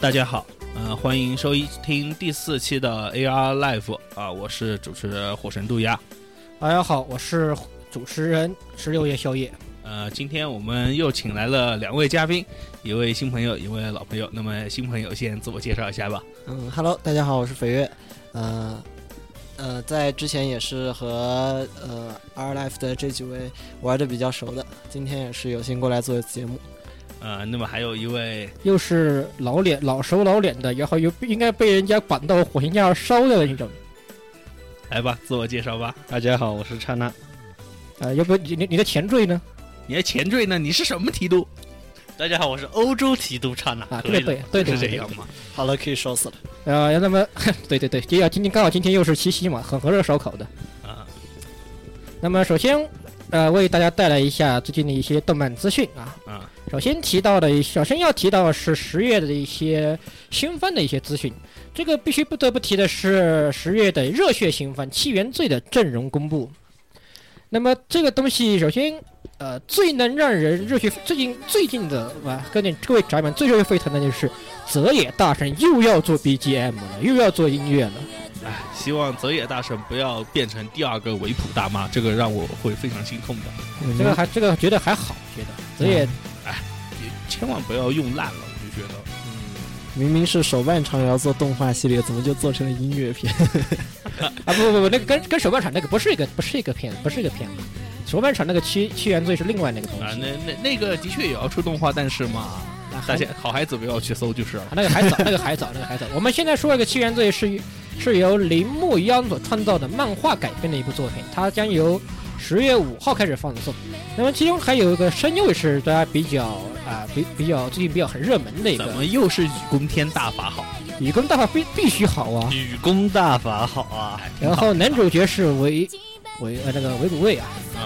大家好，呃，欢迎收听第四期的 AR Live 啊、我是主持人火神渡鸦。大家好，我是主持人十六夜宵夜。呃，今天我们又请来了两位嘉宾，一位新朋友，一位老朋友。那么新朋友先自我介绍一下吧。嗯，Hello，大家好，我是斐月。呃，呃，在之前也是和呃 R Life 的这几位玩的比较熟的，今天也是有幸过来做节目。呃，那么还有一位，又是老脸老熟老脸的，然后又应该被人家管到火星架上烧掉的那种。来吧，自我介绍吧。大家好，我是刹那。呃，要不你你你的前缀呢？你的前缀呢？你是什么提督？大家好，我是欧洲提督刹那。啊，可以对了，对对对，是这对样。吗？好了，可以收拾了。呃，那么 对对对，这样今天刚好今天又是七夕嘛，很合适烧烤的。啊、那么首先，呃，为大家带来一下最近的一些动漫资讯啊。啊、首先提到的，首先要提到的是十月的一些新番的一些资讯。这个必须不得不提的是十月的热血新番《七原罪》的阵容公布。那么这个东西，首先，呃，最能让人热血，最近最近的啊，各位各位宅们最热血沸腾的就是泽野大神又要做 BGM 了，又要做音乐了。哎，希望泽野大神不要变成第二个维普大妈，这个让我会非常心痛的。这个还这个觉得还好，觉嗯得泽野也千万不要用烂了，我就觉得。明明是手办厂也要做动画系列，怎么就做成了音乐 片？啊不不不，不，那个跟跟手办厂那个不是一个不是一个片子，不是一个片子。手办厂那个七七原罪是另外那个东啊，西，那那那个的确也要出动画，但是嘛，啊大还家好孩子不要去搜就是了。啊那个还早，那个还早，那个还早。我们现在说这个七原罪是是由铃木一央所创造的漫画改编的一部作品，它将由十月五号开始放送。那么其中还有一个声优也是大家比较啊、比比较最近比较很热门的一怎个，么又是雨宫天大法好？雨宫大法必必须好啊。雨宫大法好啊！哎然后男主角是维维呃那个维古卫啊，嗯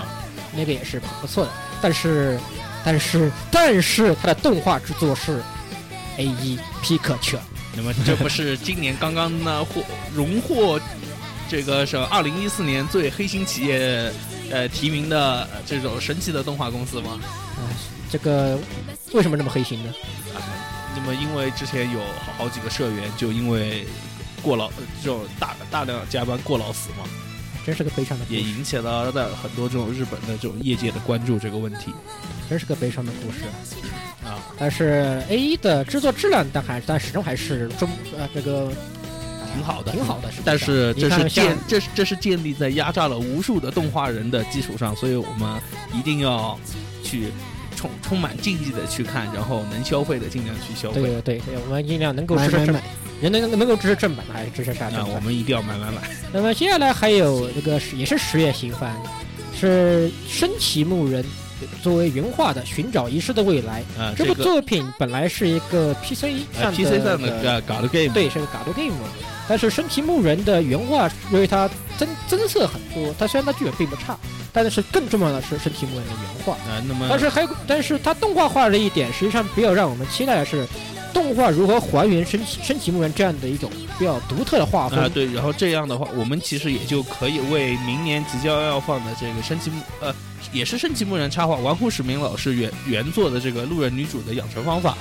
那个也是不错的，但是但是但是他的动画制作是 A 一皮克犬，那么这不是今年刚刚呢获荣获这个是二零一四年最黑心企业呃提名的呃这种神奇的动画公司吗？这个为什么这么黑心呢？啊，那么因为之前有好好几个社员就因为过劳呃这种大大量加班过劳死嘛，真是个悲伤的故也事，引起了在很多这种日本的这种业界的关注这个问题真是个悲伤的故事。啊。但是 A 一的制作质量，但还但始终还是中呃这个呃挺好的挺好的，是不但是这是你看像建这是这是建立在压榨了无数的动画人的基础上，所以我们一定要去充充满敬意的去看，然后能消费的尽量去消对费。对对对，我们尽量能够买支持买正，买！人能能够支持正版的还是支持啥正那版我。们一定要买买买。那么接下来还有这个是也是十月新番，是深崎牧人作为原画的《寻找遗失的未来》呃，啊这这部个作品本来是一个 PC 呃上 PC 上的的呃搞的 game 对是个 g a game，但是深崎牧人的原画因为它增增色很多，它虽然它剧本并不差，但是更重要的是深崎牧人的原画。呃，那么但是还有个，但是它动画化的一点，实际上比较让我们期待的是，动画如何还原深崎深崎牧人这样的一种比较独特的画风啊、。对，然后这样的话，我们其实也就可以为明年即将要放的这个深崎木呃，也是深崎木人插画丸户史明老师原原作的这个路人女主的养成方法，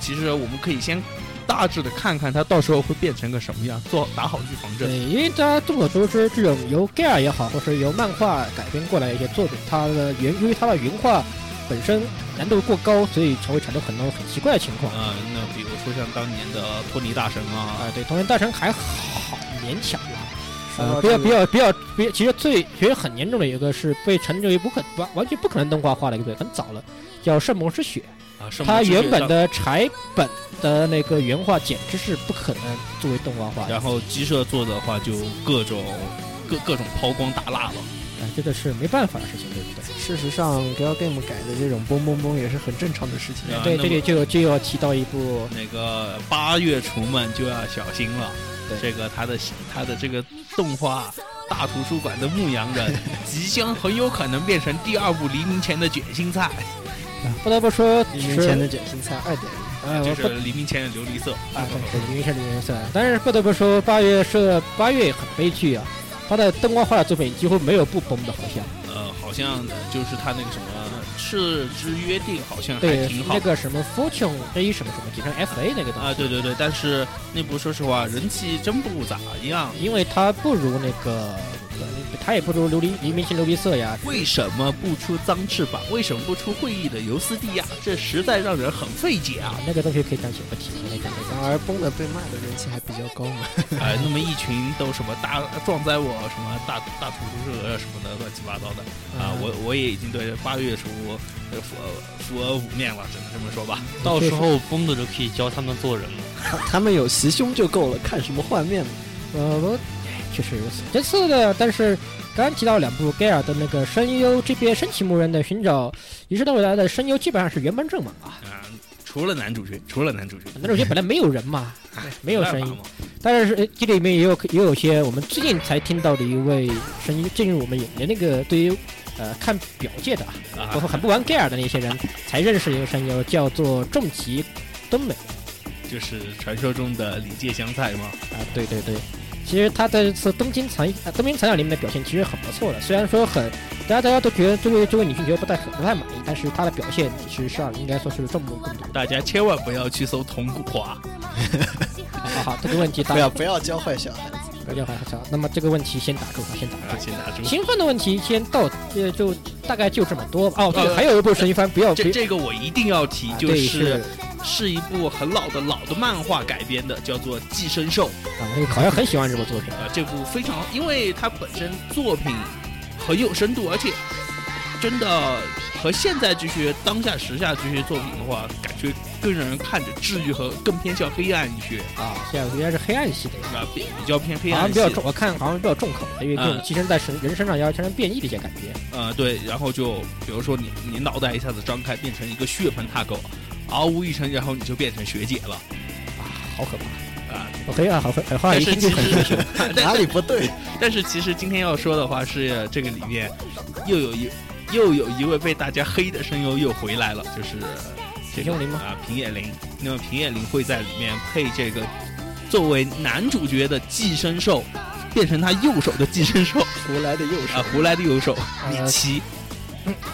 其实我们可以先大致的看看她到时候会变成个什么样，做打好预防针。对，因为大家众所周知，这种由 GAR 也好，或是由漫画改编过来的一些作品，它的原因为它的原画本身难度过高，所以才会产生很多很奇怪的情况。啊、那比如说像当年的托尼大神啊、啊，对，同人大神还好勉强吧。呃，说比较到这比个较比较比较，其实最其实很严重的一个是被成就为不可完完全不可能动画化的一个作品，很早了，叫《圣魔之血》。啊，圣母它之血原本上。的柴本的那个原画简直是不可能作为动画化的，然后鸡舍做的话，就各种各各种抛光打蜡了。哎、这个是没办法的事情，对不对？事实上，Gal Game 改的这种嘣嘣嘣也是很正常的事情。啊对，那这么里就就要提到一部那个八月厨们就要小心了。对这个他的他的这个动画大图书馆的牧羊人，即将很有可能变成第二部黎明前的卷心 菜，啊不得不说，一是年前的卷心菜二点零，哎，就我是不黎明前的琉璃色。啊，对对，零零是零零色，但是不得不说，八月是八月也很悲剧啊，他的灯光化的作品几乎没有不崩的，好像呃，好像就是他那个什么世之约定好像还对挺好那个什么 Fortune A 什么什么，简称 FA 那个东西啊，对对对，但是那部说实话人气真不咋样，因为它不如那个，它也不如琉璃黎明前琉璃色呀。为什么不出脏翅膀？为什么不出会议的尤斯蒂亚？这实在让人很费解啊啊！，那个东西可以讲几个题，那个然而崩了被骂的人气还比较高嘛。哎，那么一群都什么大壮哉我什么大大土毒蛇什么的乱七八糟的啊，我嗯我也已经对八月初呃扶扶额五面了，只能这么说吧。到时候崩的就可以教他们做人了。他他们有袭胸就够了，看什么画面嘛？呃，我哎确实如此。这次的，但是刚刚提到两部盖尔的那个声优这边深崎牧人的寻找遗失的未来的声优基本上是原班正马啊，啊，除了男主角，除了男主角，哎那种些本来没有人嘛，没有声办法音嘛。但是哎这里面也有也有些我们最近才听到的一位声音进入我们眼帘，那个对于呃看表界的啊，包啊，括很不玩盖尔的那些人才认识一个声优，叫做重崎敦美。就是传说中的里界香菜嘛。啊，对对对，其实他在这次东京残啊东京残影里面的表现其实很不错的，虽然说很大家大家都觉得这位这位女性角色不太不太满意，但是她的表现其实上应该说是众目共睹。大家千万不要去搜铜鼓花，好好好，这个问题打不要不要教坏小孩子。不要还好，那么这个问题先打住啊，先打啊，住。先打住。兴奋的问题先到，呃，就大概就这么多吧。哦，对，呃还有一部神一番，不要这别这个我一定要提啊，就对是是是一部很老的老的漫画改编的，叫做《寄生兽》。啊，那个好像很喜欢这部作品。呃，这部非常，因为它本身作品很有深度，而且真的和现在这些当下时下这些作品的话，感觉更让人看着治愈和更偏向黑暗一些啊，现在应该是黑暗系的呀。啊，比比较偏黑好像暗比系较重，我看好像比较重口，因为这种嗯寄生在神人身上要产生变异的一些感觉。呃，对，然后就比如说你你脑袋一下子张开，变成一个血盆大口，嗷呜一声，然后你就变成学姐了好可怕！啊。我黑暗好很话但啊一是听就其很实，但哪但里不对？但是其实今天要说的话是，这个里面又有一又有一位被大家黑的声优又回来了，就是这平个胸林吗？啊平野绫。那么平野绫会在里面配这个作为男主角的寄生兽，变成他右手的寄生兽胡来的右啊手，，胡来的右手 呃嗯米奇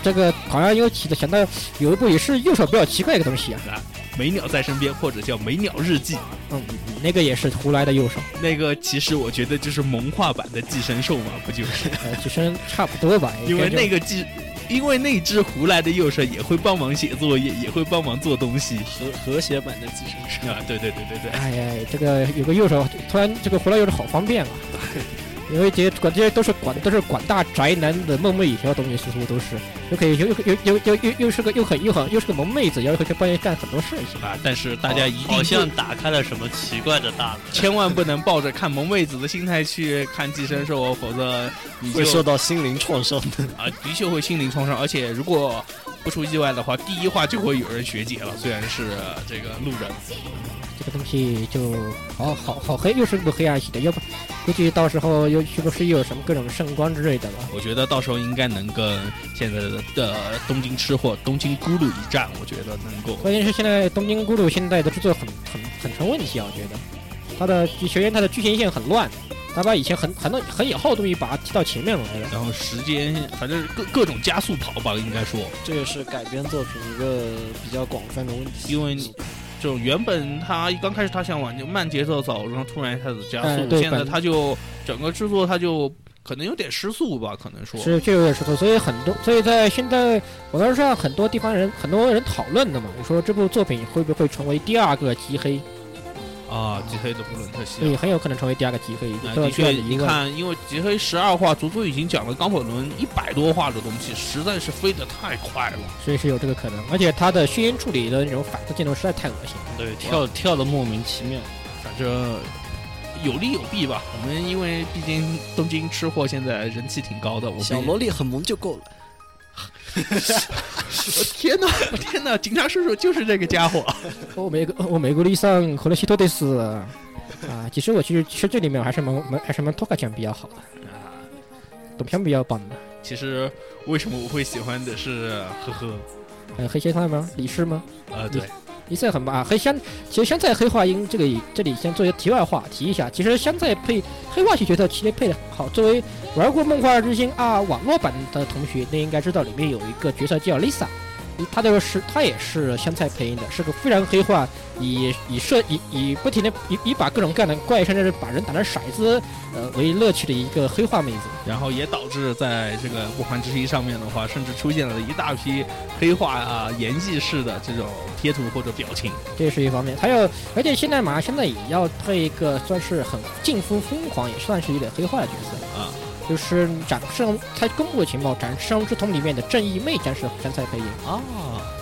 这个好像又起的想到有一部也是右手比较奇怪的一个东西啊，美鸟在身边，或者叫美鸟日记。嗯，那个也是胡来的右手，那个其实我觉得就是萌化版的寄生兽嘛，不 就是？呃，其实差不多吧。因为应该就那个寄，因为那只胡来的右手也会帮忙写作业，也会帮忙做东西。和和谐版的寄生 兽。啊，对对对对对，哎呀，这个有个右手，突然这个胡来右手好方便啊。因为这些管这些都是管都是管大宅男的梦寐以求的东西，似乎都是又可以又又又又又又又是个又很又很又是个萌妹子，然后可以帮人干很多事情。啊，但是大家一定好像不打开了什么奇怪的大门。千万不能抱着看萌妹子的心态去看《寄生兽》哦，否则你会受就到心灵创伤的。啊，的确会心灵创伤。而且如果不出意外的话，第一话就会有人学姐了，虽然是呃这个路人。这个东西就好好好黑，又是个黑暗系的，要不估计到时候又是不是又有什么各种圣光之类的吧？我觉得到时候应该能跟现在的的东京吃货、东京咕噜一战，我觉得能够关键是现在东京咕噜现在的制作很很很成问题啊，我觉得它的首先它的剧情线很乱，它把以前很很多很有号的东西把它提到前面来了。然后时间，反正各各种加速跑吧，应该说，这个是改编作品一个比较广泛的问题，因为你这种原本他刚开始他想往就慢节奏走，然后突然一下子加速，哎对现在本他就整个制作他就可能有点失速吧，可能说是，这有点失头，所以很多，所以在现在网络上很多地方人很多人讨论的嘛，你说这部作品会不会成为第二个极黑？啊，吉黑的布伦特对，西。很有可能成为第二个极黑，啊，都有的这确，样的你疑问。看，因为吉黑十二话足足已经讲了刚火轮一百多话的东西，实在是飞得太快了。所以是有这个可能。而且它的虚音处理的那种反射镜头实在太恶心了。对，跳跳的莫名其妙。反正有利有弊吧。我们因为毕竟东京吃货现在人气挺高的，我们小 萝莉很萌就够了。天哪，天哪，警察叔叔就是这个家伙。我美国我美国的上可能西托的是啊，其实我其实其实这里面我还是蛮蛮还是蛮托卡酱比较好的，啊董强比较棒的，其实为什么我会喜欢的是呵呵，还有黑香菜吗？李氏吗？呃，对，李氏很棒啊，黑香其实香菜黑化音这个也这里先做一个题外话提一下，其实香菜配黑化系角色其实配的好，作为玩过《梦幻之星》啊网络版的同学，那应该知道里面有一个角色叫 Lisa，他这个是他也是香菜配音的，是个非常黑化，以以设以以不停的以以把各种各样的怪，甚至是把人打成骰子，呃为乐趣的一个黑化妹子。然后也导致在这个《不环之息》上面的话，甚至出现了一大批黑化啊、演技式的这种贴图或者表情。这是一方面。还有，而且现在马上现在也要推一个算是很近乎疯狂，也算是有点黑化的角色啊，就是斩圣，他公布的情报，《斩圣之瞳》里面的正义妹将是山菜配音。嗯啊，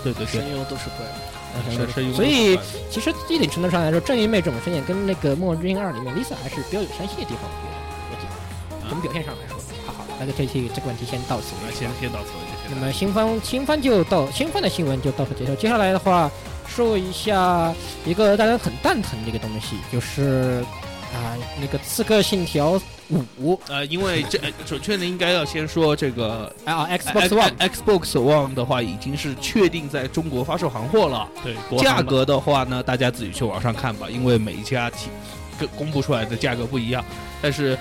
对对对声，优都是怪物。是是因为所以其实一定程度上来说，正义妹这种声线跟那个《末日军二》里面 Lisa 还是比较有相似的地方，我觉得。我觉得从表现上来说，好好，那就这期这个问题先到此我为们止先。贴到此为止。那么新番新番就到新番的新闻就到此结束。接下来的话，说一下一个大家很蛋疼的一个东西，就是啊、那个《刺客信条五呃，因为这呃准确的应该要先说这个》啊，Xbox X- One Xbox One 的话，已经是确定在中国发售行货了。对，价格的话呢，大家自己去网上看吧，因为每一家提跟公布出来的价格不一样。但是，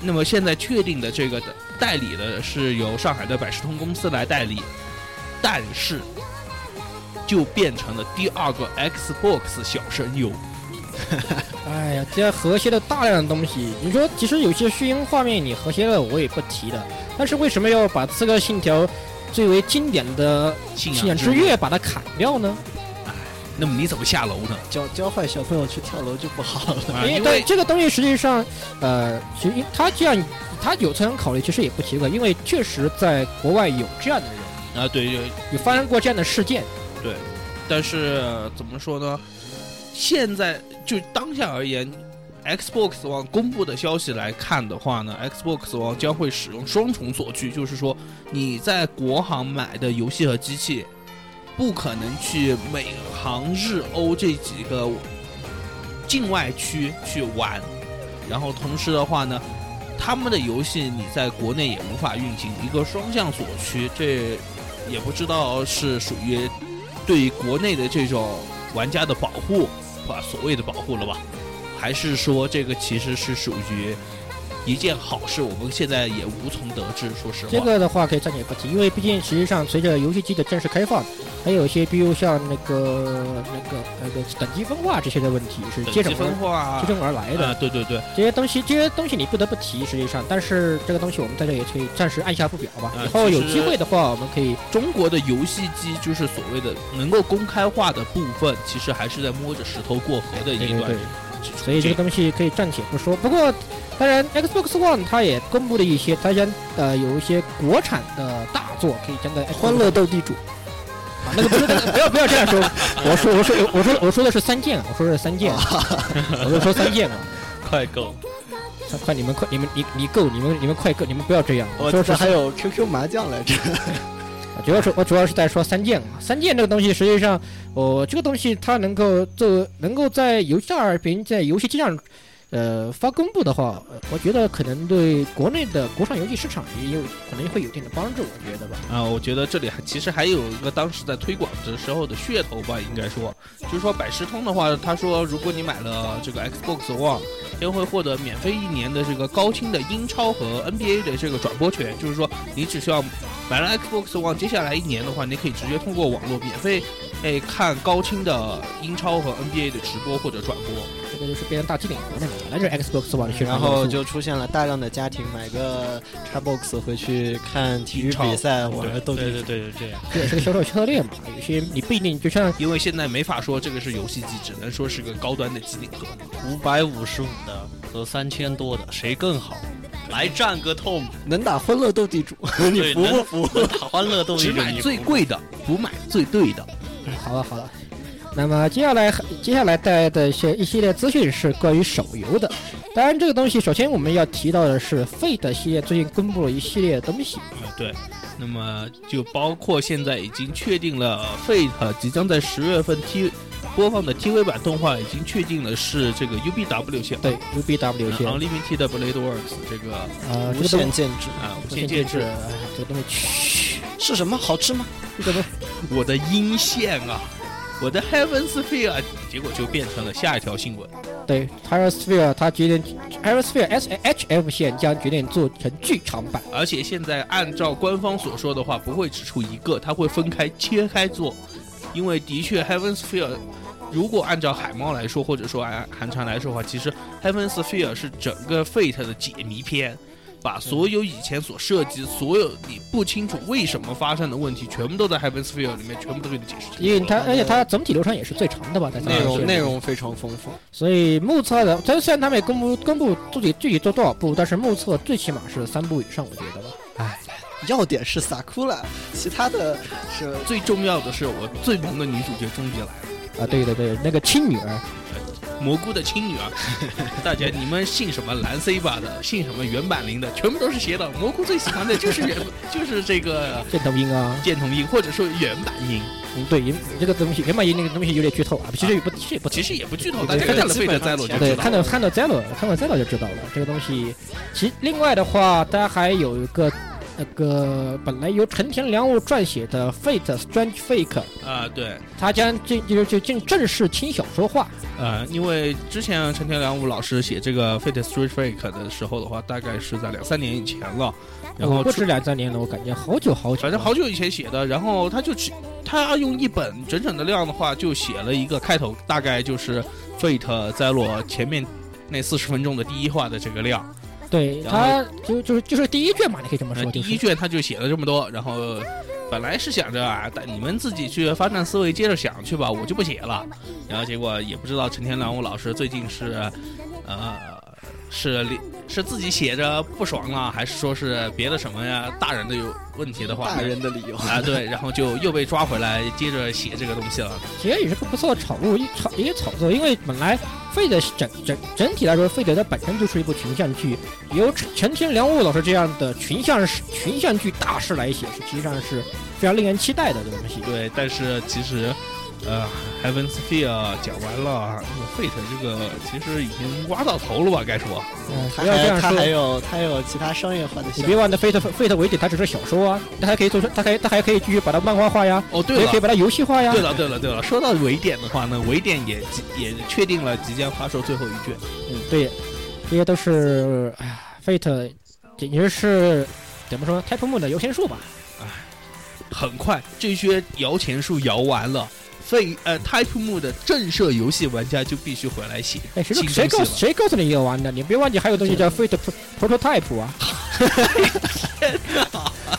那么现在确定的这个代理的是由上海的百事通公司来代理，但是就变成了第二个 Xbox 小声优。哎呀，这和谐了大量的东西。你说，其实有些虚音画面你和谐了，我也不提了。但是为什么要把《刺客信条》最为经典的信《信仰之之月》把它砍掉呢？那么你怎么下楼呢？教教坏小朋友去跳楼就不好了。啊因为因但为这个东西实际上，呃，其实他这样，他有这样考虑，其实也不奇怪，因为确实在国外有这样的人，啊，对对，有发生过这样的事件。但是呃怎么说呢？现在就当下而言，Xbox One 公布的消息来看的话呢，Xbox One 将会使用双重锁具，就是说你在国行买的游戏和机器，不可能去美航日欧这几个境外区去玩，然后同时的话呢。他们的游戏你在国内也无法运行，一个双向锁区，这也不知道是属于对于国内的这种玩家的保护，啊，所谓的保护了吧？还是说这个其实是属于一件好事？我们现在也无从得知，说实话。这个的话可以暂且不提，因为毕竟实际上随着游戏机的正式开放，还有一些比如像那个那个那个等级分化这些的问题是接等踵级分而化接踵而来的。啊，对对对，这些东西，这些东西你不得不提，实际上，但是这个东西我们在这里可以暂时按下不表吧。呃以后有其实机会的话，我们可以中国的游戏机就是所谓的能够公开化的部分，其实还是在摸着石头过河的对一对段处对。境。所以这个东西可以暂且不说。不过，当然 Xbox One 它也公布了一些，大家呃有一些国产的大作可以将在 Xbox 《欢乐斗地主》啊那个不是那个 不要不要这样说，我说我说我说我说的是三剑啊，我说的是三 剑啊，我就说三剑啊，快购，快快你们快你们你你够你们你们快够你们不要这样， 我说记是得还有 QQ 麻将来着。我啊主要是我主要是在说三剑啊，三剑这个东西实际上，我、这个东西它能够做能够在游戏二屏在游戏机上，呃发公布的话，呃我觉得可能对国内的国产游戏市场也有可能会有一定的帮助，我觉得吧。啊，我觉得这里还其实还有一个当时在推广的时候的噱头吧，应该说，就是说百事通的话，他说如果你买了这个 Xbox One，将会获得免费一年的这个高清的英超和 NBA 的这个转播权，就是说你只需要买了 Xbox One，接下来一年的话，你可以直接通过网络免费。哎，看高清的英超和 NBA 的直播或者转播，这个就是变成大机顶盒了嘛，本来就是 Xbox One 的宣传嗯然后元素就出现了大量的家庭买个 Xbox 回去看体育比赛，玩斗对地对主。对，对这样。这也是个销售策略嘛，有些你不一定就像因为现在没法说这个是游戏机，只能说是个高端的机顶盒。五百五十五的和三千多的，谁更好？来战个痛！能打《欢乐斗地主》， 你对服不服？能打欢乐斗地只主，买你最不贵的，不买最对的。好了好了，那么接下来接下来带的一些一系列资讯是关于手游的。当然，这个东西首先我们要提到的是 Fate 系列最近公布了一系列东西，啊，对，那么就包括现在已经确定了呃 Fate 即将在十月份 T 播放的 TV 版动画已经确定了是这个 UBW 线嗯对 UBW 线， Unlimited Blade Works 这个呃，这无个东限西剑指啊无无线限建限制，制，哎这个东西，嘘，是什么？好吃吗？这个东西我的阴线啊！我的 Heaven Sphere，结果就变成了下一条新闻。 对 h e r o s p h e r e 它决定 h e r o s p h e r e S H F 线将决定做成剧场版。而且现在按照官方所说的话，不会只出一个，它会分开切开做，因为的确 Heaven Sphere。如果按照海猫来说，或者说按韩蝉来说的话，其实 Heaven Sphere 是整个 Fate 的解谜篇，把所有以前所涉及、所有你不清楚为什么发生的问题，全部都在 Heaven Sphere 里面全部都给你解释清因为楚了。它，而且它整体流程也是最长的吧，在内容3.7内容非常丰富，所以目测的，它虽然他们也公布公布自己具体做多少部，但是目测最起码是三部以上，我觉得吧。要点是撒哭了，其他的是最重要的是，我最萌的女主角终于来了，啊，对对对，那个亲女儿，蘑菇的亲女儿。啊 大家你们信什么蓝 C 吧的，信什么原版零的，全部都是邪的。蘑菇最喜欢的就是原， 就是这个剑头鹰啊，剑童音，或者说原版音。嗯，对，原这个东西原版那个东西有点剧透啊，其实也不，其实也不，其实也不剧透，大对家看看到了《基费本德上灾罗》就前对，知看道到了。看到 Zelo，看到 Zelo 就知道了，这个东西。其另外的话，它还有一个那个本来由成田良悟撰写的《Fate Strange Fake》，啊，对，它将进就就进正式轻小说化。呃，因为之前陈天良武老师写这个《Fate Street Freak》的时候的话，大概是在两三年以前了，然后不出止两三年哦了，我感觉好久好久了，反正好久以前写的，然后他就只他用一本整整的量的话，就写了一个开头，大概就是《Fate 灾落》前面那四十分钟的第一话的这个量。对，然它就就是就是第一卷嘛，你可以这么那说，第就是一卷他就写了这么多，然后本来是想着啊，但你们自己去发散思维，接着想去吧，我就不写了。然后结果也不知道陈天良武老师最近是，呃，是是自己写着不爽了，还是说是别的什么呀大人的有问题的话呢，大人的理由。啊对，然后就又被抓回来，接着写这个东西了。其实也是不不错的炒物，一炒一个炒作，因为本来费德整整整体来说，费德它本身就是一部群像剧，由陈陈天良悟老师这样的群像群像剧大师来写，是实际上是非常令人期待的这个东西。对，但是其实，呃，Heaven Sphere 讲完了，Fate 这个其实已经挖到头了吧，该说。嗯，他不要这样还他还说。有他还有其他商业化的你项别目，忘了，费特费特维底它只是小说啊，它还可以做成，它还它还可以继续把它漫画化呀，哦，对也了可以，把它游戏化呀。对了，对了，对了，说到维典的话呢，维典也即也确定了即将发售最后一卷。嗯，对，这些都是哎呀，Fate 简直是怎么说 Type Moon 的摇钱树吧？很快，这些摇钱树摇完了，废呃 Type Moon 的震慑游戏玩家就必须回来写。哎，谁新谁东告西谁告诉你要玩的？你别忘记还有东西叫 Fate Pro- Prototype 啊！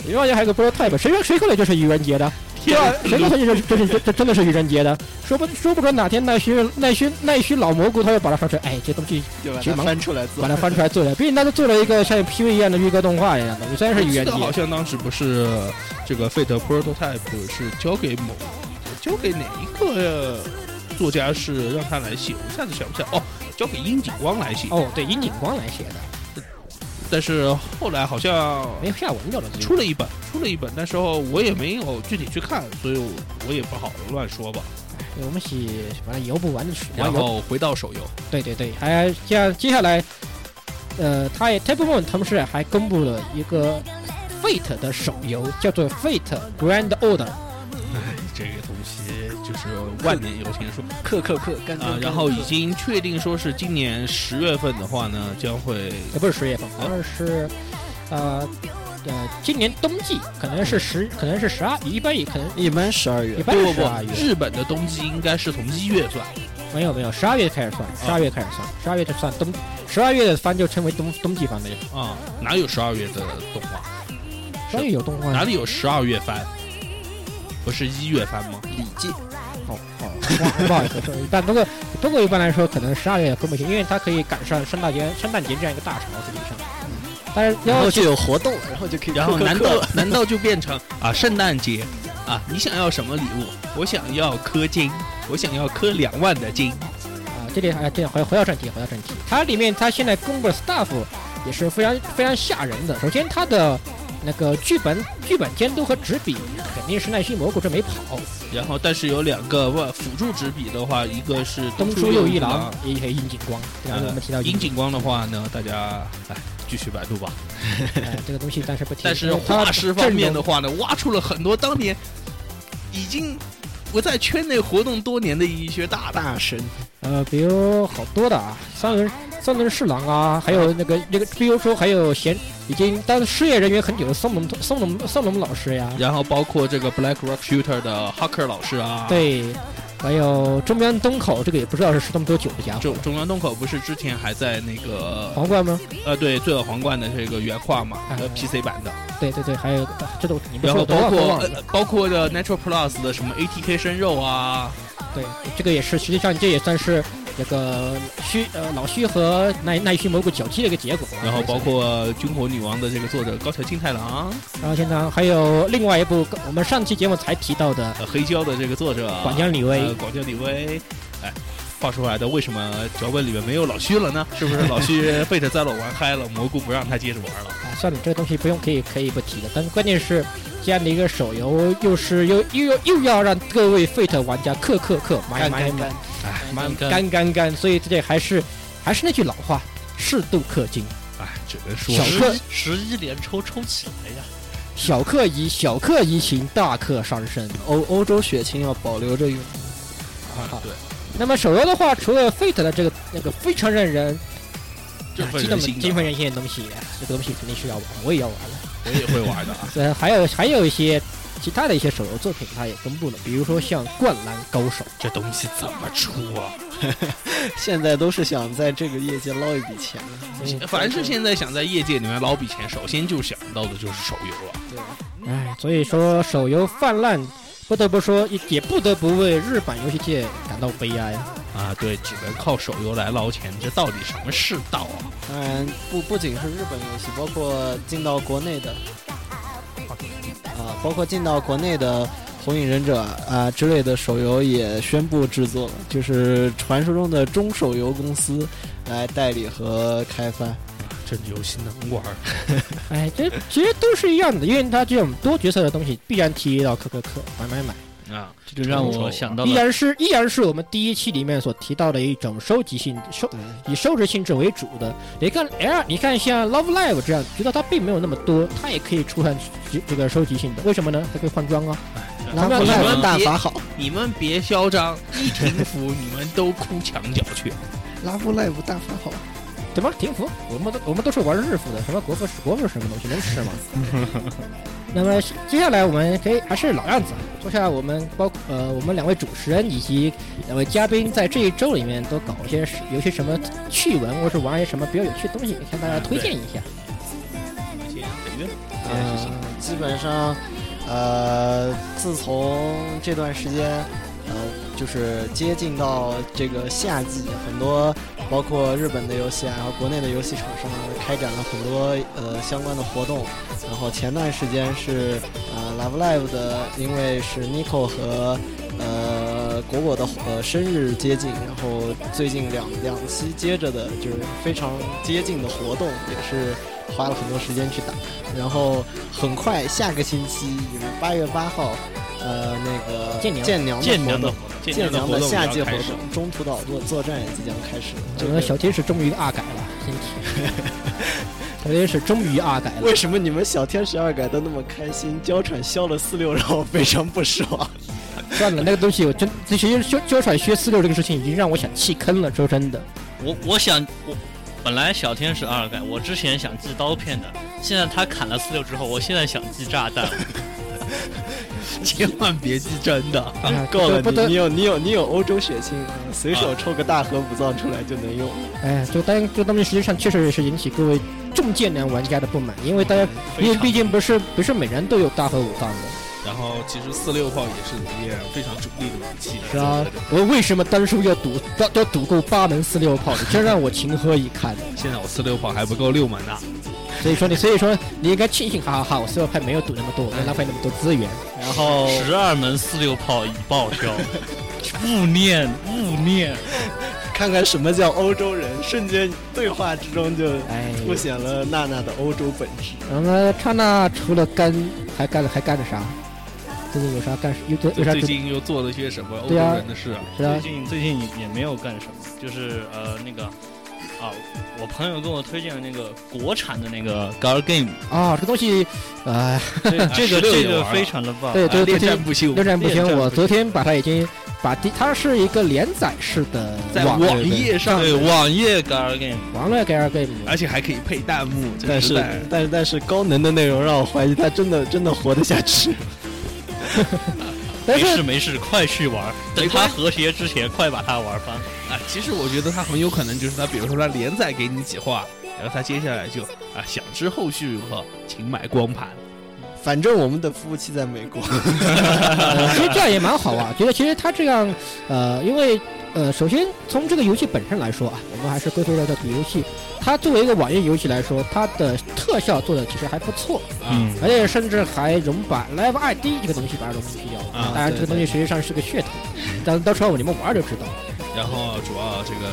你别忘记还有个 Prototype，谁谁告诉你这是愚人节的？对啊吧？谁告诉你这这这这这真的是愚人节的？说不说不准哪天奈须奈须奈须老蘑菇他又把它说成哎，这东西就把其实它蛮翻出来做把。它翻出来做了，毕竟他都做了一个像 PV 一样的预告动画一样的，虽 然是我愚记人得节，好像当时不是这个 Fate Prototype 是交给某交给哪一个作家是让他来写，我一下子想不起来。哦，交给樱井光来写，哦，对，以景光来写的，但是后来好像没有下文掉了，这个出了一本，出了一本，那时候我也没有具体去看，所以我我也不好乱说吧。我们洗完了游不完的水，然游后回到手游，对对对，还接下接下来，呃，他也 Table One 同时还公布了一个 Fate 的手游，叫做 Fate Grand Order。哎这个东西 就是万年有钱树克克克，干啊。然后已经确定说是今年十月份的话呢，将会也不是十月啊份，好像是，呃，呃，今年冬季可能是十，可能是十二，一般也可能一般十二月一，般不是不十二不，月，日本的冬季应该是从一月算，没有没有，十二月开始算，啊十二月开始算，十二月就算冬，十二月的番就称为冬冬季番了。啊、哪有十二月的动画？十二月有动画哪吗，里有十二月番？不是一月番吗？礼记好好， 不好意思，但不过不过一般来说，可能十二月分不清，因为它可以赶上圣诞节、圣诞节这样一个大潮实际上。但是然要呃后就有活动了，然后就可以然后克克难克道了 难道就变成啊圣诞节啊你想要什么礼物？我想要氪金，我想要氪两万的金。啊，这里啊，这样回回到正题，回到正题，它里面它现在公布的 staff 也是非常非常吓人的。首先，它的那个剧本剧本监督和执笔肯定是奈须蘑菇这没跑，然后但是有两个外辅助执笔的话，一个是东出出右一一郎，也也樱井光，对吧？我们提到呃樱樱井，井光的话呢，大家哎继续百度吧。哎这个东西暂时不提。但是因为它画师方面阵容的话呢，挖出了很多当年已经我在圈内活动多年的一些大大神，呃，比如好多的啊，三轮三轮侍郎啊，还有那个那个，比如说还有闲已经当失业人员很久的宋龙宋龙宋龙老师呀， 然后包括这个 Black Rock Shooter 的 Hacker 老师啊，，对，还有中央东口这个也不知道是失踪多久的家伙，中中央洞口不是之前还在那个皇冠吗？呃对《罪恶皇冠》的这个原画嘛，呃嗯 PC 版的，对对对，还有、啊这都你不然说后我包都忘都括忘了呃。包括的 Natural Plus 的什么 ATK 生肉啊，对，这个也是，实际上这也算是这个虚呃老虚和奈奈须蘑菇交替的一个结果啊。然后包括《军火女王》的这个作者高桥金太郎，然后现场还有另外一部我们上期节目才提到的呃黑胶的这个作者《管江李威》呃，广江李威，哎，话说回来的，为什么脚本里面没有老徐了呢？是不是老徐被着在我玩嗨了，蘑菇不让他接着玩了？啊，算了，这个东西不用可以可以不提的。但是关键是这样的一个手游，又是又又又又要让各位 Fate 玩家氪氪氪买干买干干买，哎买干干干干，所以这还是还是那句老话，适度氪金，哎，只能说小是氪十一连抽抽起来呀！小氪怡小氪怡情，大氪伤身。欧欧洲血清要保留着用。啊，对，那么手游的话，除了 Fate 的这个那个非常让人振奋激人动的心激的奋，人心的东西，这个东西肯定是要玩，我也要玩的。我也会玩的啊。呃，还有还有一些其他的一些手游作品，它也公布了，比如说像《灌篮高手》。 这东西怎么出啊？现在都是想在这个业界捞一笔钱了。嗯凡是现在想在业界里面捞笔钱，首先就想到的就是手游啊了。对，哎，所以说手游泛滥，不得不说也不得不为日版游戏界感到悲哀。啊，对，只能靠手游来捞钱，这到底什么世道啊？当然不不仅是日本游戏，包括进到国内的，啊、包括进到国内的《火影忍者》啊、之类的手游也宣布制作了，就是传说中的中手游公司来代理和开发。这游戏能玩？哎，这其实都是一样的，因为它这种多角色的东西必然提到可可可买买买，啊，这就让我想到依了然是依然是我们第一期里面所提到的一种收集性收对，以收集性质为主的。你看 L，你看像 Love Live 这样，觉得它并没有那么多，它也可以出现这这个收集性的，为什么呢？它可以换装啊。哎拉同样布的赖你们文大别法好，你们别嚣张，一停服你们都哭墙角去。 拉布赖文大法好。对吧？停服，我们都我们都是玩日服的，什么国服、国服是什么东西能吃吗？那么接下来我们可以还是老样子啊，说下我们包括呃我们两位主持人以及两位嘉宾在这一周里面都搞一些有些什么趣闻，或是玩一些什么比较有趣的东西，向大家推荐一下。先北约呃，基本上，呃，自从这段时间，呃，就是接近到这个夏季，很多包括日本的游戏啊，然后国内的游戏厂商啊开展了很多呃相关的活动。然后前段时间是呃 Love Live 的，因为是 Nico 和呃果果的呃生日接近，然后最近两两期接着的就是非常接近的活动，也是花了很多时间去打。然后很快下个星期，也就是八月八号，呃，那个建娘娘建活良的动活，动，建良娘活的动夏季活开始动，中途岛作作战也即将开始了。我这们个的小天使终于二改了，真是小天使终于二改了。为什么你们小天使二改的那么开心？娇喘消了四六，让我非常不爽。算了，那个东西我真，其实修修甩削四六这个事情已经让我想弃坑了，说真的。我，我想我本来小天使二改，我之前想寄刀片的，现在他砍了四六之后，我现在想寄炸 弹。千万别记真的。 啊 够了，不得你你有你有你有欧洲血清，随手抽个大核武藏出来就能用。哎，这个单这个东西实际上确实也是引起各位重剑男玩家的不满，因为大家嗯因为毕竟不是不是每人都有大和武藏的，然后其实四六炮也是里面非常主力的武器，是啊，我为什么单数要赌要要赌够八门四六炮的，真让我情何以堪。现在我四六炮还不够六门啊呢。所以说你所以说你应该庆幸，哈哈哈，我四六派没有赌那么多，没有浪费那么多资源。然后十二门四六炮已报销， 勿念勿念。看看什么叫欧洲人，瞬间对话之中就哎，凸显了娜娜的欧洲本质。那么刹那除了干还干了还干了啥？最近有啥干有有有啥最主近又做了些什么欧洲啊对啊人的事啊？是啊最？近最近也也没有干什么，就是呃那个啊，我朋友跟我推荐了那个国产的那个 Gal Game，啊，这个东西，呃， 这这个16也这个玩了非常的棒。对对啊对恋战不休，六战不恋行，战我不昨天行把它已经把第，它是一个连载式的在网网页上，对网页 Gal Game，网络 Gal Game，而且还可以配弹幕，这个但时是代但是但是高能的内容让我怀疑他真的真的活得下去。但没是事没事，快去玩，等没它关和谐之前，快把它玩翻。啊，其实我觉得它很有可能就是它，比如说它连载给你几话，然后它接下来就啊，想知后续如何，请买光盘。反正我们的服务器在美国，呃其实这样也蛮好啊，觉得其实它这样，呃，因为呃，首先从这个游戏本身来说啊，我们还是归回到这个游戏，它作为一个网页游戏来说，它的特效做的其实还不错，啊、嗯，而且甚至还融把 Live ID 这个东西把它融进去掉了。啊当然，对这个东西实际上是个噱头，但到时候你们玩就知道。了。然后主要这个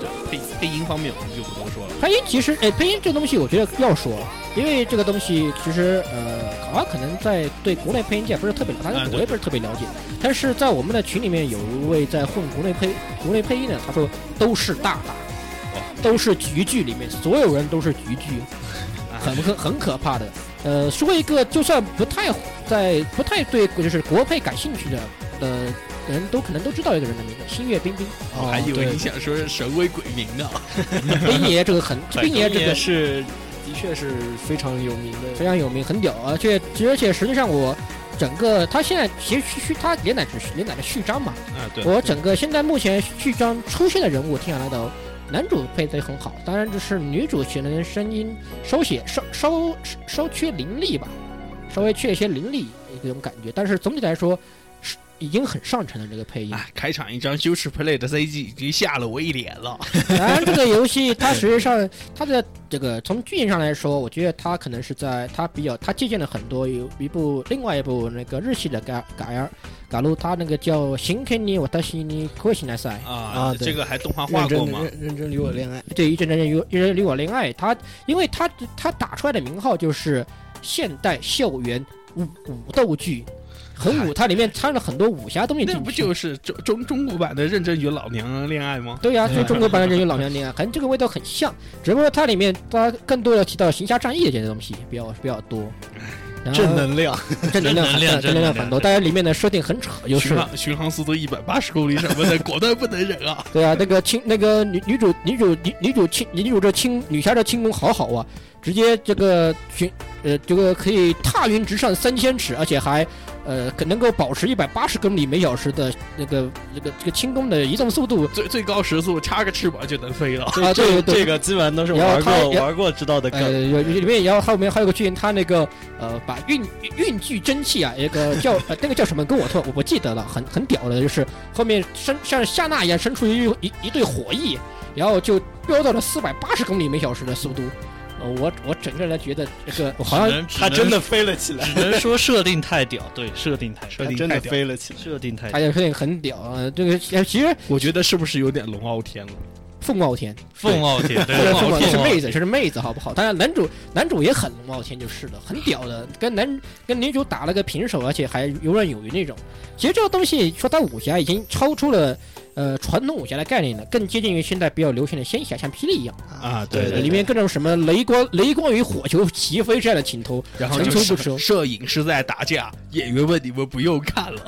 这配配音方面我们就不多说了。配音其实，哎，配音这个东西我觉得要说了，因为这个东西其实，呃，好像可能在对国内配音界不是特别了解，啊反对正我也不是特别了解。但是在我们的群里面有一位在混国内配国内配音的，他说都是大大哇，都是局剧里面所有人都是局剧， 很很很可怕的。呃，说一个就算不太在不太对就是国配感兴趣的呃人都可能都知道一个人的名字，星月冰冰。我还以为对你想说是神威鬼鸣呢，冰爷这个很，对冰爷这这个个是 的确是非常有名非的。常有名，很屌，而且而且实际上我整个他现在其实续续他连载只是连载的序章嘛，啊，对，我整个现在目前序章出现的人物听下来的，男主配的很好，当然就是女主可能声音稍显稍稍稍缺灵力吧，稍微缺一些灵力这种感觉，但是总体来说是已经很上乘的这个配音。哎，开场一张羞耻 play 的 CG 已经吓了我一脸了。当然，这个游戏它实 际上它的这个从剧情上来说，我觉得它可能是在它比较它借鉴了很多有一部另外一部那个日系的改改儿改录，它那个叫《行肯尼我达西尼科西奈赛》。啊啊对这个还动画画认过真吗地？认认真与我恋爱， 对，一阵阵有一阵离我恋爱，它因为它它打出来的名号就是现代校园武武斗剧，很武，它里面掺了很多武侠东西进那去。不就是中中中国版的《认真与老娘娘恋爱》吗？对呀、就中国版的人有老年恋爱，可能这个味道很像，只不过它里面它更多的提到行侠仗义的这些东西比较比较多，然后正能量。正能量正能很量正正能量很多，但是里面的设定很扯，就巡是航巡航速度一百八十公里什么的，果断不能忍 啊！对啊，那个轻那个女女主女主女女主轻女主这轻女侠这轻功好好啊，直接这个巡呃这个可以踏云直上三千尺，而且还呃可能够保持一百八十公里每小时的那个那个这个轻功的移动速度最最高时速插个翅膀就能飞了。啊，对对对这个基本上都是然后玩他过也玩过知道的呃，梗。有里面也要后面还有个剧情，他那个呃，把运运具蒸汽啊，一个叫呃那个叫什么，跟我特我不记得了，很很屌的，就是后面伸像夏娜一样伸出一一一对火翼，然后就飙到了四百八十公里每小时的速度。呃，我我整个人觉得这个我好像只能他只能真的飞了起来，只能说设定太屌，对，设定太设屌，他定真太的屌，飞了起来。设定太大屌。家设定很屌，呃，这个呃其实我觉得是不是有点龙傲天了？凤傲天，凤傲 天，对，这凤 傲是是天妹子，这是妹子，好不好？当然，男主男主也很龙傲天就是了，很屌的，跟男跟女主打了个平手，而且还游刃有余那种。其实这个东西说它武侠已经超出了呃传统武侠的概念了，更接近于现在比较流行的仙侠，像霹雳一样，啊对里面各种什么雷光雷光与火球齐飞这样的镜头，然后层哦就出不是 穷。摄影师在打架，演员们你们不用看了，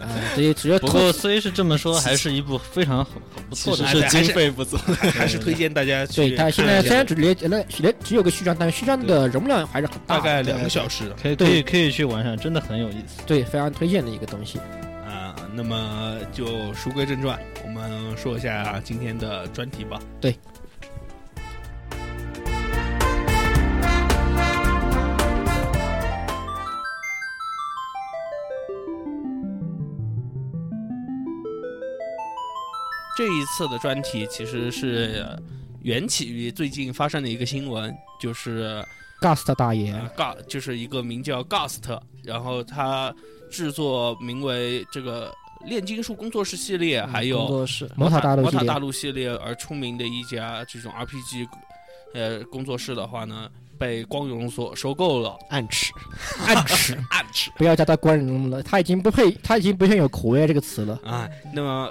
啊，所以只要不过虽是这么说，还是一部非常很很不其错实的还设是是计。经费不足。 还是推荐大家去看一对下。它现在虽然只连连连只有个序章，但是序章的容量还是很大大的，概两个小时可啊以可哎对以可以去玩上，真的很有意思。对非常推荐的一个东西。啊，那么就书归正传，我们说一下今天的专题吧。对。这一次的专题其实是呃缘起于最近发生的一个新闻，就是 Gust 大爷，呃 g u 就是一个名叫 Gust，然后他制作名为这个炼金术工作室系列，还有嗯工作室嗯魔塔大陆魔系塔列大。陆系列而出名的一家这种 RPG 呃工作室的话呢，被光荣所收购了，暗吃，暗吃 暗吃不要叫他官人了，他已经不配，他已经不配有口味这个词了。啊。那么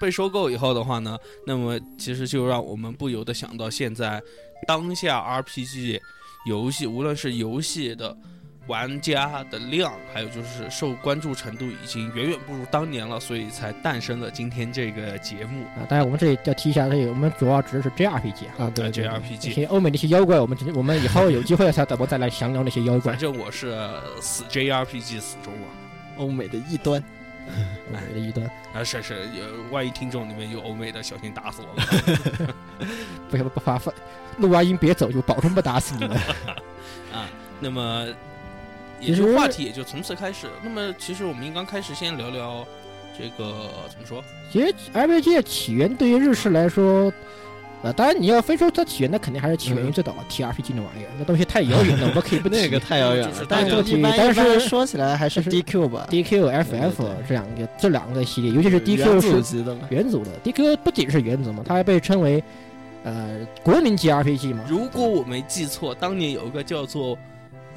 被收购以后的话呢，那么其实就让我们不由得想到现在当下 RPG 游戏，无论是游戏的玩家的量，还有就是受关注程度，已经远远不如当年了，所以才诞生了今天这个节目。啊，当然我们这里要提一下，这个我们主要指的是 JRPG 啊。啊，对这对，那 RPG，些欧美那些妖怪，我们直接我们以后有机会才我再来详聊那些妖怪反。 正我是死 JRPG 死忠了。欧美的异端，我们的一端，啊，是是，有万一听众里面有欧美的，小心打死我了。不不不发发，录完音别走，就保证不打死你们。 啊那么，也其实就话题也就从此开始。那么，其实我们应该开始先聊聊这个怎么说？其实 RPG 的起源对于日式来说，呃，当然你要非说它起源，那肯定还是起源于最早的 TRPG 那玩意儿，那东西太遥 远了，我们可以不那个提太遥远就是了。大但家是一般但一是般说起来还是但是 DQ 吧， DQ、对 FF 对这两个这两个系列，尤其是元 DQ 祖是级的了。元祖的，DQ 不仅是元祖嘛，它还被称为呃国民级 RPG 嘛。如果我没记错，当年有一个叫做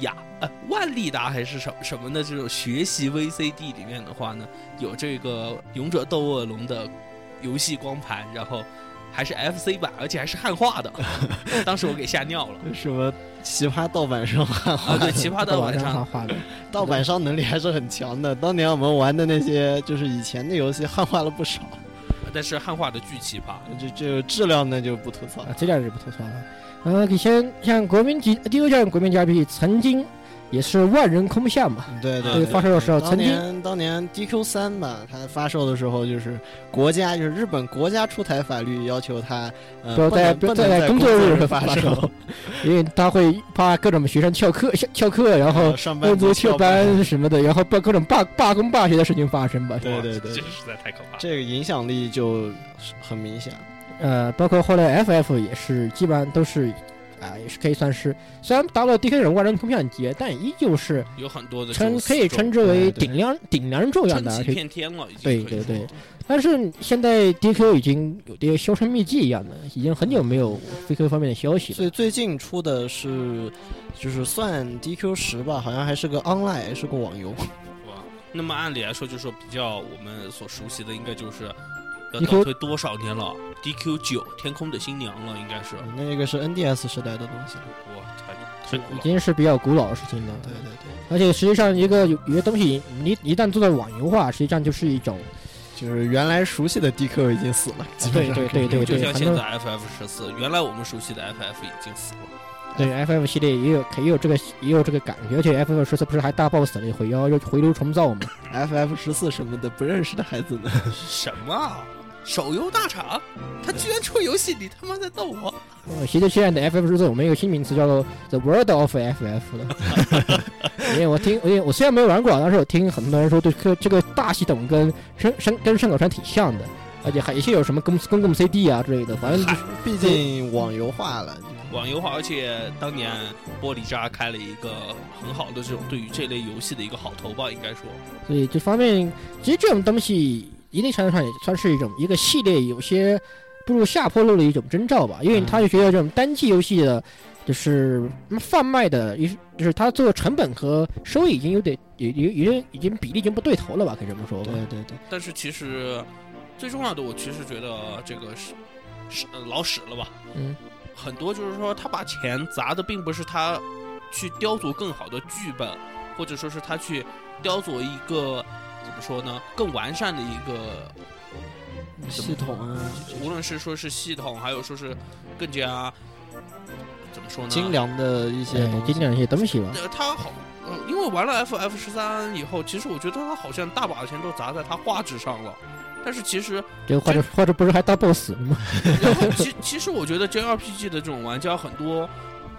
雅呃万利达还是什么什么的这种学习 VCD 里面的话呢，有这个《勇者斗恶龙》的游戏光盘，然后还是 FC 版，而且还是汉化的。 当时我给吓尿了。什么奇葩盗版商汉啊，化，对，奇葩的晚上上画的， 盗版商能力还是很强的。当年我们玩的那些就是以前的游戏，汉化了不少，但是汉化的巨奇葩。这这质量呢就不吐槽啊，。这点是不吐槽了。呃，以前像国民级 DQ 这样的国民级 RPG 曾经也是万人空巷嘛， 对对对，对，发售的时候当曾经年当年 DQ 三吧，它发售的时候就是国家就是日本国家出台法律要求它，呃，不要不在不要能不能在在工作作日发哦发售，因为他会怕各种学生翘课、翘翘课，然后呃上班恶作族翘班什么的，然后罢各种罢罢工罢学的事情发生吧。对对哇对这这实在太可怕了。这个影响力就很明显。呃，包括后来 FF 也是，基本上都是啊、也是可以算是，虽然达不到 DK 这种万人空巷级，但依旧是有很多的这称种可以死称忠之为对对顶梁顶梁柱一样的撑 RPG 起。遍天了，已经对可以对说对，但是现在 DQ 已经有这些销声匿迹一样的，已经很久没有 DQ 方面的消息了。所以最近出的是，就是算 DQ 十吧，好像还是个 online，是个网游。哇，那么按理来说，就是说比较我们所熟悉的，应该就是要 DQ 倒退多少年了？DQ 九《天空的新娘》了，应该是那个是 NDS 时代的东西了。嗯哇，太太古已老了。经是比较古老的事情了，对对对，而且实际上，一个有有些东西，你一旦做到网游化，实际上就是一种就是原来熟悉的 DQ 已经死了，基本上对对对 就对像反现正在 FF 十四，原来我们熟悉的 FF 已经死了，对 FF 系列也有也有这个也有这个感觉，而且 FF 十四不是还大 boss 了一回，要要回炉重造嘛？ FF 十四什么的不认识的孩子呢，什么啊？手游大厂，他居然出游戏，你他妈在逗我！呃，其实现在的 FF 十四我们有新名词叫做 The World of FF 了， 因为我听，因为我虽然没有玩过，但是我听很多人说对这个这个大系统跟山山跟山口山挺像的，而且还一些有什么公公共 CD 啊之类的，反正就是 毕竟网游化了。网游化，而且当年玻璃渣开了一个很好的这种对于这类游戏的一个好头吧，应该说。所以这方面，其实这种东西一定程度上也算是一种一个系列有些步入下坡路的一种征兆吧，因为嗯他就觉得这种单机游戏的，就是贩卖的，一就是它做成本和收益已经有点有有有点已经比例已经不对头了吧，可以这么说吧对。对对，但是其实最重要的，我其实觉得这个是是呃老史了吧，嗯，很多就是说他把钱砸的并不是他去雕琢更好的剧本，或者说是他去雕琢一个怎么说呢更完善的一个，系统啊，无论是说是系统，还有说是更加呃怎么说呢精良的一些对，东西经典一些东西吧。呃，他好，呃，因为玩了 FF 十三以后，其实我觉得他好像大把的钱都砸在他画质上了，但是其实这个画质画质不是还大嗯 boss 了吗？然后其其实我觉得 JRPG 的这种玩家很多，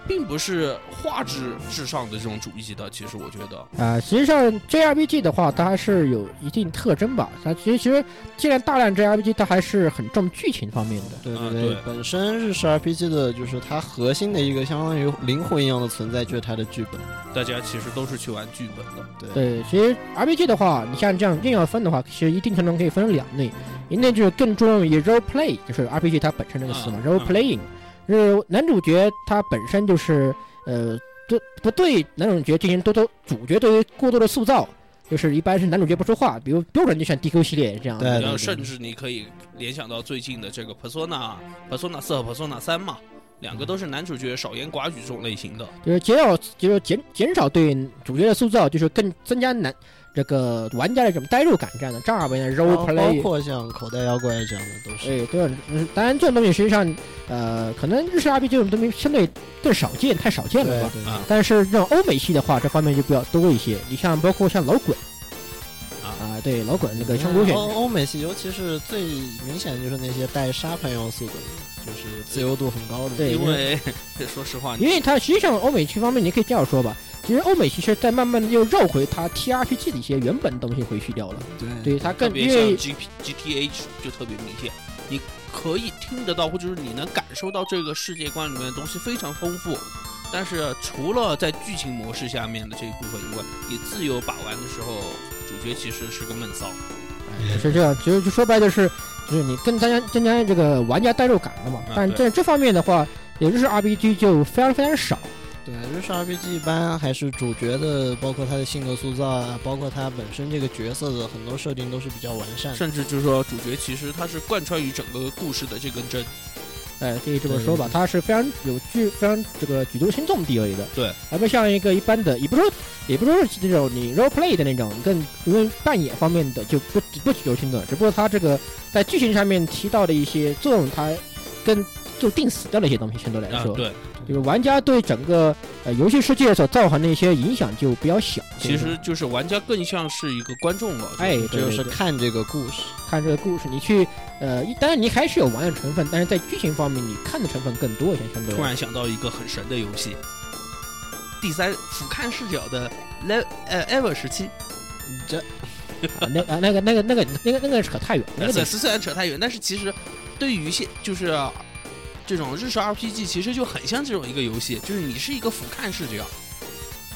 并不是画质至上的这种主义的。其实我觉得，啊、实际上 JRPG 的话，它还是有一定特征吧。它其实其实，既然大量 JRPG，它还是很重剧情方面的。对啊对对，对本身日式 RPG 的就是它核心的一个相当于灵魂一样的存在，就是它的剧本。大家其实都是去玩剧本的。对，对，其实 RPG 的话，你像这样硬要分的话，其实一定程度上可以分成两类，一类就是更注重于 role play，就是 RPG 它本身这个词嘛、嗯啊 r o l e 嗯 playing，就是男主角他本身就是呃，对不对男主角进行多多主角对于过多的塑造，就是一般是男主角不说话，比如标准就像 DQ 系列这样的，对然后对甚至你可以联想到最近的这个 Persona、Persona 四和 Persona 三嘛，两个都是男主角少言寡语这种类型的。就是减少，就是减减少对主角的塑造，就是呃更增加男这个玩家的这种代入感这样的，正儿八经的然 role 后哦啊包 play。括像口袋妖怪这样的都是。哎，对，嗯当然这种东西实际上，呃，可能日式 RPG 这种东西相对更少见，太少见对了哎吧。对啊但是这种欧美系的话，这方面就比较多一些。你像包括像老滚，啊哦啊，对老滚那个香菇嗯选，欧欧美系，尤其是最明显就是那些带沙盘要素的，就是自由度很高的。对因为 说实话，因为它实际上欧美这方面，你可以这样说吧，其实欧美其实在慢慢的又绕回它 TRPG 的一些原本东西回去掉了。对对它特更别因像为 G P G T H 就特别明显，你可以听得到，或者是你能感受到这个世界观里面的东西非常丰富。但是除了在剧情模式下面的这一部分以外，你自由把玩的时候，主角其实是个闷骚。是这样，其实就说白了就是，就是你更增加增加这个玩家代入感了嘛啊。但对在这方面的话，也就是 RPG 就非常非常少。对，日式 RPG 一般还是主角的，包括他的性格塑造啊，包括他本身这个角色的很多设定都是比较完善的。甚至就是说，主角其实他是贯穿于整个故事的这根针。哎，可以这么说吧对，它是非常有具非常这个举足轻重地位的。对，而不像一个一般的，也不说也不说是那种你 role play 的那种，更因为扮演方面的就不不举足轻重，只不过它这个在剧情上面提到的一些作用，它跟就定死掉了一些东西，相对来啊说，，对，就是玩家对整个呃游戏世界所造成的一些影响就比较小。其就是实就是玩家更像是一个观众了。哎，对就对是对看这个故事，看这个故事，你去呃，一当然你还是有玩的成分，但是在剧情方面你看的成分更多一些，相对突来然想到一个很神的游戏，第三俯瞰视角的 Le 呃 Ever 时期，这说啊那啊那个那个那个那个那个可太远，那呃个虽得虽然扯太远，但是其实对于现就是、这种日式 RPG，其实就很像这种一个游戏，就是你是一个俯瞰视角，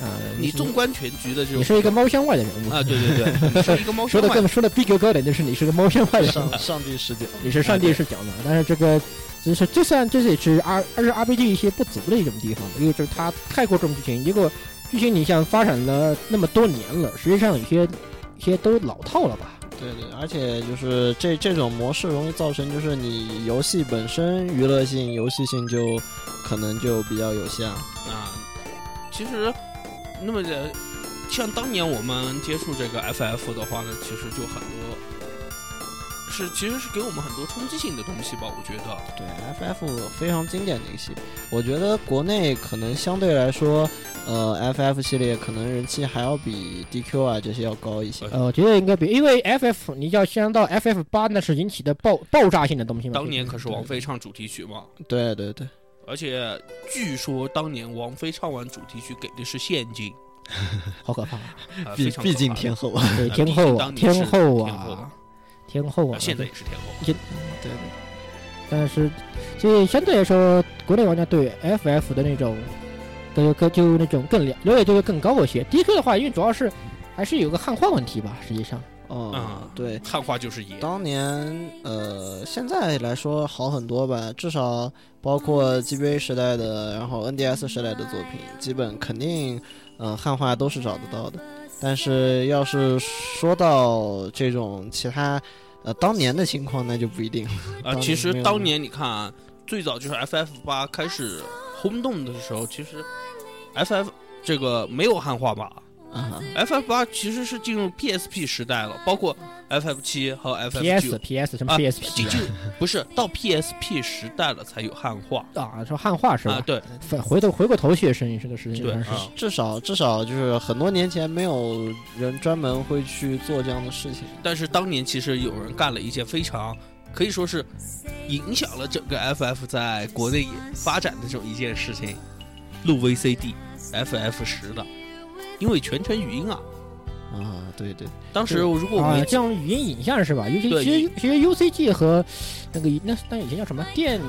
啊，你纵观全局的这你种是一个猫山外的人物啊，对对对，你是一个猫说山的外啊更说的逼格高点，就是你是个猫山外的人物，上上帝视角，你是哎上帝视角嘛。但是这个就是就算这也是 R 二是 RPG 一些不足的一种地方，因为就是它太过重剧情，结果剧情你像发展了那么多年了，实际上有些一些都老套了吧。对对，而且就是这这种模式容易造成，就是你游戏本身娱乐性、游戏性就可能就比较有限了。啊。其实，那么的，像当年我们接触这个 FF 的话呢，其实就很多是其实是给我们很多冲击性的东西吧，我觉得。对，FF 非常经典的一个系列，我觉得国内可能相对来说，呃，FF 系列可能人气还要比 DQ 啊这些要高一些。呃呃，我觉得应该比，因为 FF 你要想到 FF 八那是引起的爆爆炸性的东西嘛。当年可是王对菲唱主题曲嘛，对对对，而且据说当年王菲唱完主题曲给的是现金，好可怕，啊毕非常可怕毕竟天后啊，对啊天后毕竟 啊，当年是后天后啊啊，天后啊啊，，现在也是天后。对但是所以相对来说，国内玩家对 FF 的那种，对就就那种更了了解度就更高一些。DQ 的话，因为主要是还是有个汉化问题吧，实际上，哦、嗯啊对，汉化就是爷，当年呃，现在来说好很多吧，至少包括 GBA 时代的，然后 NDS 时代的作品，基本肯定呃汉化都是找得到的。但是要是说到这种其他呃当年的情况，那就不一定了。啊，当其实没有当年你看啊，最早就是 FF 八开始轰动的时候，其实 FF 这个没有汉化吧啊， ？FF 八其实是进入 PSP 时代了，包括 FF 七和 FF PS 九。 PS 什么啊 PSP 就不是到 PSP 时代了才有汉化啊，说汉化是啊，吧？对反回头回过头去，是这个事情对上是啊，至少至少就是很多年前没有人专门会去做这样的事情。但是当年其实有人干了一件非常可以说是影响了整个 FF 在国内发展的这种一件事情，录 VCD FF 十的，因为全程语音啊。啊，对对，当时如果我啊，没这记样语音影像是吧？尤其对其实其实 UCG 和那个那那以前叫什么电子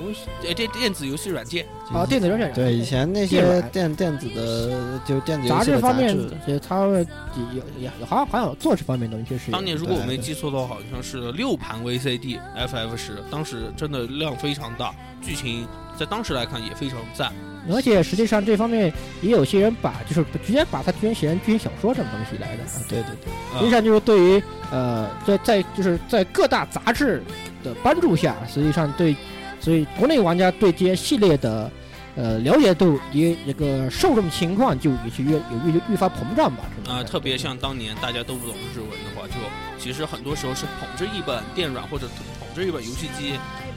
游戏呃，这电子游戏软件，啊，电子游戏软件对以前那电些软电电子的就电子游杂戏志的方杂面志，，也他们也也也好像好像有做这方面的东西，确实有。当年如果我没对记错的话，好像是六盘 VCD FF 十，当时真的量非常大，剧情在当时来看也非常赞。而且实际上这方面也有些人把就是直接把它居然写成剧情小说这种东西来的。对对对，啊实际上就是对于呃，在在就是在各大杂志的帮助下，实际上对，所以国内玩家对这些系列的呃了解度也这个受众情况就也是越有越愈发膨胀吧。这种啊、感觉特别像当年大家都不懂日文的话，就其实很多时候是捧着一本电软或者捧着一本游戏机，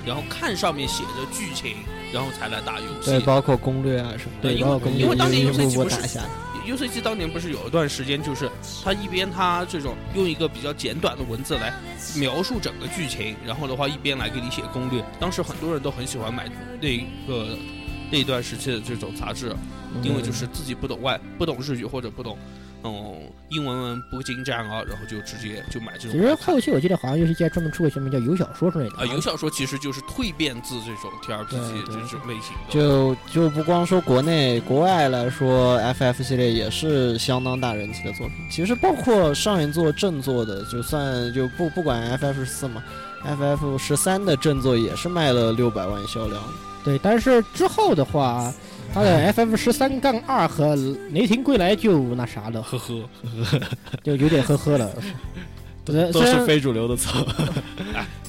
然后看上面写着剧情，然后才来打游戏对，。包括攻略啊什么的，对因为包括攻略因为当年一游戏步机步不打是下来。 U C G 当年不是有一段时间，就是他一边他这种用一个比较简短的文字来描述整个剧情，然后的话一边来给你写攻略。当时很多人都很喜欢买那个那段时期的这种杂志，因嗯为就是自己不懂外不懂日语或者不懂嗯英文文不精湛啊，然后就直接就买这种来看。其实后期我记得好像游戏界专门出过什么叫游小说之类的啊，游小说其实就是蜕变自这种 T R P G 对这对种类型的。就就不光说国内，国外来说，FF 系列也是相当大人气的作品。其实包括上一座正作的，就算就不不管 FF 四嘛，FF 十三的正作也是卖了六百万销量。对，但是之后的话，它的 FF 十三杠二和雷霆归来就那啥了，呵呵，就有点呵呵了。呃对都虽是然非主流的词。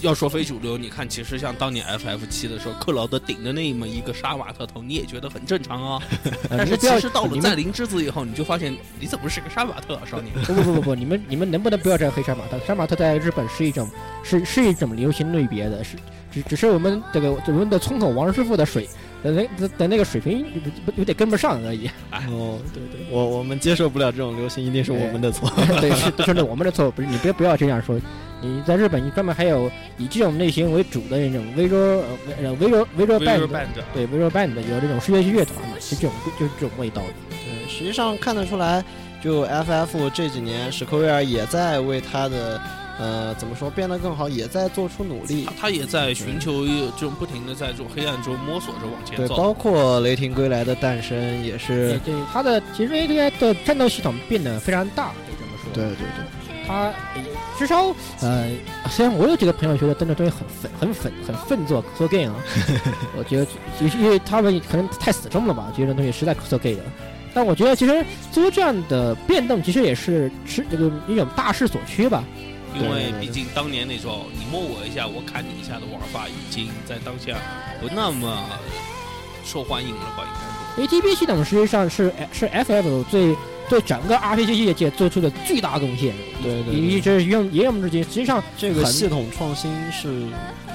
要说非主流，你看，其实像当年 F F 七的时候，克劳德顶着那么一个杀马特头，你也觉得很正常啊。呃但你是们不其要实到你了们占灵之子以后，你就发现你怎么是个杀马特啊，少年？不不不不不，你们你们能不能不要这样黑杀马特？杀马特在日本是一种是是一种流行类别的，是只只是我们这个我们的村口王师傅的水的那的的那个水平有有点跟不上而已。哦，对对，我我们接受不了这种流行，一定是我们的错。对，是真的我们的错，不是你别不要这样说。你在日本，你专门还有以这种类型为主的那种 visual 呃微呃 visual visual band，着，对 visual band 有这种世界乐团的，是这种就是这种味道的。对，实际上看得出来，就 FF 这几年，史克威尔也在为他的呃怎么说变得更好，也在做出努力他。他也在寻求一这种不停的在这种黑暗中摸索着往前对，走。包括《雷霆归来》的诞生也对是，对，它的其实 A D I 的战斗系统变得非常大，可以这么说。对对对，他呃至少呃，虽然我有几个朋友觉得真的东西很愤、很愤、很愤作 so gay 啊，我觉得就是因为他们可能太死忠了吧，觉得东西实在 so gay 的。但我觉得其实做出这样的变动，其实也是是这个一种大势所趋吧。因为对对对毕竟当年那种你摸我一下，我砍你一下的玩法，已经在当下不那么受欢迎了吧？应该说。 ATB 系统实际上是是 FF 最对整个 RPG 业界做出的巨大贡献，对对一直用沿用至今。实际上这个很系统创新是，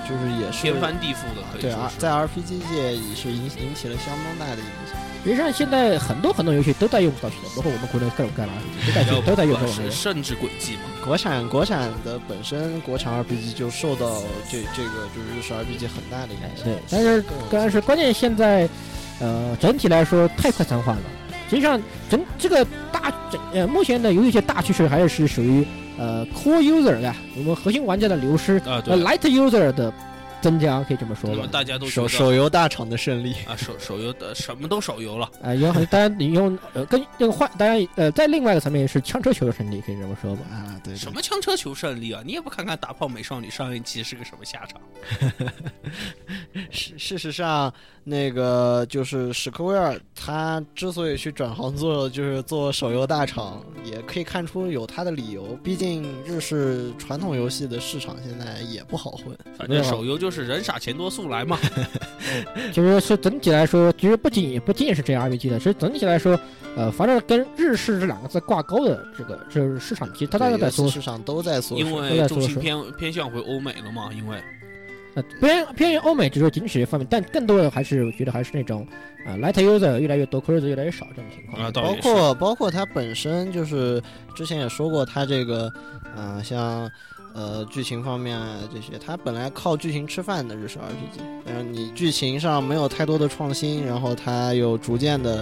就是也是天翻地覆的，可以对说啊，是。在 RPG 界也是引引起了相当大的影响。实际上现在很多很多游戏都在用这套系统，包括我们国内各种各样的 RPG 都在要用不都在用这管种东是西。甚至轨迹嘛，国产国产的本身国产 RPG 就受到这这个就是日式 RPG 很大的影响。对，但是但是关键现在，呃，整体来说太快餐化了。实际上，整这个大整呃，目前的游戏界大趋势还是属于呃 core user 的，我们核心玩家的流失，啊，呃对。 light user 的增加，可以这么说那么吧。大家都手觉得手游大厂的 胜利，啊，手手游的什么都手游了，啊、有很当然你用呃跟这个换，当然呃在另外一个层面是枪车球的胜利，可以这么说吧。啊，对什么枪车球胜利啊？你也不看看打炮美少女上一期是个什么下场？事事实上，那个就是史克威尔，他之所以去转行做就是做手游大厂，也可以看出有他的理由。毕竟日式传统游戏的市场现在也不好混。反没正有手游就是人傻钱多速来嘛。其实是整体来说，其实不仅也不仅仅是 JRPG 的，其实整体来说，呃，反正跟日式这两个字挂钩的这个就是市啊场，其实它大家对在游戏说市场都在缩水因。都为在重做心事偏偏向回欧美了嘛，因为呃，偏偏于欧美，只是仅此一方面，但更多的还是我觉得还是那种啊、呃、，light user 越来越多，core user 越来越少这种情况。啊，倒嗯包也是括包括它本身就是之前也说过，它这个，嗯、像呃剧情方面啊这些，它本来靠剧情吃饭的日式 RPG，但是你剧情上没有太多的创新，然后它又逐渐的，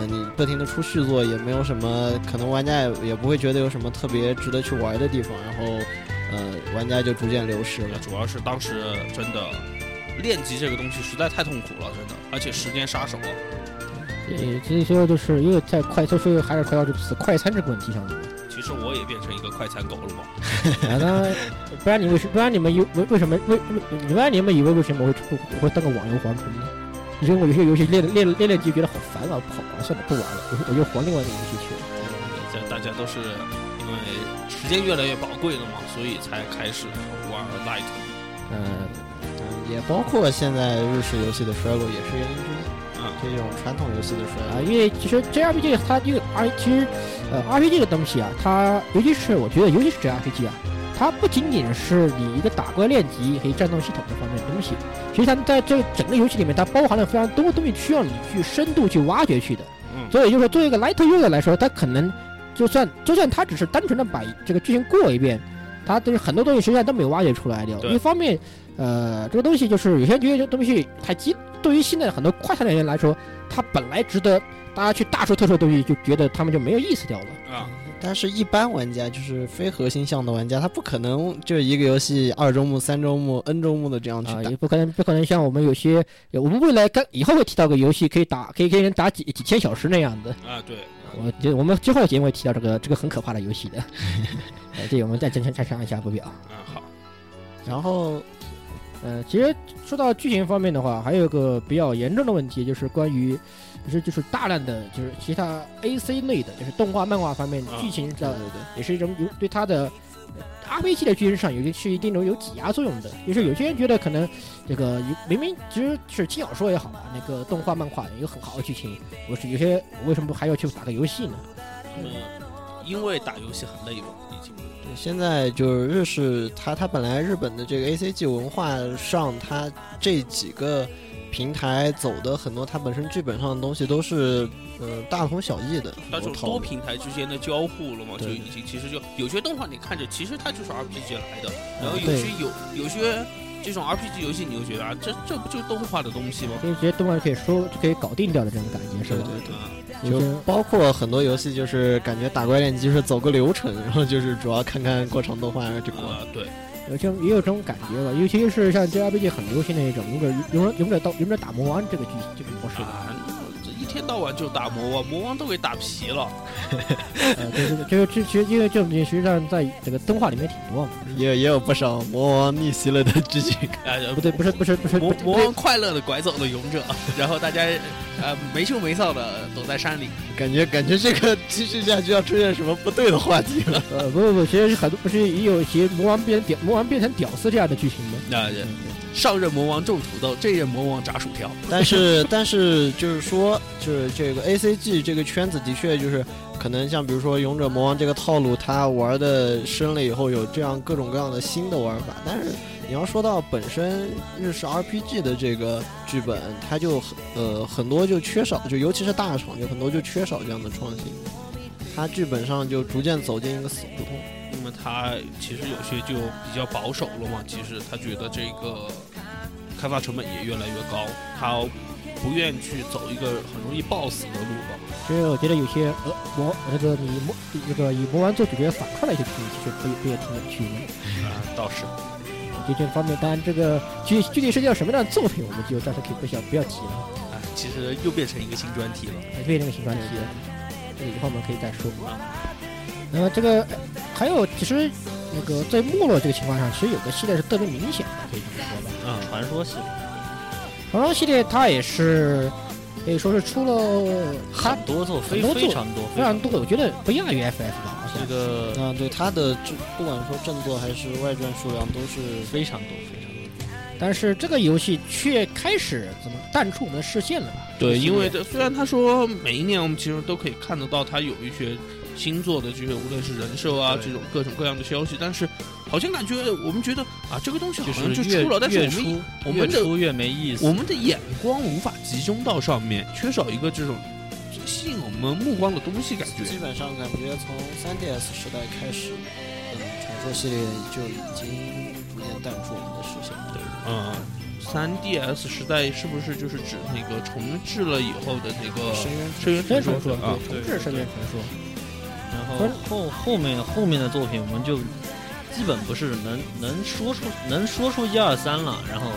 呃你不停的出续作，也没有什么可能玩家也也不会觉得有什么特别值得去玩的地方，然后呃玩家就逐渐流失了。主要是当时真的练级这个东西实在太痛苦了，真的，而且时间杀手啊。也所以说就是又在快速说还是回到这个词快餐这个问题上面。其实我也变成一个快餐狗了嘛。啊然后呢，不然你为什不然你们以为为什么为为不然你们以为为什么我会我会当个网游黄虫呢？因为我有些游戏练练练练就觉得好烦啊，不好玩，算了，不玩了，我我就玩另外一个游戏去了。这大家都是因为时间越来越宝贵了嘛，所以才开始玩 Light。嗯，嗯也包括现在日式游戏的衰落也是原因之一。嗯，这种传统游戏的衰啊，落，因为其实 JRPG 它这个 R 其实呃 RPG 这个东西啊，它尤其是我觉得尤其是 JRPG 啊，它不仅仅是你一个打怪练级和战斗系统这方面的东西，其实它在这整个游戏里面，它包含了非常多东西需要你去深度去挖掘去的。嗯所以就是说，作为一个 light user 来说，它可能就算就算它只是单纯的把这个剧情过一遍，它就是很多东西实际上都没有挖掘出来的。对一方面，呃，这个东西就是有些人觉得这东西太激，对于现在很多快餐的人来说，它本来值得大家去大说特说的东西，就觉得他们就没有意思掉了。啊，但是一般玩家就是非核心向的玩家，他不可能就一个游戏二周目、三周目、n 周目的这样去啊，打也。不可能，不可能像我们有些，我们未来刚以后会提到个游戏，可以打，可以给人打几几千小时那样的。啊，对，我觉得我们之后的节目会提到这个这个很可怕的游戏 的，呃，这个我们再再再商一下不表。嗯，好，然后呃，其实说到剧情方面的话，还有一个比较严重的问题，就是关于，就是就是大量的就是其他 A C 类的，就是动画、漫画方面啊剧情对的，对对，也是一种有对它的呃 RPG 的剧情上有一是一定种有挤压作用的。就是有些人觉得可能这个有明明其实是轻小说也好啊，那个动画、漫画有一个很好的剧情，我是有些我为什么还要去打个游戏呢？嗯，因为打游戏很累嘛，已经。对现在就是日式，它它本来日本的这个 A C G 文化上，它这几个平台走的很多，它本身剧本上的东西都是呃大同小异的，那我种讨多论平台之间的交互了嘛，就对已经其实就有些动画你看着，其实它就是 RPG 来的，然后有对些有有些这种 RPG 游戏，你就觉得啊，这这不就是动画的东西吗？所以这些动漫可以说就可以搞定掉的这种感觉是吧？对啊，有就些包括很多游戏，就是感觉打怪练级是走个流程，然后就是主要看看过场动画，然后就过了。啊，对，有这种也有这种感觉吧，尤其是像 JRPG 很流行的一种勇者勇者勇者斗勇者打魔王这个剧这个 模式，啊，那这一天到晚就打魔王，魔王都给打皮了。呃，对对对，就是这其实因为这种东西实际上在这个动画里面挺多嘛，也也有不少魔王逆袭了的剧情。哎，不对，不是不是不是不魔是魔王快乐的拐走了勇者，然后大家呃没羞没臊的躲在山里。感觉感觉这个继续下去要出现什么不对的话题了。呃不不不，其实很多不是也有一些魔王变屌魔王变成屌丝这样的剧情吗？嗯那、上任魔王种土豆，这任魔王炸薯条。 但是但是就是说，就是这个 A C G 这个圈子的确就是可能像比如说勇者魔王这个套路，它玩的深了以后有这样各种各样的新的玩法。但是你要说到本身日式 R P G 的这个剧本，它就很呃很多就缺少，就尤其是大厂，有很多就缺少这样的创新。它剧本上就逐渐走进一个死胡同。那么他其实有些就比较保守了嘛，其实他觉得这个开发成本也越来越高，他不愿去走一个很容易爆死的路吧。所以我觉得有些呃魔那个以魔这个以魔王做主角反串的一些剧情，其实不也不也挺有趣的。啊、倒是就这方面，当然这个具具体是叫什么样的作品，我们就暂时可以不想不要提了。啊，其实又变成一个新专题了。还对那个新专题，这个以后我们可以再说啊。那么这个呃还有，其实那个在没落这个情况上，其实有个系列是特别明显的，可以这么说吧。嗯，传说系列黄龙系列它也是可以说是出了它很多作很非多作非常多，非常多，我觉得不亚于 FF 吧，好这像。个啊，对它的正不管说正作还是外传数量都是非常多非常多。但是这个游戏却开始怎么淡出我们的视线了吧？对，因为这这虽然他说每一年我们其实都可以看得到他有一些新做的这些，无论是人设啊对这种各种各样的消息，但是好像感觉我们觉得啊，这个东西好像就是越出了，但是越我们我出越们的出越没意思。我们的眼光无法集中到上面，缺少一个这种吸引我们目光的东西，感觉基本上感觉从 3DS 时代开始，嗯，传说系列就已经逐渐淡出我们的视线。对，嗯。三 DS 时代是不是就是指那个重置了以后的那个深渊深渊传深传说说，啊？对，重置深渊传说。然后后后面后面的作品，我们就基本不是能能说出能说出一二三了，然后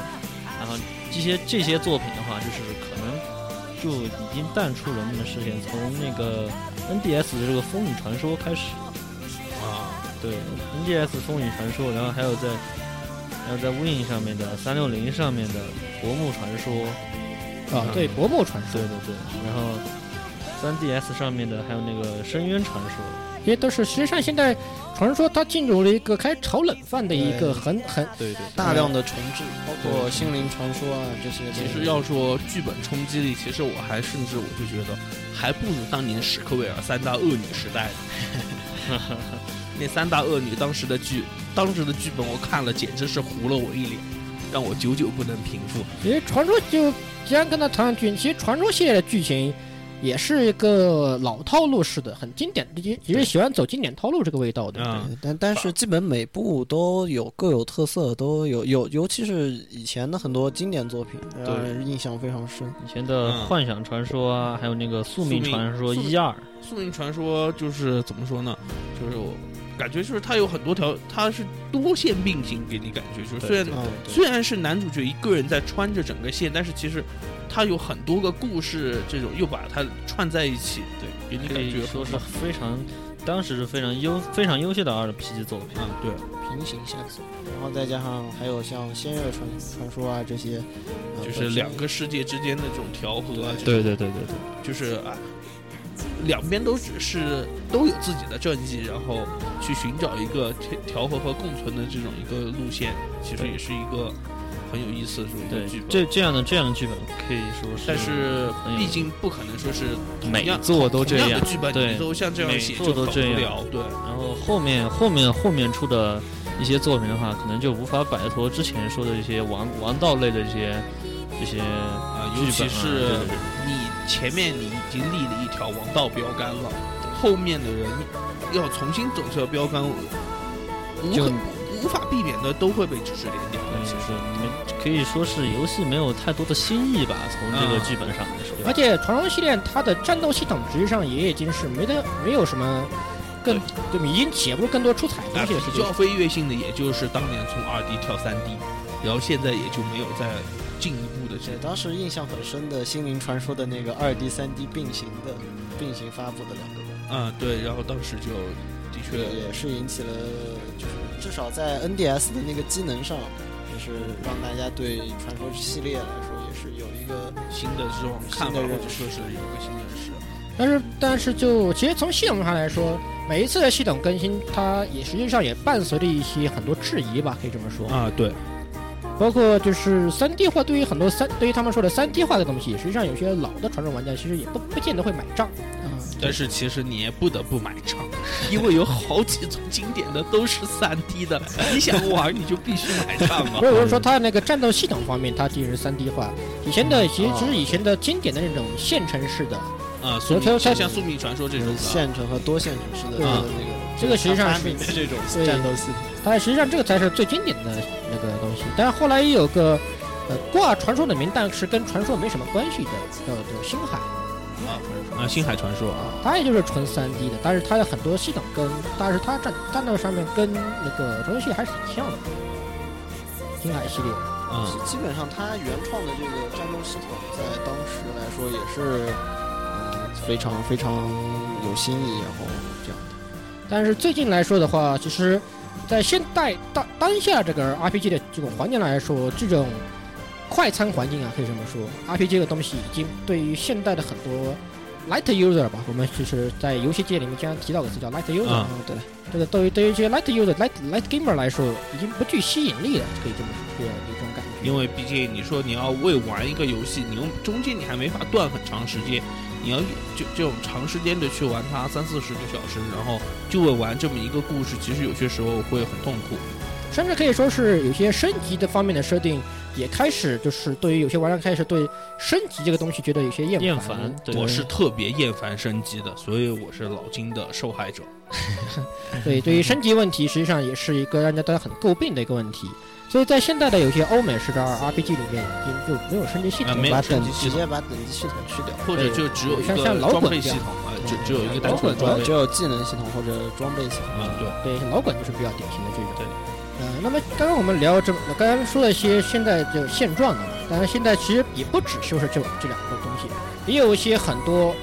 然后这些这些作品的话，就是可能就已经淡出人们的视线，从那个 NDS 的这个《风雨传说》开始，啊，对 NDS《风雨传说》，然后还有在还有在 Win 上面的三六零上面的《薄暮传说》，啊，对，薄暮传说对，对对，然后 3DS 上面的还有那个《深渊传说》。这些都是实际上现在传说它进入了一个开始炒冷饭的一个很很对对，大量的重置，包括心灵传说啊这些东西。其实要说剧本冲击力，其实我还甚至我就觉得，还不如当年史克威尔三大恶女时代呢那三大恶女当时的剧，当时的剧本我看了，简直是糊了我一脸，让我久久不能平复。其实传说就既然跟他谈上剧，其实传说系列的剧情也是一个老套路式的，很经典，也也是喜欢走经典套路这个味道的。啊，对呃但但是基本每部都有各有特色，都有有，尤其是以前的很多经典作品，让对人印象非常深。以前的嗯《幻想传说》啊，还有那个《宿宿命命传说》宿命一二，宿命传说就是怎么说呢？就是我感觉就是它有很多条，它是多线并行，给你感觉就是虽然啊，虽然是男主角一个人在穿着整个线，但是其实他有很多个故事，这种又把它串在一起，对，给你可感以觉说是非常，当时是非常优非常优秀的 RPG 作品。嗯，对，平行线索，然后再加上还有像仙乐传传说啊这些，呃就是两个世界之间的这种调和啊，这种对对对对对，就是啊，两边都只是都有自己的政绩，然后去寻找一个调调和和共存的这种一个路线，其实也是一个很有意思的这种对剧本。这这样的这样的剧本可以说是，但是很有毕竟不可能说是同每样作同都这样样的剧本，对你都像这样每写作就都很这无样聊，对。然后后面后面后面出的一些作品的话，可能就无法摆脱之前说的一些王王道类的一些这些啊，剧尤本其啊是对对对你前面你已经立了一条王道标杆了，后面的人要重新走这条标杆，无就可无法避免的都会被指指点点的。嗯其是实，没可以说是游戏没有太多的新意吧，从这个啊剧本上来说。而且传说系列它的战斗系统实际上也已经是没得没有什么更就已经写不出更多出彩的啊东西了，是比就较飞跃性的，也就是当年从二 D 跳三 D，然后现在也就没有再进一步的这对，当时印象很深的《心灵传说》的那个二 D、三 D 并行的并行发布的两个嗯版，啊，对，然后当时就的确也是引起了，就是至少在 NDS 的那个机能上，也是让大家对传说系列来说也是有一个新的这种看法，新的或认者说是有一个新认识。但是但是就其实从系统上来说，每一次的系统更新，它也实际上也伴随着一些很多质疑吧，可以这么说。啊，对，包括就是三 D 化，对于很多三对于他们说的三 D 化的东西，实际上有些老的传说玩家其实也不不见得会买账。但是其实你也不得不买账，因为有好几种经典的都是3 D 的，你想玩你就必须买账啊所。以我是说，它那个战斗系统方面，它其实是三 D 化。以前的其实其实以前的经典的那种线程式的，啊，宿它命它像像宿命传说这种啊的线程和多线程式的对那个那个，这个实际上它是发明的这种对战斗系统。它实际上这个才是最经典的那个东西。但是后来也有个呃挂传说的名，但是跟传说没什么关系的，叫做星海。啊，星海传说啊，啊，它也就是纯3 D 的，但是它有很多系统跟，但是它战战斗上面跟那个传说系列还是挺像的。星海系列，嗯，基本上它原创的这个战斗系统，在当时来说也是，嗯，非常非常有新意，然后这样。但是最近来说的话，其实，在现代当当下这个 RPG 的这种环境来说，这种快餐环境啊，可以这么说，RPG 这个东西已经对于现代的很多 light user 吧，我们就是在游戏界里面经常提到的词叫 light user，、啊嗯，对，这个对于对于这些 light user、light light gamer 来说，已经不具吸引力了，可以这么说，有这种感觉。因为毕竟你说你要为玩一个游戏，你用中间你还没法断很长时间，你要就这种长时间的去玩它三四十个小时，然后就为玩这么一个故事，其实有些时候会很痛苦。甚至可以说是有些升级的方面的设定，也开始就是对于有些玩家开始对升级这个东西觉得有些厌厌烦。烦，对我是特别厌烦升级的，所以我是老金的受害者。对，对于升级问题，实际上也是一个让大家很诟病的一个问题。所以在现在的有些欧美式的 RPG 里面，已经就没有升级系啊统没了。有把升等级系直统接把等级系统去掉，或者就只有一像个像老滚装备这系样嗯统啊，只只有一个单老纯的滚主装要备只有技能系统或者装备系统。啊，对，对，老滚就是比较典型的这种。对呃，那么刚刚我们聊这，刚刚说了一些现在的现状啊，当然现在其实也不只就是这这两个东西，也有一些很多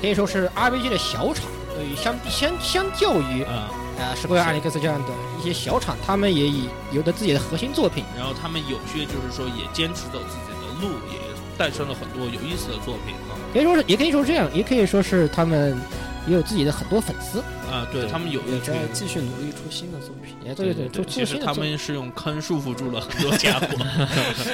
可以说是 RPG 的小厂，对于相相相较于啊、啊《石灰亚尼克斯》这样的一些小厂，他们也以有的自己的核心作品。然后他们有些就是说也坚持走自己的路，也诞生了很多有意思的作品啊。可以说是，也可以说这样，也可以说是他们也有自己己的很多粉丝。啊，对对他们嗯有也一群在，继续努力出新的作品。也对对，出出其实新的他作们是用坑束缚住了很多家 伙。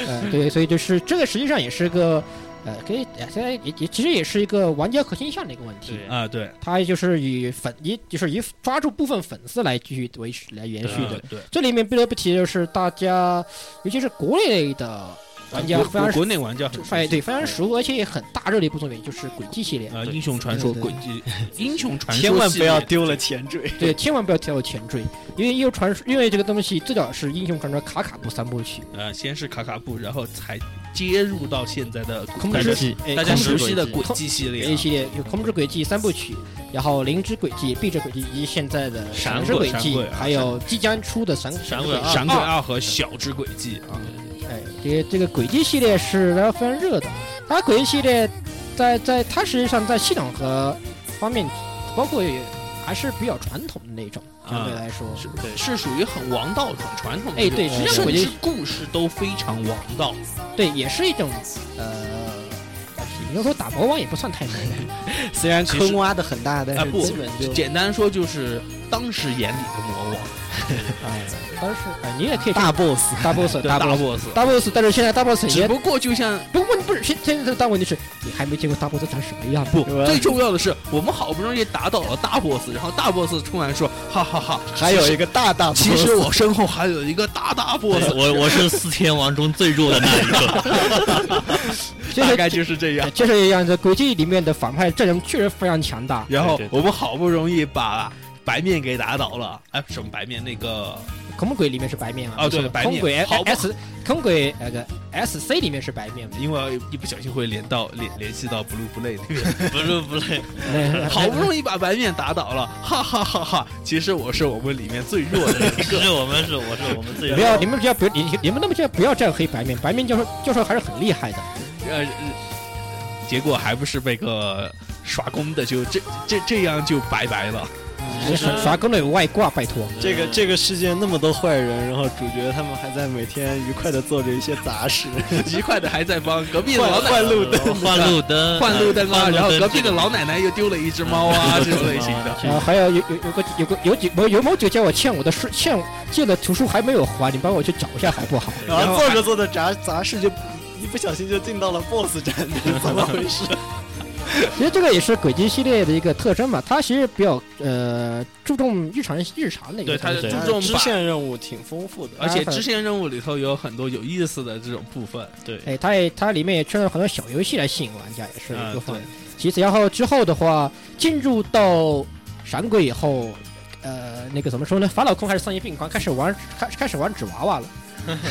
呃，对，所以就是这个实际上也是个，呃，可以呃现在也也其实也是一个玩家核心向的一个问题。对啊，对，它就是以粉，以就是以抓住部分粉丝来继续维持来延续的。啊对，这里面不得不提的是，大家尤其是国内的玩家啊非国国常国内玩家很哎对非常熟，而且也很大热的一部作品就是《轨迹》系列。啊，对英雄传说对对轨迹， 英雄传说千万系不列要丢了前缀。对，千万不要跳到前缀，因为英雄传说，因为这个东西最早是《英雄传说》卡卡布三部曲，呃，先是卡卡布，然后才接入到现在的空大家之哎迹大家空熟之悉的轨轨迹迹系列一啊，系列有《空之轨迹》三部曲，然后《灵之轨迹》《壁之轨迹》以及现在的《闪闪之鬼轨闪迹鬼》，啊还有即将出的《闪闪鬼鬼啊二闪鬼二二和小之轨迹啊，哎，这这个轨迹系列是大家非常热的。它轨迹系列在在它实际上在系统和方面，包括也还是比较传统的那种，相对啊来说。是对，是属于很王道、很传统的哎那种，对实际上甚轨至迹故事都非常王道。对，也是一种呃，你要说打魔王也不算太难，虽然其实坑挖的很大，但啊是不基本就简单说就是当时眼里的魔王，哎，当时哎，你也可以大 boss。大 boss 对大 boss boss。大 boss，但是现在大 boss 只也不过就像不过你不是现现在的大问题是，你还没见过大 boss 长什么样。不对吧最重要的是，我们好不容易打倒了大 boss，然后大 boss 突然说，哈哈哈，还有一个大大 boss，哎其实我身后还有一个大大 boss，对我我是四天王中最弱的那一个，这大是概就是这样。这是一样的，轨迹里面的反派阵容确实非常强大。然后对对我们好不容易把白面给打倒了，哎，什么白面那个空鬼里面是白面嘛？哦对没错白面空鬼好 S 空鬼那个 S C 里面是白面嘛，因为一不小心会连到联联系到 Blue Blade 那边，不是不累， 那好不容易把白面打倒了，哈哈哈哈！其实我是我们里面最弱的那个。是我们是我是我们最弱不呃要你们只要不你你们那么就不要这样黑白面，白面教授教授还是很厉害的。呃，呃结果还不是被个耍工的就这这这样就拜拜了。嗯你耍耍更有外挂，拜托。这个这个世界那么多坏人，然后主角他们还在每天愉快的做着一些杂 事，愉快的还在帮隔壁的老换奶换路灯。换 路灯换路灯啊，换然后隔壁这的个老奶奶又丢了一只猫啊，这种类型的。然后呃还有有有有个有个有几某有某几个叫我欠我的书欠借的图书还没有还，你帮我去找一下好不好？然然后后做着做着杂杂事就一不小心就进到了 BOSS 战，这是怎么回事？其实这个也是轨迹系列的一个特征嘛，它其实比较呃注重日常日常的一对，个他东西，注对重支把线任务挺丰富的，而且支线任务里头有很多有意思的这种部分，对哎，它也它里面也圈了很多小游戏来吸引玩家，也是啊一个方对面。其次，然后之后的话，进入到闪鬼以后，呃，那个怎么说呢？法老控开始丧心病狂，开始玩开开始玩纸娃娃了，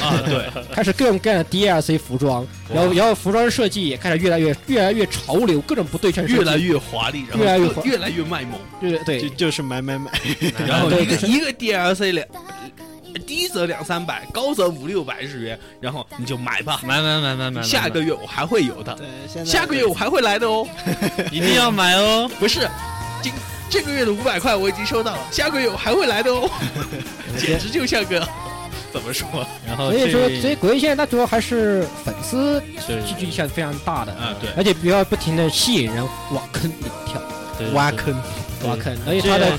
啊，对，开始各种各样的 DLC 服装，然后然后服装设计也开始越来越越来越潮流，各种不对称设计，越来越华丽，然后越来越更华越来越卖萌，越就对就是买买买，然后对一个一个 DLC 两。低则两三百，高则五六百日元，然后你就买吧。买买买买买，下个月我还会有的，对，现在下个月我还会来的哦。一定要买哦，不是，今这个月的五百块我已经收到了，下个月我还会来的哦。简直就像个怎么说然后所以说，所呃这以鬼现在它主要还是粉丝对聚集性非常大的，啊？对，而且比较不停的吸引人往坑里跳，对挖坑，对挖坑，而且它的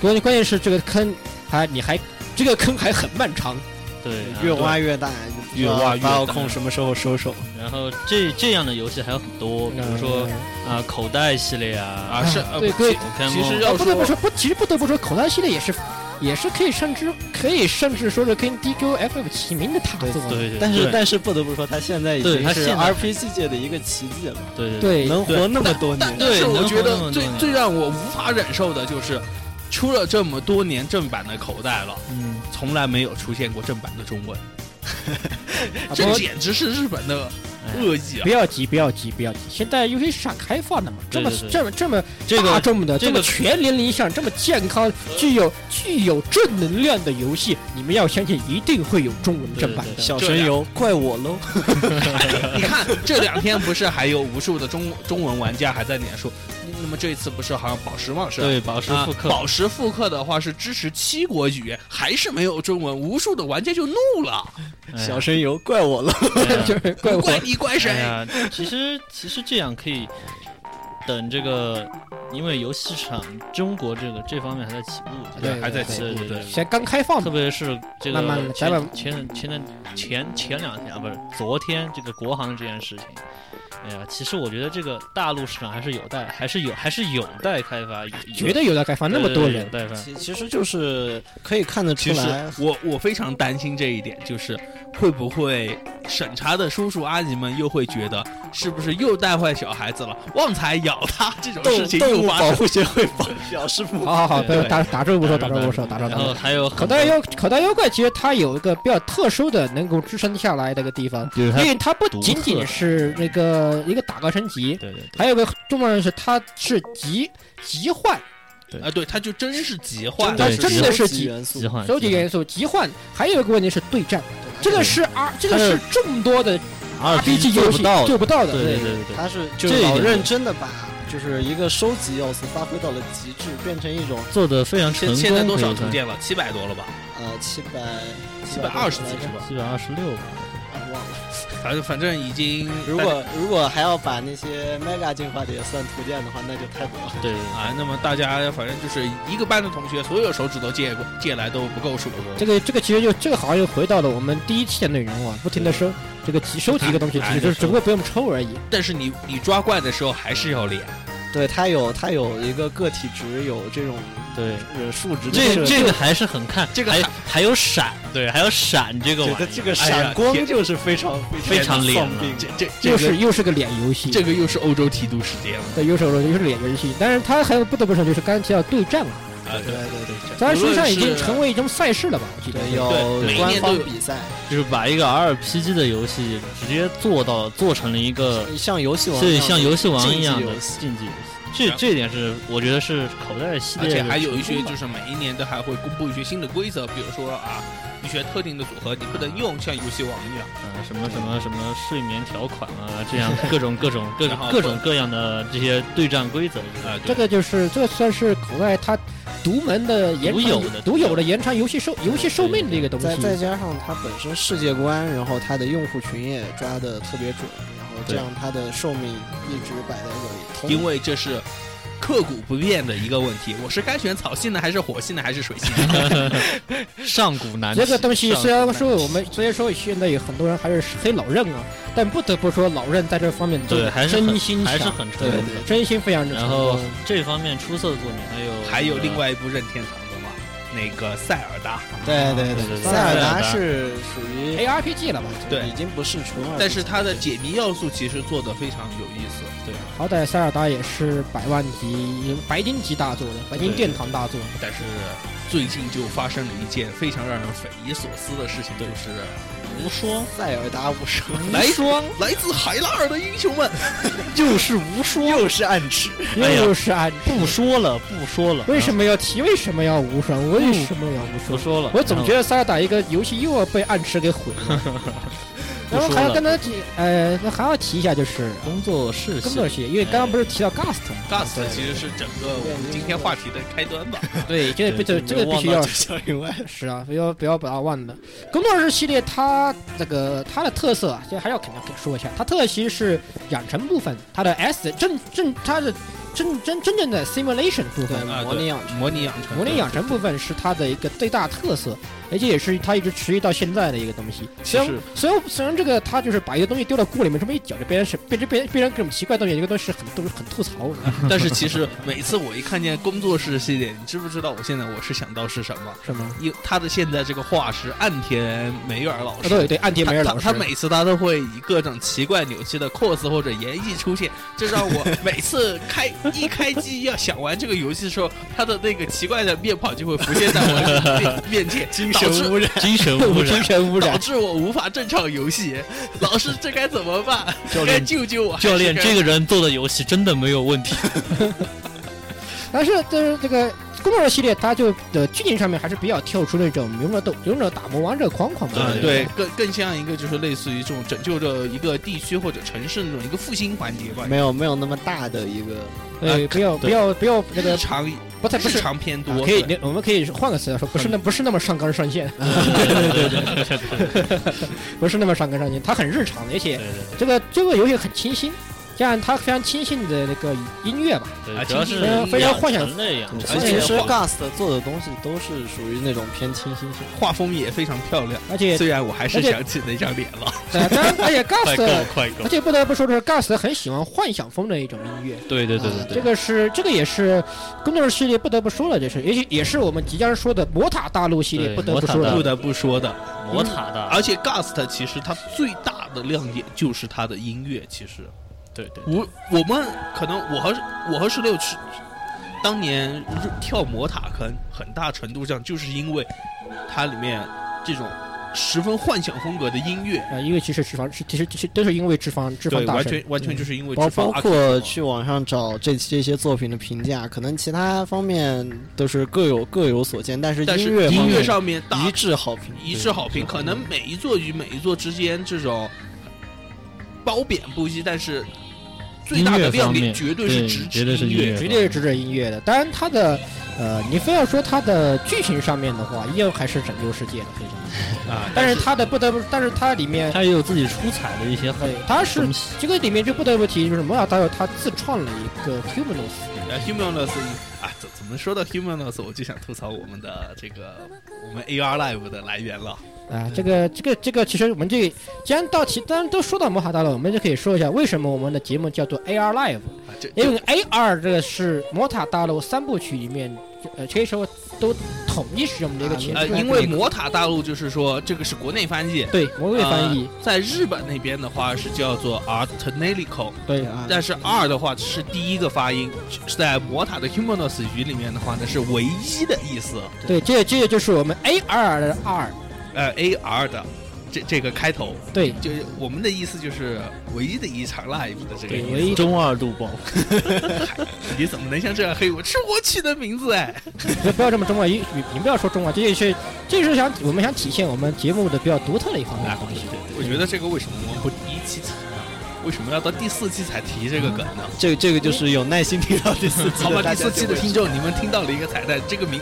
关键关键是这个坑还你还这个坑还很漫长，对啊然后越挖越大，越挖越大把我控什么时候收手？然后这这样的游戏还有很多，比嗯如说啊口袋系列啊啊是对呃各位，Pokemon 其实呃要不得不说说不，其实不得不说，口袋系列也是也是可以甚至可以甚至说是跟 DQFF 齐名的大作了，对对，但是对但是不得不说，他现在已对经它是现在 RPG 界的一个奇迹了，对对对能活那么多但年。但是对我能觉活那得么最多年最让我无法忍受的就是，出了这么多年正版的口袋了，嗯，从来没有出现过正版的中文，啊这不简直是日本的恶意啊不！要急，不要急，不要急。现在游戏市场开放的嘛，这么对对对这么这么哎这大个众的、这啊这个么全年龄向、这么健康、具有具有正能量的游戏，你们要相信一定会有中文正版。对对对小这神样游怪我喽。 你看这两天不是还有无数的中中文玩家还在脸书，那么这一次不是好像宝石旺盛？对宝石啊复刻，宝石复刻的话是支持七国语言，还是没有中文，无数的玩家就怒了，哎小神游怪我喽。哎呀 就是怪我怪你怪谁哎？呀，其实其实这样可以等这个，因为游戏市场中国这个这方面还在起步，对还在起对步对对对。现在刚开放特嘛，别是这个哦慢慢地前咱们前前前前前两天啊，不是昨天这个国行这件事情，哎呀，其实我觉得这个大陆市场还是有待，还是有还是有待开发，有绝对有的开放，那么多人，对对有待发其其实就是可以看得出其实来，我我非常担心这一点，就是会不会审查的叔叔阿姨们又会觉得是不是又带坏小孩子了，旺财咬他这种事动情动又物发生保护协会保 表示不好好好，对嗯不要对打打住不说，打打住住不说，打住不然后说。还有口很多袋妖口袋妖怪其实它有一个比较特殊的能够支撑下来的一个地方，就是因它为它不独仅特仅是那个一个打怪升级，对对对还有个重要的是它是集集换啊，对，他就真是急坏对了，但 真的是集集元素喜，欢收集元素集换，还有一个问题是对战，这个是啊，这个是众多的 RPG 游做戏不到的做不到对的。对对对对对他是这就一是点老认真的把就是一个收集要素发挥到了极致，变成一种做的非常成现功，现在多少可图以件了？七百多了吧？呃七百七百二十来几是着，吧？算？七百二十六吧，啊忘了。反正反正已经如果 如果还要把那些 mega 进化的也算图鉴的话，那就太多了。对对啊，那么大家反正就是一个班的同学，所有手指头借过借来都不够数。这个这个其实就这个好像又回到了我们第一期的内容啊，不停的收这个集收集一个东西，哎只是就是收只不过不用抽而已。但是你你抓怪的时候还是要脸，对，它有它有一个个体值，有这种对。呃数值的设这定。这个还是很看，这个还还还有闪，对，还有闪这个玩觉意得儿，这个哎呀闪光天就是非常非常非厉害丧病这这这又是个又是个脸游戏，这个又是欧洲提督时间了对，又是又是脸游戏。但是它还有不得不说，就是刚才提到对战了，啊！对对对，对，它实际上已无经论是成为一种赛事了吧？我记得对是有对每一官年都方有比赛，就是把一个 RPG 的游戏直接做到做成了一个，像游戏王对，一样像的游戏王一样竞技的游戏竞技游戏。这这一点是我觉得是口袋系而列且的成功吧，还有一些就是每一年都还会公布一些新的规则，比如说啊，一些特定的组合你不能用，像游戏王一样。呃什么什么什么睡眠条款啊，这样各种各种各种然后各种各样的这些对战规则啊，对这个就是这个算是口袋它独门的延独有长的独有的延长游戏寿游戏寿命的一个东西再。再加上它本身世界观，然后它的用户群也抓的特别准，然后这对样它的寿命一直摆在这里。因为这是刻骨不变的一个问题。我是该选草系呢，还是火系呢，还是水系呢？上古难题。这个东西上虽然说我们虽然说现在有很多人还是黑老任啊，但不得不说老任在这方面做对得还是很真心还是强，很成对功对的。真心非常之然成后功这方面出色的作品还有还有另外外一部任天堂的嘛，那个塞尔达，对对对对塞尔达塞尔达是属于哎 ARPG 了吧？对已经不是纯二，但是它的解谜要素其实做的非常有意思。对，好歹塞尔达也是百万级白金级大作的，白金对殿堂大作。但是最近就发生了一件非常让人匪夷所思的事情，就是无双，塞尔达无双，来双来自海拉尔的英雄 们，又是无双，又是暗吃，哎呀又是按不说了不说了，啊为什么要提？为什么要无双？为什么要无不双？说了？我总觉得得塞尔达一个游戏又要被暗池给毁 了。然后还要跟他提，呃，那还要提一下就是工作室工系作系，因为刚刚不是提到 Gust 吗 Gust 其实是整个我们今天话题的开端 吧。对，这个必对这这个必须要小以外，是啊，不要不要把它忘了。工作室系列它这个它的特色啊，这还要肯定要说一下，它特其实是养成部分，它的 S 正正它的真真真正的 simulation 部分对，啊模拟养成，模拟养成，模拟养成部分是它的一个最大特色，而且也是它一直持续到现在的一个东西。其虽然实 虽然虽然这个它就是把一个东西丢到锅里面这么一搅，就变成是变成变成变成各种奇怪的东西，这个东西是很都是很吐槽的，但是其实每次我一看见工作室系列，你知不知道我现在我是想到是什么？是 吗？因他的现在这个画师岸田美尔老啊，师，对对，岸田美尔他老师， 他他每次他都会以各种奇怪扭曲的 cos 或者演绎出现，这让我 每次开一开机要想玩这个游戏的时候，他的那个奇怪的面庞就会浮现在我的面面前，精导致神污染，精神污我精染。神污导染。致我无法正常游戏。老师，这该怎么办？教该练，救救我！ 教练，还是这个人做的游戏真的没有问题。但是就是这个公路系列，它就的剧情上面还是比较跳出那种勇者斗、勇者打磨、王者狂狂该的。嗯，对，更更像一个就是类似于这种拯救着一个地区或者城市那种一个复兴环节吧。没有没有那么大的一个，对，哎不要不要不要那日个，常不太不日是。常偏啊多，可以，对那我们可以换个词来说，不是那不是那么上纲上线，啊 对对对对对对不是那么上纲上线，它很日常，而且对这个这个游戏很清新，加上它非常清新的那个音乐吧，啊对，主要其是实非常幻想养成类啊养而成且其类实的话 Gust 做的东西都是属于那种偏清新型。画风也非常漂亮。而 且虽然我还是而且想起那张脸了，呃当然而且快够 Gust，快够而。且不得不说的是，Gust 很喜欢幻想风的一种音乐，对对对对对，这个是这个也是工作室系列不得不说了，这是也许也是我们即将说的魔塔大陆系列对不得不说魔塔不的大陆。得不说的。魔塔的，而且 Gust 其实它最大的亮点就是它的音乐，其实对对我我们可能我和我和十六去当年日跳魔塔坑，很大程度上就是因为它里面这种十分幻想风格的音乐，啊，因为其实脂肪是其实其实都是因为脂肪脂肪对，大完神全完全就是因为包这方嗯包 arc 括嘛去网上找这这些作品的评价，可能其他方面都是各有各有所见，但是但是音乐方音乐面上面大一致好评，一致好评，可能每一座与每一座之间这种褒贬不一，但是最大的亮点绝对是直绝对是音音乐乐绝对是指着音乐的。当然，它的呃，你非要说它的剧情上面的话，依然还是拯救世界的非常。啊，但是它的不得不，但是它里 面，他也有自己出彩的一些呃，它是东西。这个里面就不得不提，就是摩尔大有他自创了一个 Humanos，呃，Humanus 啊，怎怎么说到 Humanus，我就想吐槽我们的这个我们 AR Live 的来源了。啊，这个这个这个，其实我们这既然到提，当然都说到摩卡大了，我们就可以说一下为什么我们的节目叫做 AR Live，啊，这因这为 AR 这个是摩塔大陆三部曲里面，呃，可以说都统一使用的一个前呃，缀因为魔塔大陆就是说这个是国内翻译，呃对魔鬼翻译，在日本那边的话是叫做 Artnelico，对啊但是 R 的话是第一个发音，是在魔塔的 Humanus 语里面的话呢是唯一的意思，对，这这就是我们 AR 的 R，呃 AR 的这这个开头，对就是我们的意思就是唯一的一场 live 的这个对，意唯一中二度爆，思，你怎么能像这样黑我？是我起的名字哎，不要这么中文，你你你不要说中文，这也是这是想我们想体现我们节目的比较独特的一方面的东西。啊我觉得这个为什么我们不第一期提呢？为什么要到第四期才提这个梗呢？这个这个就是有耐心听到第四季好吧，的第大家就四期的会听众，你们听到了一个彩蛋，这个名，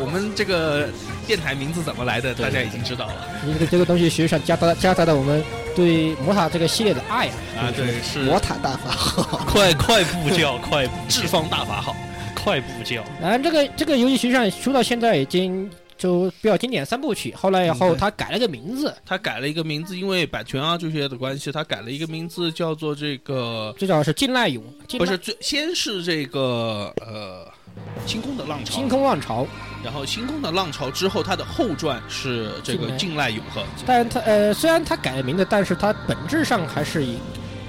我们这个电台名字怎么来的，大家已经知道了你这个这个东西实际上夹杂夹杂了我们对魔塔这个系列的爱啊。啊。对，是魔塔大法好，快快步 教，快步智方大法好，快步教，然后这个这个游戏实际上出到现在已经就比较经典三部曲，后来以后他改了个名字，他改了一个名字，因为版权啊这些的关系，他改了一个名字叫做这个，最早是近濑勇，近不濑是最先是这个呃，星空的浪潮，星空浪潮，然后《星空的浪潮》之后，它的后传是这个《进近濑永恒》。但他呃虽然他改了名字，但是他本质上还是以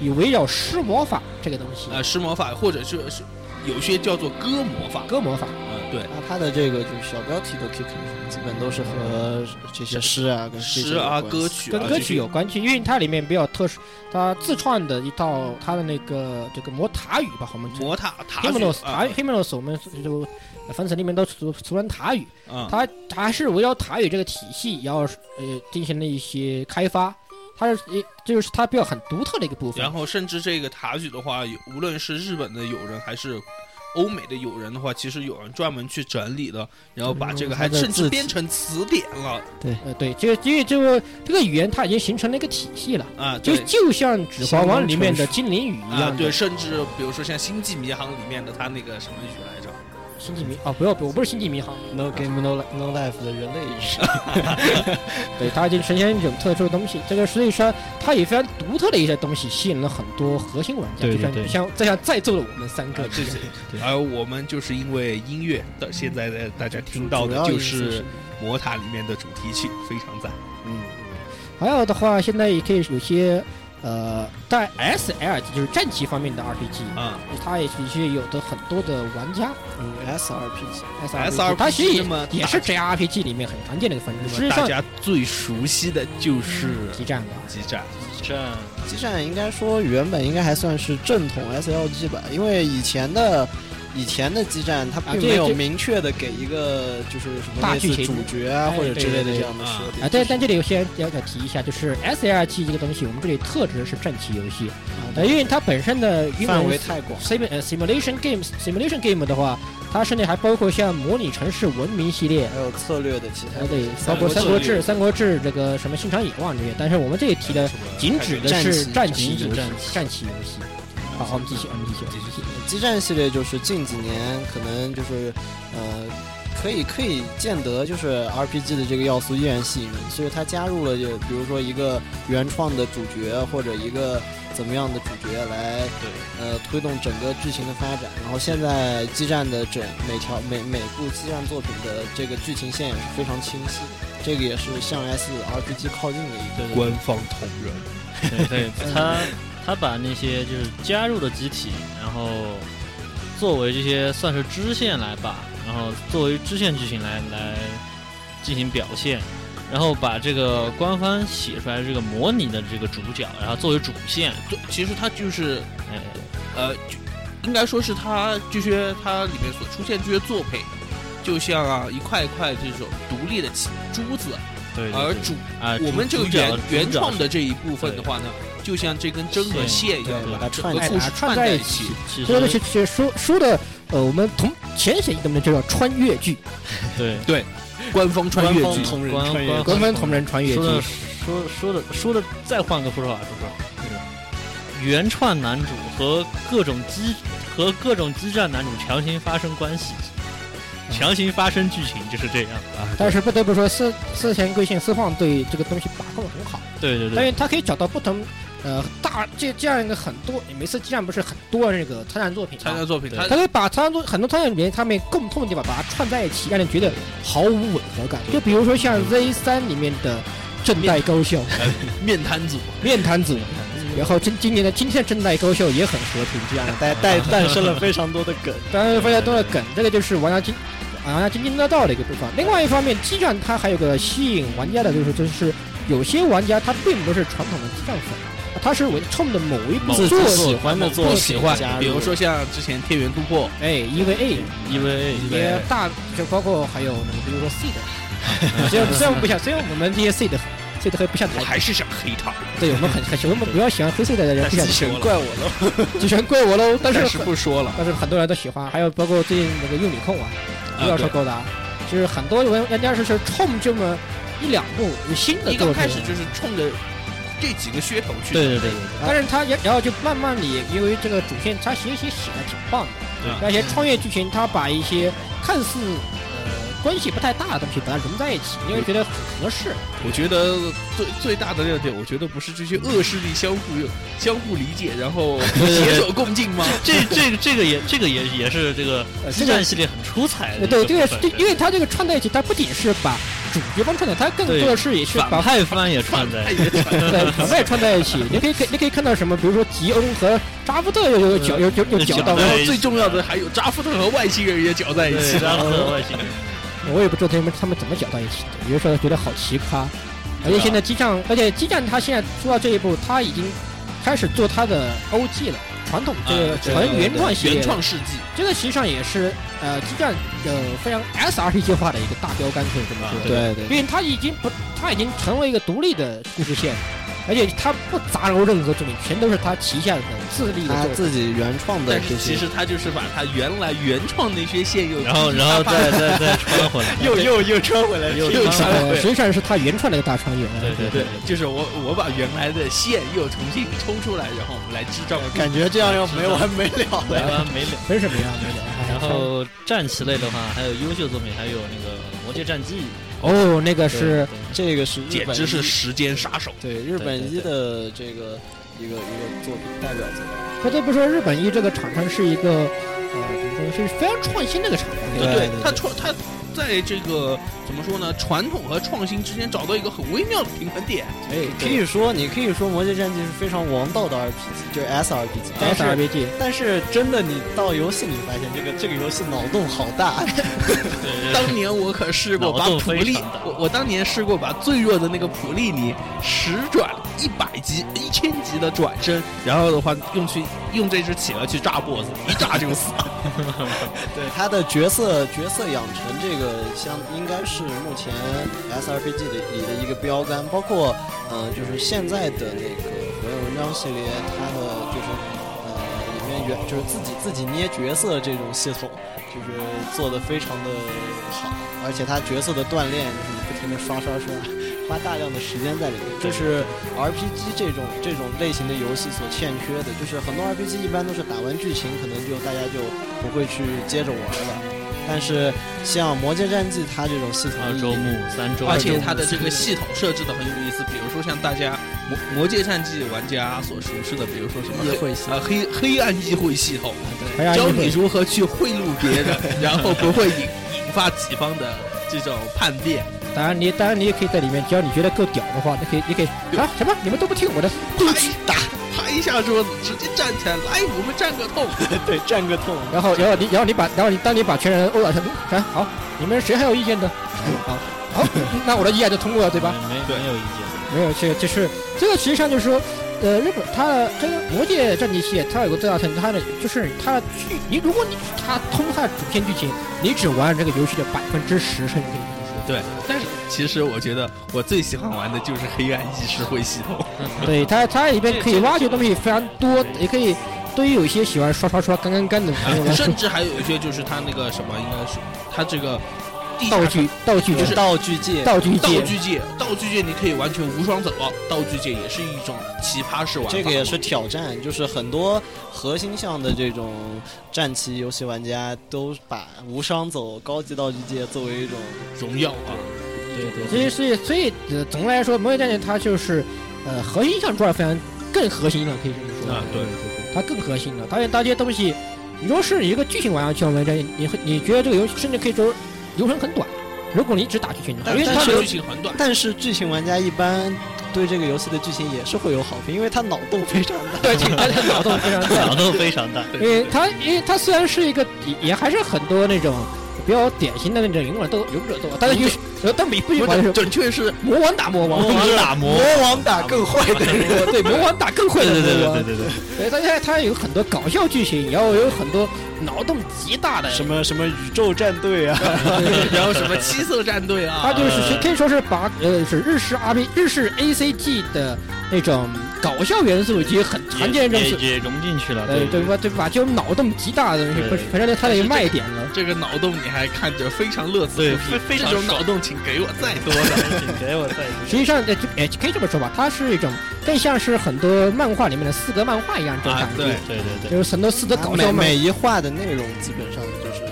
以围绕施魔法这个东西，呃，施魔法或者是是有些叫做歌魔法。歌魔法。呃，对，那它的这个就是小标题的 QQ 基本都是和这些诗嗯啊跟这些诗啊、有关系歌曲啊，跟歌曲有关系，因为它里面比较特殊，它自创的一套它的那个这个魔塔语吧，我们这些魔塔塔 h i m n o 语啊 s 塔 h i m n o s 我们就分层里面都俗俗称塔语，啊，它它还是围绕塔语这个体系，然后呃进行了一些开发，它是一就是它比较很独特的一个部分然。后甚至这个塔语的话，有无论是日本的友人还是。欧美的友人的话，其实有人专门去整理的，然后把这个还它的甚字至体编成词典了呃，对，这个因为这个这个语言它已经形成了一个体系了，啊，就对就像《指环王》里面的精灵语一啊样，对，的。甚至比如说像《星际迷航》里面的他那个什么语来着，星际迷哦，不要，不我不是星际迷 航。 No Game No Li- No Life 的人类意识，对，它就呈现一种特殊的东西。这个实际上它也非常独特的一些东西，吸引了很多核心玩家，对对就对像像再像在座的我们三个啊，这一样些，而我们就是因为音乐的，现在的大家听到主的要就意思是魔塔里面的主题曲，非常赞。嗯，还有的话，现在也可以有些呃，但 S L 就是战棋方面的 R P G，啊它也的确有的很多的玩家嗯，SRPG， S ，S R R 它 P 其实 G 也那么也是 J R P G 里面很常见的一个分支，那实么际大上嗯家最熟悉的就是激战吧。激战，这激这战应该说原本应该还算是正统 SLG 吧，因为以前的以前的激战它啊并对没有这明确的给一个就是什么大类剧似情主角啊哎或者对之类的对这样的啊设定啊，对，但这里有些人要要提一下，就是 S L G 这个东西，我们这里特指的是战棋游戏，呃，因为它本身的英范文围是太广， sim 呃 simulation games simulation game 的话，它甚至还包括像模拟城市文明系列，还有策略的其呃他对，包括三三国国志志、三国志这个什么信长野望这些，但是我们这里提的什么仅指的战是棋战战棋棋游戏战，战棋游戏。好，我们继续，我们继续，我们继续。激战系列就是近几年可能就是呃，可以可以见得就是 RPG 的这个要素依然吸引人，所以它加入了就比如说一个原创的主角或者一个怎么样的主角来对呃推动整个剧情的发展。然后现在激战的整每条每每部激战作品的这个剧情线也是非常清晰的，这个也是向 S RPG 靠近的一个。官方同人，对 对，他他把那些就是加入的机体，然后作为这些算是支线来吧，然后作为支线剧情来来进行表现，然后把这个官方写出来的这个模拟的这个主角，然后作为主线，对，其实它就是哎，呃，就应该说是它这些它里面所出现这些作品，就像啊一块一块这种独立的棋珠子，对对对而主啊，我们这个主角原原创主的这一部分的话呢，就像这根针和线一样对，把把它整串个哎故把事它串串在在一一起。角，所以其呢，实其实书书的，呃，我们同浅显一点的就叫穿越剧，对嗯官方穿越剧，同官穿越官官方同人穿越哦说剧的。说说的说的，再换个说法，是不是？原创男主和各种激和各种激战男主强行发生关系，强行发生剧情就是这样。但是不得不说，四四前贵信四晃对这个东西把控得很好，对对因对为他可以找到不同，呃，大这这样一个很多，每次既然不是很多那个参战作品参嘛，加作品，它他可以把参战作很多参战里面他们共通的地方把它串在一起，让人觉得毫无违和感。就比如说像 Z 三里面的正代高校面瘫组，面谈组，然后今今年的今天的正代高校也很和平这样的。带带诞生了非常多的梗。当然非常多的梗，这个就是玩家津玩家津津乐道的一个部分。另外一方面，激战它还有个吸引玩家的，就是就是有些玩家他并不是传统的激战粉，他是为冲着某一部某作作品，欢的作不品喜欢加，入比如说像之前《天元突破哎，EVA ，EVA 也大，就包括还有那个比如说 seed，虽然虽然我们不想，虽然我们这些 seed 很 seed 会不想》，我谈，还是想黑他，对我们很很我们不要喜欢黑 seed 的人不想但是听，怪我了，就全怪我喽。但是但是不说了。但是很多人都喜欢，还有包括最近那个用米控啊，啊不要说高达，就是很多人人家是是冲这么一两部新的一作刚品，开始就是冲着这几个噱头去的，对对对对啊但是他也然后就慢慢的因为这个主线他写写写的挺棒的，对而且穿越剧情他把一些看似呃关系不太大的东西把它融在一起，因为觉得很合适。我觉得最最大的亮点，我觉得不是这些恶势力相互相互理解，然后对携手共进吗？这这个这个也这个也也是这个呃激这个战系列很出彩的一对，这个部分这因为他这个串在一起，他不仅是把主角方串的，他更多的是也是把呃反派番也串在一起，对，反派串在一起，你可以可以你可以看到什么，比如说吉恩和扎夫特又又搅又又又搅 到然了，后最重要的还有扎夫特和外星人也搅在一起对，了。然后外星人我也不知道他们他们怎么搅到一起的，有的时候觉得好奇葩。而啊且现在激战，而且激战他现在做到这一步，他已经开始做他的 OG 了，传统这个啊纯原创系列 原了，创世纪，这个实际上也是呃激战呃非常 SRPG 化的一个大标杆，可以这啊么说。对对因为它已经不，它已经成为一个独立的故事线，而且它不杂糅任何作品，全都是他旗下的自立的他作品。自己原创的但是这其些，实他就是把他原来原创那些线又 然后然后再再再穿回来，又又又穿回来又又穿穿 回来，呃，实际上是他原创的一个大穿越。对对对，就是我我把原来的线又重新抽出来，然后我们来支招。感觉这样要没完没了没了。完没了。真是没完没了。哎然后战棋类的话，还有优秀作品，还有那个《魔界战记》哦，那个对，是对 这个是日简本直是一时间杀手，对日本对对一的这个一个一个作品代表作。不得不说，日本一这个厂商是一个呃，怎么说是非常创新的一个厂商。对对他创他在这个怎么说呢，传统和创新之间找到一个很微妙的平衡点。哎，可以说你可以说《魔界战记》是非常王道的 RPG，就是 SRPG，但是 SRPG，但是真的你到游戏里发现这个这个游戏脑洞好大，当年我可试过把脑洞普非利常大，我我当年试过把最弱的那个普利尼十转一百级、一千级的转身，然后的话用去用这只企鹅去炸 BOSS，一炸就死。对他的角色角色养成这个相应该是目前 SRPG 的里的一个标杆，包括呃就是现在的那个火影文章系列，它的就是呃里面原就是自己自己捏角色这种系统，就是做的非常的好，而且它角色的锻炼就是你不停的刷刷刷，花大量的时间在里面，这是 RPG 这种这种类型的游戏所欠缺的，就是很多 RPG 一般都是打完剧情可能就大家就。不会去接着玩了。但是像《魔界战记》它这种系统二意义，周目、三周目，而且它的这个系统设置的很有意思，比如说像大家魔魔界战记玩家所熟知的，比如说什么也黑会系啊黑黑暗议会系统，还有教一你个如何去贿赂别人，然后不会引引发己方的这种叛变。当然你当然你也可以在里面，只要你觉得够屌的话，你可以你可以啊什么你们都不听我的，拍打拍一下桌子，直接站起来，来，我们战个痛。 对占个痛，然后然后你然后你把然后你当你把全人殴倒下去，哎好，你们谁还有意见的？好，好，那我的意见就通过了对吧？没对没有意见，没有，这个就是这个，实际上就是说，呃，日本它的这个《魔界战地》系列，它有个最大特点，它的就是它剧，你如果你它通它的主线剧情，你只玩这个游戏的百分之十，甚至可以这么说。对，但是其实我觉得我最喜欢玩的就是黑暗议事会系统。对它，它里边可以挖掘东西非常多，也可以对于有一些喜欢刷刷刷、干干干的朋友来说甚，至还有一些就是他那个什么，应该是他这个地下道具道具就是道具界道具道界，具界，道具界你可以完全无双走，啊道具界也是一种奇葩式玩法。这个也是挑战，就是很多核心向的这种战棋游戏玩家都把无伤走高级道具界作为一种荣耀啊，对对所以所以所以呃，总的来说，《魔界战地》它就是呃核心上抓的非常更核心了，可以这么说。啊对它更核心了。它有大些东西，你说是一个剧情玩家去玩这，你会你觉得这个游戏甚至可以说流程很短。如果你只打剧情的话，但因为它它的流剧情很短，但是剧情玩家一般对这个游戏的剧情也是会有好评，因为它脑洞非常大。对它的脑洞非常大，脑洞啊非常大。因为它因为它虽然是一个也也还是很多那种比较典型的那种勇者斗勇者斗，但是有有但比不不一般是是准确是魔王打魔王，打魔磨，王打更坏的人，对 魔王打更会对的对对魔对王对，对对，对，但是它有很多搞笑剧情，然后有很多脑洞极大的什么什么宇宙战队啊， 然后什么七色战队啊，他就是可以说是把呃是日式 R P 日式 A C G 的那种搞笑元素以及很常见的也元也素，也融进去了，呃对对吧对吧？就脑洞极大的东西，对不是反正它的一个卖点了。这个脑洞你还看着非常乐此对不疲，非非常这种爽脑洞请给我再多的。请给我再一实际上，呃，就也可以这么说吧，它是一种更像是很多漫画里面的四格漫画一样这种啊感觉，对对对对，就是很多四格搞笑每漫每一话的内容基本上就是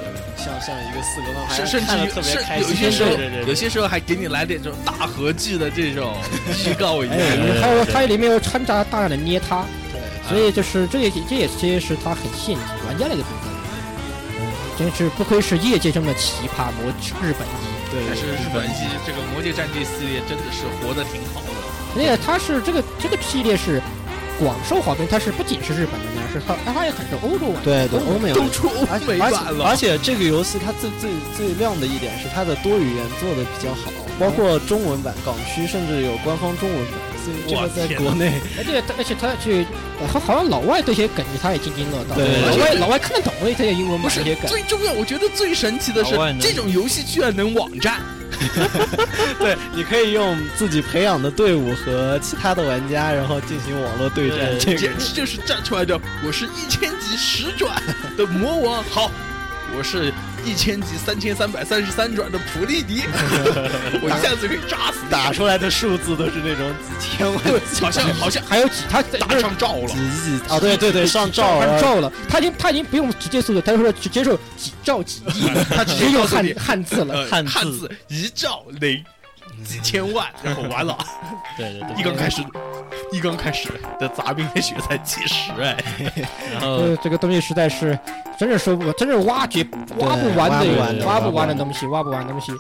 像像一个四格漫画，甚甚至看得于特别甚开有心。些时候对对对，对有些时候还给你来点这种大合剧的这种预告一下。哎，还有它里面有掺杂大量的捏啊他，对所以就是这也这也其实是它很吸引玩家的一个部分。嗯，真是不愧是业界中的奇葩魔日本一。但对是日本系这个《魔界战记》系列真的是活得挺好的，而且它是这个这个系列是广受好评，它是不仅是日本的呢，是它它也很受欧洲玩家。对对，欧美玩都出欧而美且而版且了而。且这个游戏它最最最亮的一点是它的多语言做的比较好，包括中文版、港区甚至有官方中文版，所以这哇个在天国哪内 而且它而且它去，呃好好像老外对这些梗他也津津乐道，对老而外且老外看得懂这些英文不版是这些梗。最重要，我觉得最神奇的是老外，能这种游戏居然能网站。对，你可以用自己培养的队伍和其他的玩家，然后进行网络对战。这对个简直就是站出来的，我是一千级十转的魔王，好，我是一千级三千三百三十三转的普利迪，我一下子可以炸死你打，出来的数字都是那种几千万、对，好像好像还有几，他打上照了，几几啊，对对对，上啊上兆了。照了，他已经他已经不用直接速度，他就说直接受几兆几亿， 他直直接接用告诉汉你汉字了。呃汉字汉字一兆零。几千万，然后完了，对对对，一刚开始，一刚开始的杂兵的血才几十哎，然后呃，这个东西实在是真是说不，真是挖掘挖不完挖的不完挖挖不不完完的东西，挖不完的东西，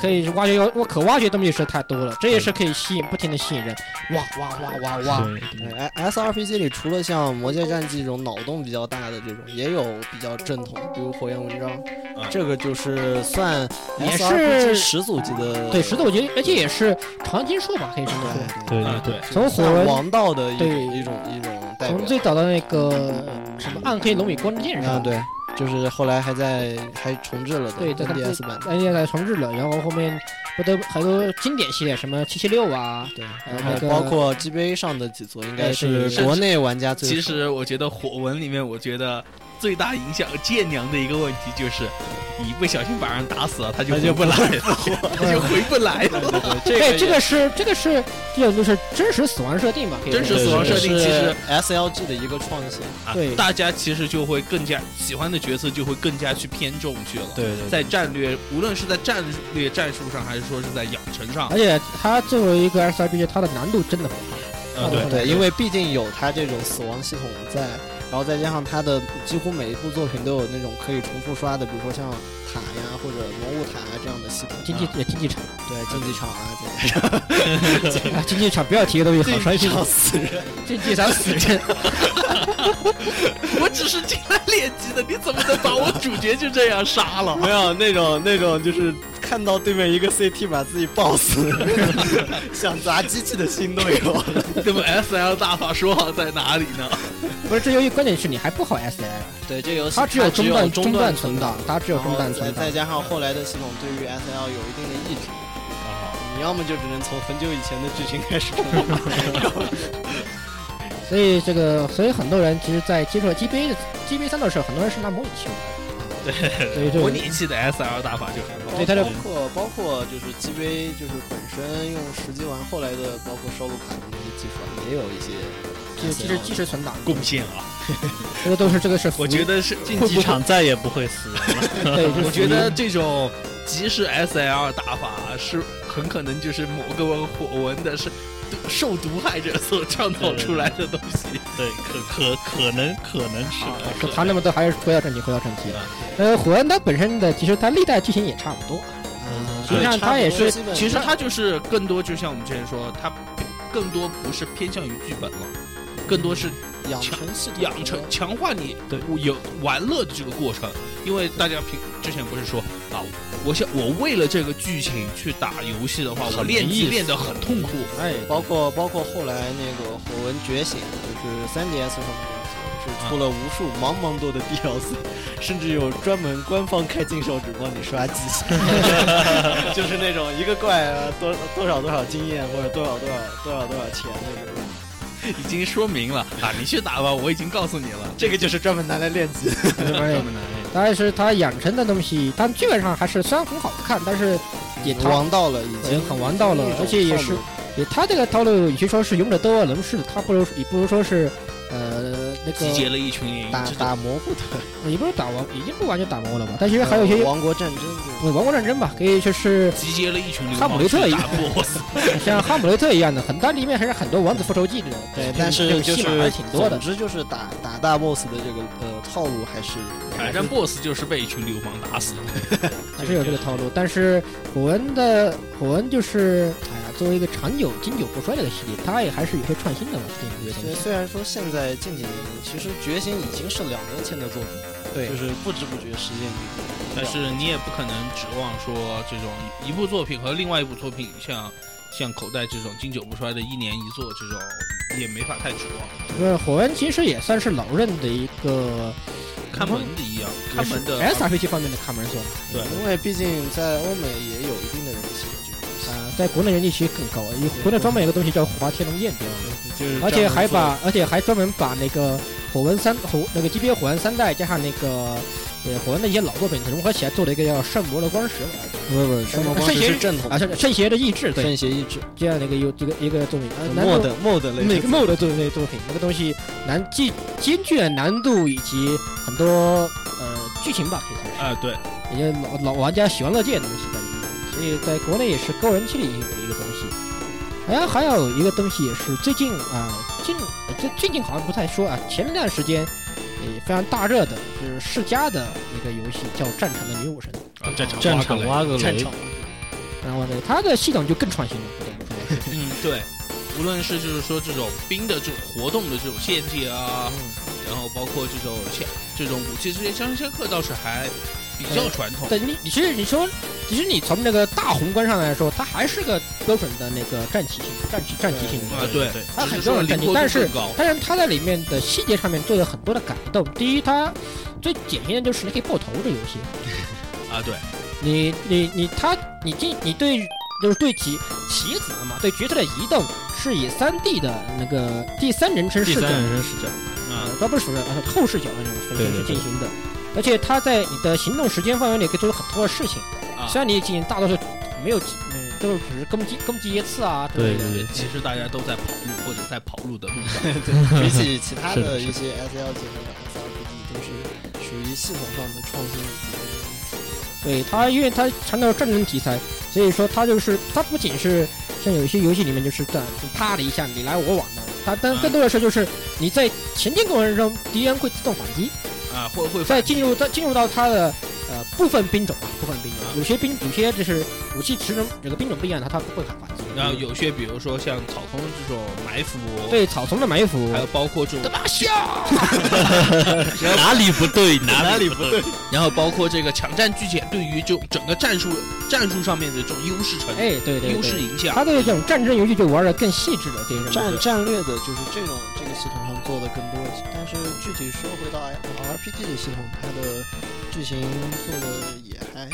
可以挖掘要我可挖掘东西是太多了，这也是可以吸引不停的吸引人，挖挖挖挖挖，对对哎，S R P G 里除了像《魔界战记》这种脑洞比较大的这种，也有比较正统，比如《火焰纹章》嗯这个就是算也 S R P 是 G 始祖级的，对，石头我觉得而且也是常青树吧，可以这么说，对，对对对，从就火算纹王道的一对种一种一种代从表最早的那个什么暗黑龙与光之剑啊，上，对，就是后来还在还重置了的对在他们 NDS 版的，哎呀，重置了，然后后面不得很多经典系列，什么七七六啊，对，然然后那后个包括 G B A 上的几座，应哎该对是是国内玩家最其实我觉得火纹里面，我觉得最大影响舰娘的一个问题就是，你一不小心把人打死了，他就他就回不来了，他就回不来了。对，这个是这个是这种就是真实死亡设定吧，可以真这实么死说亡设定其实 S L G 的一个创新，啊对大家其实就会更加喜欢的角色就会更加去偏重去了。对对在战略，无论是在战略战术上，还是说是在养成上，而且它作为一个 S R P G，它的难度真的很高。呃，对对对，因为毕竟有它这种死亡系统在，然后再加上它的几乎每一部作品都有那种可以重复刷的，比如说像塔呀或者魔物塔啊这样的系统，竞技也竞技场，对竞技场啊，对，啊，竞技场不要提的东西好伤心。死人，竞技场死人，我只是进来练级的，你怎么能把我主角就这样杀了？ 没有那种那种就是看到对面一个 CT 把自己爆 死，想砸机器的心都有。那么 S L 大法说好在哪里呢？不是，这由于关键是你还不好 S L，对，这游戏它只有中段中段存啊存档，它只有中段然后存再档再。加上后来的系统对于 S L 有一定的抑制，你要么就只能从很久以前的剧情开始重玩。所以这个，所以很多人其实，在接触 G B A 的 G B A 三的时候，很多人是拿模拟器玩的。对，所以模就拟器的 S L 大法就是 对它的包括包括就是 G V 就是本身用实际玩，后来的包括收录卡的那些技术啊，也有一些就其实即时存档，贡献啊！这个都是这个是我觉得是竞技场再也不会死人了。得对，就是我觉得这种即时 S L 打法是很可能就是某个火纹的是毒受毒害者所创造出来的东西。对，可可可能啊可能是好的。谈那么多，还是回到正题，回到正题。呃，火焰它本身的，其实它历代剧情也差不多。啊实际上它也是哎其实它就是更多，就像我们之前说，它更多不是偏向于剧本了，更多是养成系统养成强化你对有玩乐的这个过程。因为大家平之前不是说啊，我想我为了这个剧情去打游戏的话，我很没练意级思练得很痛苦。哎，包括包括后来那个《火纹觉醒》，就是 3DS 上面的游戏是出了无数茫茫多的 DLC，甚至有专门官方开禁手指帮你刷机， 就是那种一个怪啊多多少多少经验或者多少多少多少多少钱那种，已经说明了啊，你去打吧，我已经告诉你了。这个就是专门拿来练级。这玩意儿哎哎但是它养成的东西，但剧本上还是虽然很好看，但是也它王道了，已经经很王道了而且也是也它这个套路，与其说是勇者斗恶龙式的，它不如也不如说是呃那集结个了一群人，打这个打模糊 的，也不是打王，已经不完全打魔了吧？但其实还有一些王国战争这种呃王国战争吧，可以就是集结了一群流哈姆氓雷特去一打 BOSS。像哈姆雷特一样的，很大里面还是很多王子复仇记这种。对，这但这是种就戏码还是是挺多的总。之就是打打大 boss 的这个呃套路还是反正 BOSS 就是被一群流氓打死的。还是有这个套路，但是火纹的火纹就是，哎呀，作为一个长久经久不衰的一个系列，它也还是有些创新的嘛，这种东对，西。虽然说现在近几年，其实《觉醒》已经是两年前的作品，对就是不知不觉时间就过了但是你也不可能指望说这种一部作品和另外一部作品像像口袋这种经久不衰的一年一作这种也没法太指望。因为火纹其实也算是老任的一个看门的一样，嗯看门的 S R P G 方面的看门做法，因为毕竟在欧美也有一定的人气，啊、在国内人气其实更高。有国内专门有个东西叫《火花天龙宴》，对吧？就是而且还把，而且还专门把那个火纹三火那个 G B A 火纹三代加上那个呃火纹的一些老作品融合起来，做了一个叫《圣魔的光石》不不不，圣魔光哎石是正统啊，圣圣邪的意志，对，圣邪意志这样的一个有这个一个作品，啊，难度 mod mod 类每个 mod 都有那个作品，那个东西难既兼具了难度以及很多呃剧情吧，可以说啊、对，是，也就老老玩家喜欢乐见的东西在里面。所以在国内也是高人气的一个一个东西。然后还有一个东西也是最近啊，近这最近好像不太说啊，前段时间也非常大热的，就是世嘉的一个游戏叫《战场的女武神》。啊，战场战挖场过来挖个战雷场，然后呢，它的系统就更创新了，不得不说。嗯，对，无论是就是说这种冰的这种活动的这种限制啊，然后包括这种像这种武器之间相生相克，倒是还比较传统。对你，你其实你说，其实你从那个大宏观上来说，它还是个标准的那个战棋型、战棋、战棋型的。啊，对，它只很是多说人灵占据活但度是更高。当然，它在里面的细节上面做了很多的改动。第一，它最典型的就是你可以爆头这游戏，啊，对，你你你它你进你对就是对棋棋子嘛，对角色的移动是以三 D 的那个第三人称第视角三人称视角，嗯啊，倒不是主人，呃后视角的那种分身去进行的。而且它在你的行动时间范围内可以做出很多的事情，啊虽然你进行大多数没有，嗯，都是只是攻击攻击一次啊之类的。对对其实大家都在跑路或者在跑路的路上。比起其他是的的是一些 S L 级和 S R P G 都是属于系统上的创新以对它，因为它强调战争题材，所以说它就是它不仅是像有一些游戏里面就是这样啪的一下你来我往的，它但嗯更多的是就是你在前进过程中敌人会自动反击，啊，会会在反进入到进入到它的呃部分兵种啊，部分兵种啊，有些兵有些就是武器职能这个兵种不一样，它它不会反击。然后有些比如说像草丛这种埋伏，，对草丛的埋伏还，有包括这种大笑，哪里不对哪里不对，然后包括这个抢占据点对于这种整个战术战术上面的这种优势成哎，对对优势对，影响，它对这种战争游戏就玩的更细致了，这及是战战略的，就是这种这个系统上做的更多一些。但是具体说回到 R P G 的系统，它的剧情做的也还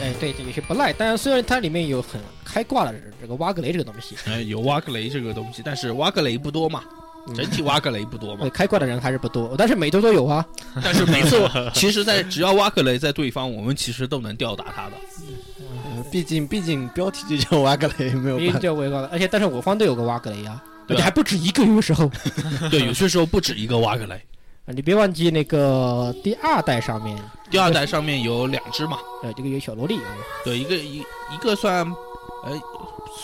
哎，对，这也是不赖。当然，虽然它里面有很开挂的这个挖格雷这个东西，哎，有挖个雷这个东西，但是挖个雷不多嘛，嗯整体挖个雷不多嘛对，。呃开挂的人还是不多，但是每周都有啊。但是每次我 其实在，只要挖个雷在对方，我们其实都能吊打他的。 呃毕竟毕竟标题就叫瓦格雷，没有因为办法。对我也挂了，而且但是我方队有个挖格雷啊，而对啊且还不止一个，有时候。 啊对，有些时候不止一个挖个雷。你别忘记那个第二代上面，第二代上面有两只嘛，呃，这个有小萝莉，有对，一个一一个算，呃，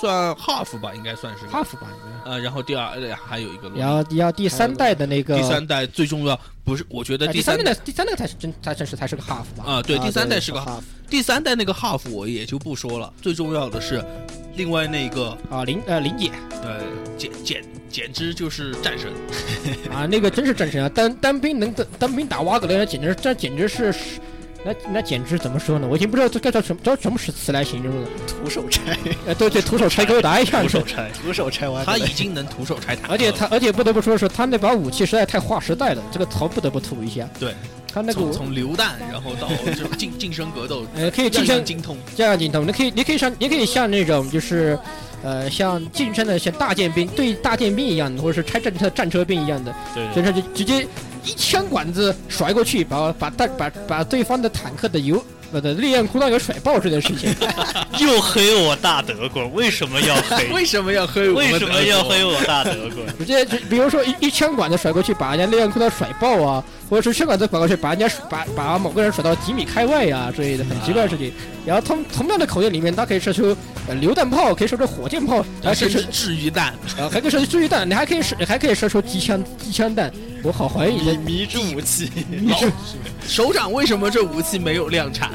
算 half 吧，应该算是。哈夫吧，应该呃，然后第二呃还有一个萝莉然后第二第三代的那个，第三代最重要不是，我觉得哎第第三代的第三代才是真才真是才是个哈夫吧。啊，对，啊第三代是个对 half 第三代那个 half 我也就不说了，最重要的是另外那个啊，林呃林姐呃简简简直就是战神，啊，那个真是战神啊！单单兵能单兵打瓦格雷，那简直这简直是，那那简直怎么说呢？我已经不知道这该叫什么叫什么词来形容了。徒手拆，呃，对对，徒手拆给我打一下徒。手拆，徒手拆瓦格他雷已。经能徒手拆坦克了，而且他，而且不得不说是他那把武器实在太划时代了，这个槽不得不吐一下。对，他那个从武，从榴弹，然后到这种近近身格 斗，呃，可以样晋样升精通。？这样镜头，你可以，你可以像，你可以像那种就是，呃，像晋升的像大剑兵对大剑兵一样的，或者是拆战车战车兵一样的，对对所以说就直接一枪管子甩过去，把把弹把把对方的坦克的油呃的烈焰裤裆给甩爆这件事情，又黑我大德国， 为什么要黑为什么要黑我们为德国？什么要黑我大德国？直接就比如说一一枪管子甩过去，把人家烈焰裤裆甩爆啊，或者是枪管子甩过去，把人家把把某个人甩到几米开外呀、之类的很奇怪的事情。然后同同样的口径里面，它可以射出呃榴弹炮，可以射出火箭炮，还啊？可以甚 射至治愈弹，呃还可以射出注意弹，你还可以射还可以射出机枪机枪弹。我好怀疑你迷的迷之武 器，你是首长为什么这武器没有量产？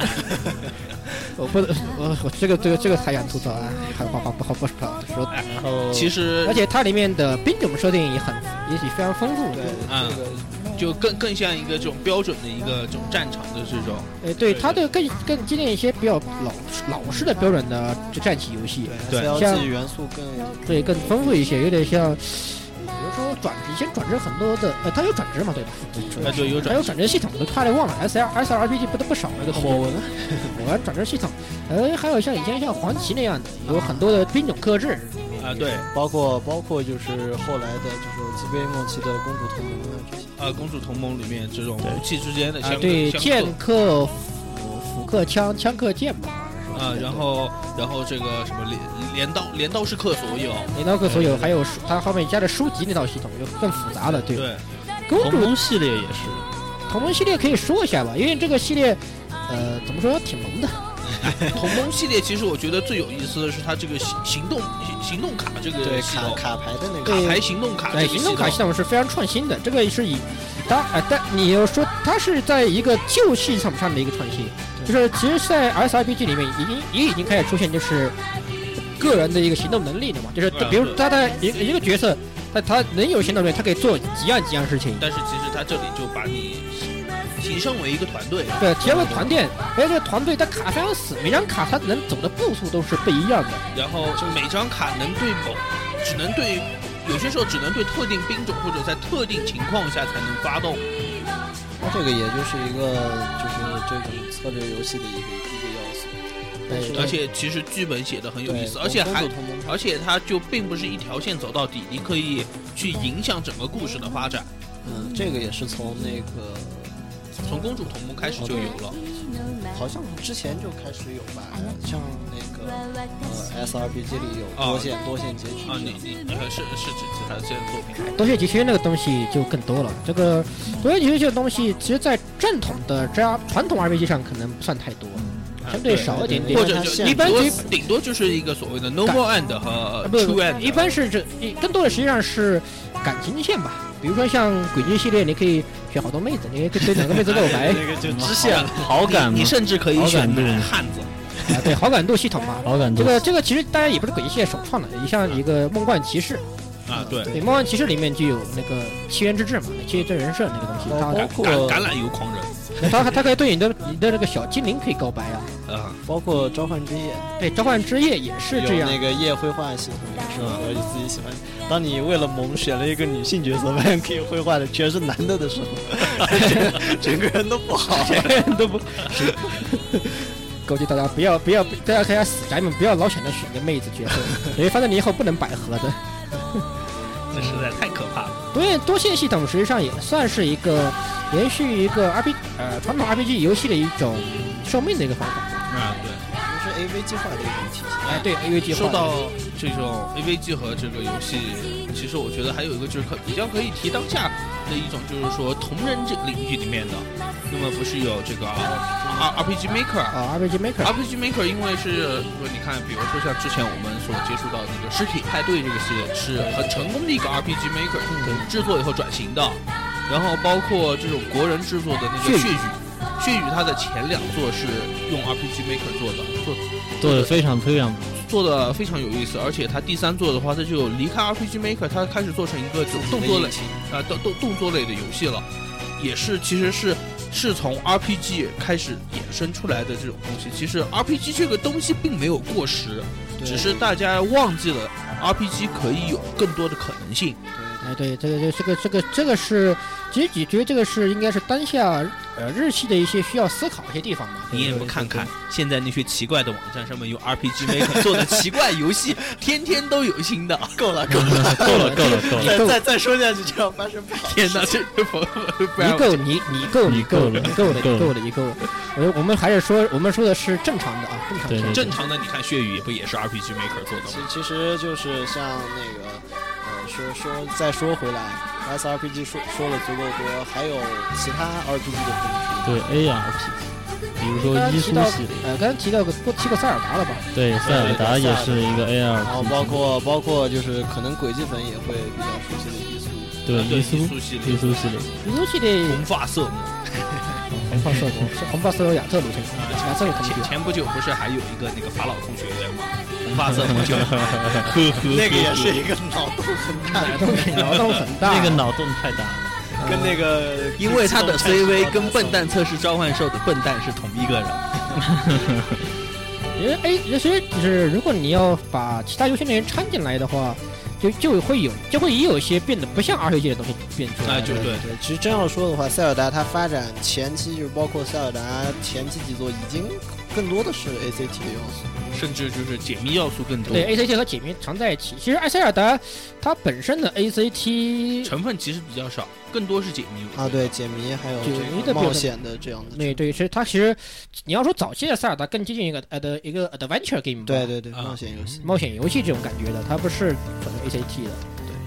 哦我不我我这个这个这个太想吐槽啊，还好好不好不好不好说。然后其实而且它里面的兵种设定也很也许非常丰富。对嗯这个就更更像一个这种标准的一个这种战场的这种，哎，对，它的更更接近一些比较老老式的标准的战棋游 戏。对对 S 像 L G 元素更对，更丰富一些，有点像，比如说转职，以前转职很多的，呃，它有转职嘛，对吧？哎，对，有还转有转职系统，我都差点忘了，S L S R P G 不得不少那个哦火纹， 我还转职系统，呃，还有像以前像黄旗那样的，有很多的兵种克制，啊，对，包括包括就是后来的就是基贝末期的公主同盟啊这些。啊，公主同盟里面这种武器之间的啊相，对，相剑克客斧斧克枪，枪克剑吧，啊，然后然后这个什么镰镰刀镰刀式克所有，镰刀克所有，还有书，它后面加的书籍那套系统就更复杂了，对。对，公 红主龙系列也是， 同盟系列可以说一下吧，因为这个系列，呃，怎么说挺萌的。同盟系列其实我觉得最有意思的是它这个行行动行行动卡这个对系卡统，卡牌的那个卡牌行动卡这对，个行动系卡统系统是非常创新的，这个是以当啊、但你要说它是在一个旧系统上的一个创新，就是其实，在 SRPG 里面已经也已经开始出现就是个人的一个行动能力了嘛，就是对啊比如对他的一个一个角色，他他能有行动能力，他可以做几样几样事情。但是其实它这里就把你提升为一个团队，对，提到个团队，哎，这个团队它卡非常死，每张卡它能走的步数都是不一样的。然后就每张卡能对某，只能对有些时候只能对特定兵种或者在特定情况下才能发动。它这个也就是一个就是这种策略游戏的一个一个要素，但是而且其实剧本写的很有对意思，而且还公主同盟而且它就并不是一条线走到底，你可以去影响整个故事的发展。嗯，这个也是从那个从公主同盟开始就有哦了，好像之前就开始有吧，像那个呃 SRPG 里有哦多线、多线结局啊，你这样。你呃是是指其他的这些作品多线急缺那个东西就更多了。这个多线急缺这个东西，其实在正统的这样传统 RPG 上可能不算太多，啊相对少一点点或。者就因为它顶限多制顶多就是一个所谓的 normal end 和啊不 true end，一般是这更多的实际上是感情线吧。比如说像轨迹系列，你可以选好多妹子，你可 以对哪个妹子露哎白那个就支支线线了好感你吗？甚至可以好感选度汉子。啊，对好感度系统嘛。好感这度，个这个其实当然也不是轨迹系列首创的，也像一个梦幻骑士，啊，对，对梦幻骑士里面就有那个七元之志嘛，七元真人社那个东西，它橄包括橄橄榄油狂人它它可以对你的你的那个小精灵可以告白啊。啊，包括召唤之夜对，召唤之夜也是这有样那。个夜绘画系统也是和你自己喜欢。当你为了萌选了一个女性角色，发现可以绘画的全是男的的时候，整个人都不好。都不，勾稽大家不要不要，大家大家死宅们不要老想着选个妹子 角色，因为发现你以后不能百合的。这实在太可怕了。多线多线系统实际上也算是一个延续一个 RPG 呃传统 RPG 游戏的一种寿命的一个方法。啊，对，就是 AV 计划的一种体系。哎，对，A V G 说到这种 A V G 和这个游戏，其实我觉得还有一个就是可比较可以提当下的一种，就是说同人这领域里面的，那么不是有这个啊 R R P G Maker。啊 R P G Maker， RPG Maker 因为是说你看，比如说像之前我们所接触到的那个《尸体派对》这个系列，是很成功的一个 RPG Maker 制作以后转型的，然后包括这种国人制作的那个《血血雨》，《血雨》它的前两座是用 RPG Maker 做的，做做的非常非常做的非常有意思，而且它第三座的话，它就离开 RPG Maker，它开始做成一个就动作类啊动动动作类的游戏了，也是其实是是从 RPG 开始衍生出来的这种东西。其实 RPG 这个东西并没有过时，只是大家忘记了 RPG 可以有更多的可能性。哎，对，这个这个这个这个是，其实解决这个是应该是当下呃日系的一些需要思考的一些地方嘛。你也对不看看，现在那些奇怪的网站上面用 RPG Maker 做的奇怪游戏，天天都有新的。够了，够了，够了够了够了，再再再说下去就要发生不好。天哪，这个不不你然够，你你够，你你够够了，了你够了，够你了够了，你够了。我我们还是说，我们说的是正常的啊，正常对对的。正常的，你看《血雨》也不也是 RPG Maker 做的其吗？其实就是像那个，呃，说说再说回来，SRPG 说说了足够多，还有其他 RPG 的分支。对 ARP，比如刚说伊刚提苏到系列，呃，刚才提到个过提过塞尔达了吧？对塞尔达也是一个然后包 ARP，括包括就是可能轨迹粉也会比较熟悉的因素，啊对对，伊苏苏系列伊苏系列，比如系列红发色魔。红发色魔，是红发色魔亚特鲁先生，啊亚特鲁同学前。前不久不是还有一个那个法老控学员吗？红发色魔就呵呵呵，那个也是一个脑洞很大的，脑洞脑洞很大，那个脑洞太大了，跟那个因为他的 CV 跟笨蛋。蛋测试召唤兽的笨蛋是同一个人。其实哎，其实就是如果你要把其他游戏内容掺进来的话，就就会有就会也有一些变得不像 RPG 的东西变出来。哎就对对，其实真要说的话，塞尔达它发展前期就是包括塞尔达前期几座已经更多的是 ACT 的要素。甚至就是解密要素更多。对 ACT 和解谜常在一起。其实艾塞尔达它本身的 ACT 成分其实比较少，更多是解密。啊，对，解谜还有解谜这的个部分冒险的这样的。对对，其实它其实你要说早期的塞尔达更接近一个呃的一个 adventure game，吧对对对，啊冒险游戏。冒险游戏这种感觉的，它不是纯 ACT 的。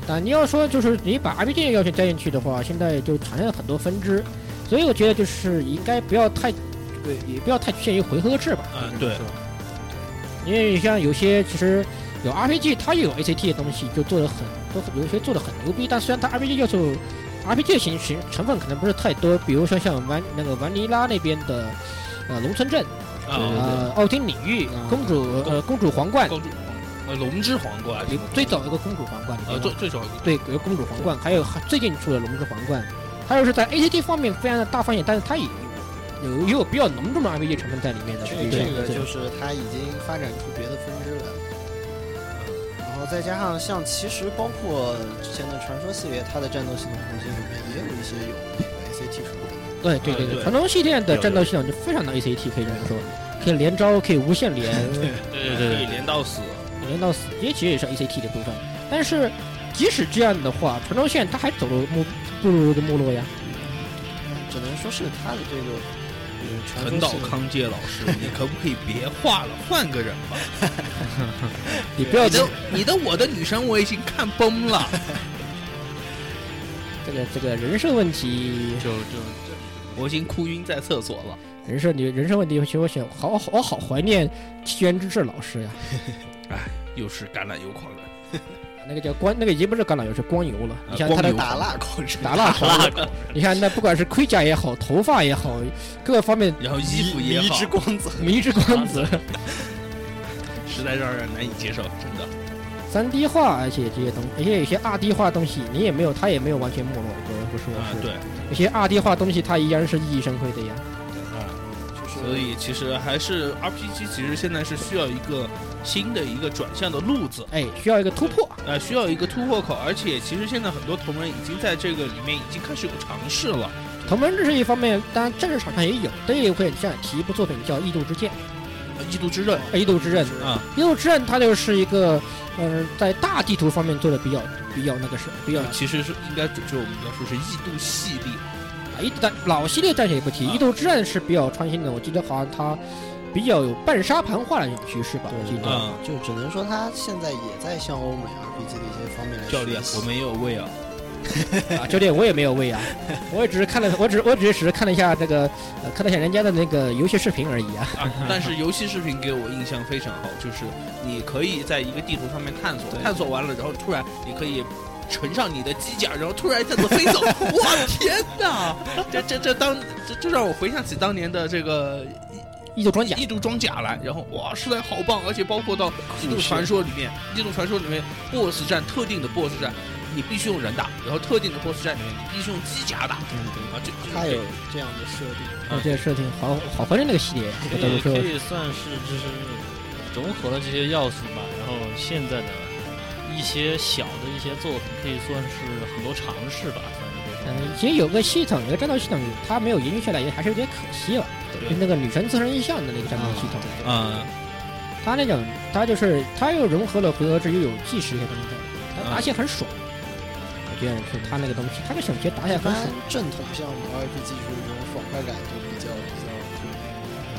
但你要说就是你把 RPG 要求加进去的话，现在就产生了很多分支，所以我觉得就是应该不要太，对，也不要太局限于回合制吧。嗯就是对说因为像有些其实有 RPG，它也有 ACT 的东西，就做的很都有一些做的很牛逼，但虽然它 RPG 要素 RPG 的形形成分可能不是太多，比如说像玩那个玩尼拉那边的呃龙城镇啊，呃奥丁领域啊公主呃公主皇冠，公主，呃，龙之皇冠，有呃最早有个公主皇冠，呃，最最早对，有公主皇冠，还有最近出的龙之皇冠，还有是在 ACT 方面非常的大放野，但是它也有也有比较浓重的 RPG 成分在里面的。这嗯对这个对就是它已经发展出别的分支来了。然后再加上像其实包括之前的传说系列，它的战斗系统中心里面也有一些有那个 ACT 属性的。哎对对对对，传统系列的战斗系统就非常的 ACT，可以这么说，可以连招，可以无限 连，对对可以连到死，连到死，也其实也是 ACT 的部分。但是即使这样的话，传统线它还走了没步入的没落呀。只能说是它的这个呃传横说岛系统。康介老师，你可不可以别画了，换个人吧？你不要你这的你的我的女神我已经看崩了，个这个人设问题，就就就我已经哭晕在厕所了。人设你人设问题，其实我想好好我好怀念七原之志老师呀。又是橄榄油狂人，那个叫光，那个已经不是橄榄油，是光油了。啊你像他光的油打蜡狂人，打蜡狂拉油，狗，你看那不管是盔甲也好，头发也好，各个方面然后衣服也迷好之，光泽，迷之光子， 实在让人难以接受，真的。三 D 化，而且这些东，而且有些二 D 化的东西，你也没有，它也没有完全没落，我不说啊，是。对，有些二 D 化的东西，它依然是熠熠生辉的呀。就是所以其实还是 RPG，其实现在是需要一个新的一个转向的路子，哎，需要一个突破。呃，需要一个突破口，而且其实现在很多同人已经在这个里面已经开始有尝试了。同门这是一方面，当然正式场上也有。这一会这样提一部作品叫《异度之剑》，呃异度之刃《异度之刃》啊， 《异度之刃》它就是一个，呃，在大地图方面做的比较比较那个是比较其实是应该准确，我们要说是异度系列。一代老系列暂且也不提，啊异度之刃是比较创新的，我记得好像它比较有半沙盘化的那种趋势吧，我记啊得。嗯就只能说它现在也在向欧美 RPG 的一些方面来教练学，习我没有胃啊，啊，教练我也没有喂啊，我也只是看了，我只我只只是看了一下那个，呃，看了一下人家的那个游戏视频而已啊。啊，但是游戏视频给我印象非常好，就是你可以在一个地图上面探索，探索完了，然后突然你可以乘上你的机甲，然后突然一下子飞走，哇天哪！这这这当这这让我回想起当年的这个异度装甲异度装甲来，然后哇，实在好棒！而且包括到异度传说里面，异度传说里面 BOSS 战特定的 BOSS 战，你必须用人打，然后特定的 BOSS 战里面你必须用机甲打啊，这这它有这样的设定。啊，这个设定好好怀念那个系列，可我怎么以说可？以算是就是融合了这些要素吧，然后现在的一些小的一些作品可以算是很多尝试吧，算是这种。嗯，其实有个系统，有个战斗系统，它没有延续下来，也还是有点可惜了。就那个女神自身印象的那个战斗系统，啊嗯它那种，它就是它又融合了回合制又有计时一些东西在里面，它打起来很爽。啊我觉得是它那个东西，它的手机打起来一很般爽。正统项目 RPG 就是这种爽快感就比较比较比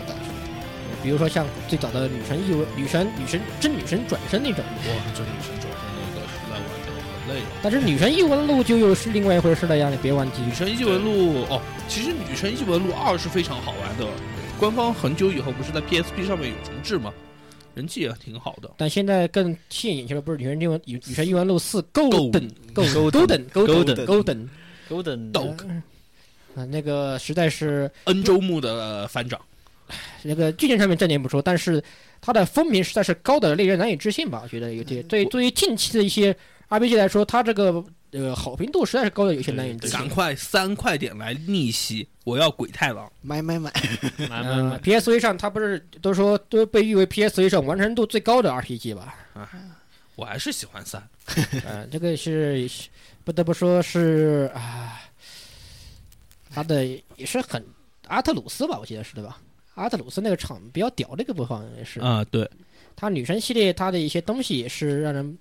较打出来。比如说像最早的女神异闻、女神、女神真女神转身那种，哇，这女生转身那个实在玩的很累了。但是女神异闻录就又是另外一回事了呀，你别忘记女。神异闻录哦，其实女神异闻录二是非常好玩的，官方很久以后不是在 PSP 上面有重置吗？人气也挺好的。但现在更吸引眼球的不是女神异闻、女女神异闻录四 Golden Golden Golden Golden Golden Golden Golden Dog 啊，那个实在是恩周木的翻掌，那个剧情上面暂且不说，但是它的风评实在是高的令人难以置信吧？我觉得有点对，对于近期的一些 RPG 来说，它这个呃好评度实在是高的有些难以置信嗯赶。快三快点来逆袭！我要鬼太郎。买买买！买买嗯买， ，PSV 上它不是都说都被誉为 PSV 上完成度最高的 RPG 吧？我还是喜欢三，呃，这个是不得不说是啊，他的也是很阿特鲁斯吧，我记得是对吧？阿特鲁斯那个场比较屌，那个部分也是。啊、对，他女神系列他的一些东西也是让人，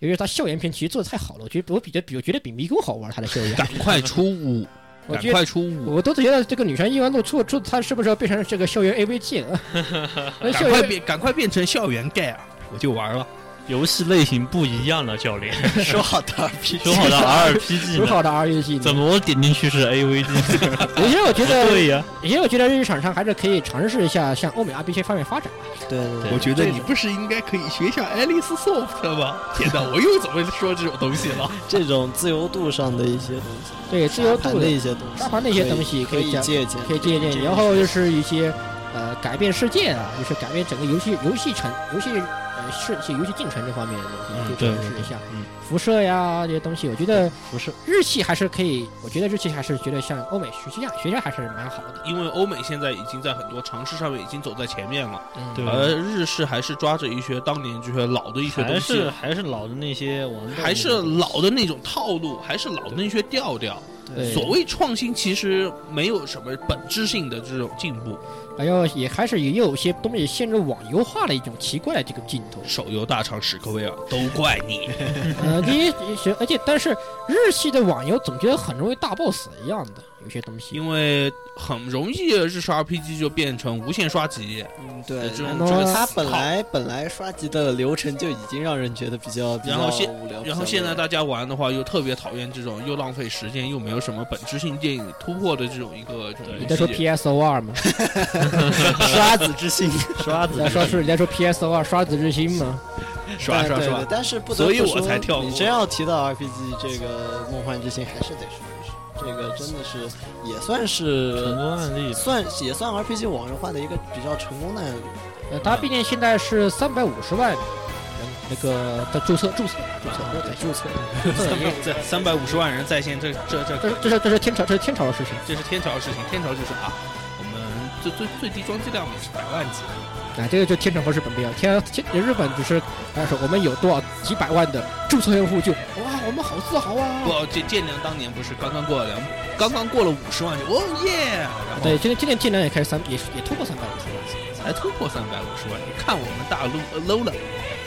由于他校园片其实做的太好了，我觉得我比较比我觉得比迷宫好玩，他的校园赶。快出五，我赶觉得快出五，我都觉得这个女神异闻录出出他是不是要变成这个校园 AVG 了？那赶校快园变，赶快变成校园 gay 啊！我就玩了，游戏类型不一样了， 教练。说好的 RPG，说好的啊 RPG 很呢？好的 RPG 怎呢。么我点进去是 AVG？有些我觉得，对呀，有些我觉得日语厂商还是可以尝试一下向欧美 RPG 方面发展吧。对对对我觉得你不是应该可以学一下 Alice Soft 吗？天哪，我又怎么说这种东西了？这种自由度上的一些东西，对，自由沙度盘的的一些东西，沙盘的一些东西可可以以可加以借鉴，可以借鉴，然后就是一些呃改变世界啊，就是改变整个游戏游戏程游戏呃世界游戏进程这方面的嗯东西，就对尝试对一下嗯辐射呀这些东西。我觉得不是，日系还是可以，我觉得日系还是觉得像欧美学习样学习还是蛮好的。因为欧美现在已经在很多尝试上面已经走在前面了，嗯对而日式还是抓着一些当年这些老的一些还东是西，还是老的那些王道，还是老的那种套路，还是老的那些调调。对所谓创新，其实没有什么本质性的这种进步。。然后哎也开始也有些东西陷入网游化的一种奇怪的这个镜头手游大厂史克威尔都怪 你，呃，第一是而且但是日系的网游总觉得很容易大 boss 一样的，有些东西。因为很容易日式 RPG 就变成无限刷级，嗯对呃，这然种后这个它思本考来本来刷级的流程就已经让人觉得比较比然后较现哦无聊，然后比较现在累大家玩的话，又特别讨厌这种又浪费时间又没有什么本质性电影突破的这种一个这对你在种说游戏。 PSOR 吗？刷子之 心，刷你子在说是你在说 PSOR 刷子之心吗？刷对刷哎对刷对！但是不得所以不我说才跳你过真要提到 RPG 这个梦幻之星，还是得说一说，这个真的是也算成是功案例吧，算也算 RPG 网游化的一个比较成功的案例。呃，它毕竟现在是三百五十万人那个的注册注册注册对哦注册，注册三 也百在三百五十万人在线，这这这这是这是这是天朝这是天朝的事情，这是天朝的事情，天朝就是啊，我们最最最低装机量也是百万级，啊，这个就天朝和日本不一样，天天日本只是哎说我们有多少几百万的注册用户就哇我们好自豪啊，不，这建良当年不是刚刚过了两，刚刚过了五十万就哦耶，然后对，今天今年竟然也开始三也也突破三百五十万。才突破三百五十万，你看我们大陆呃 low 了，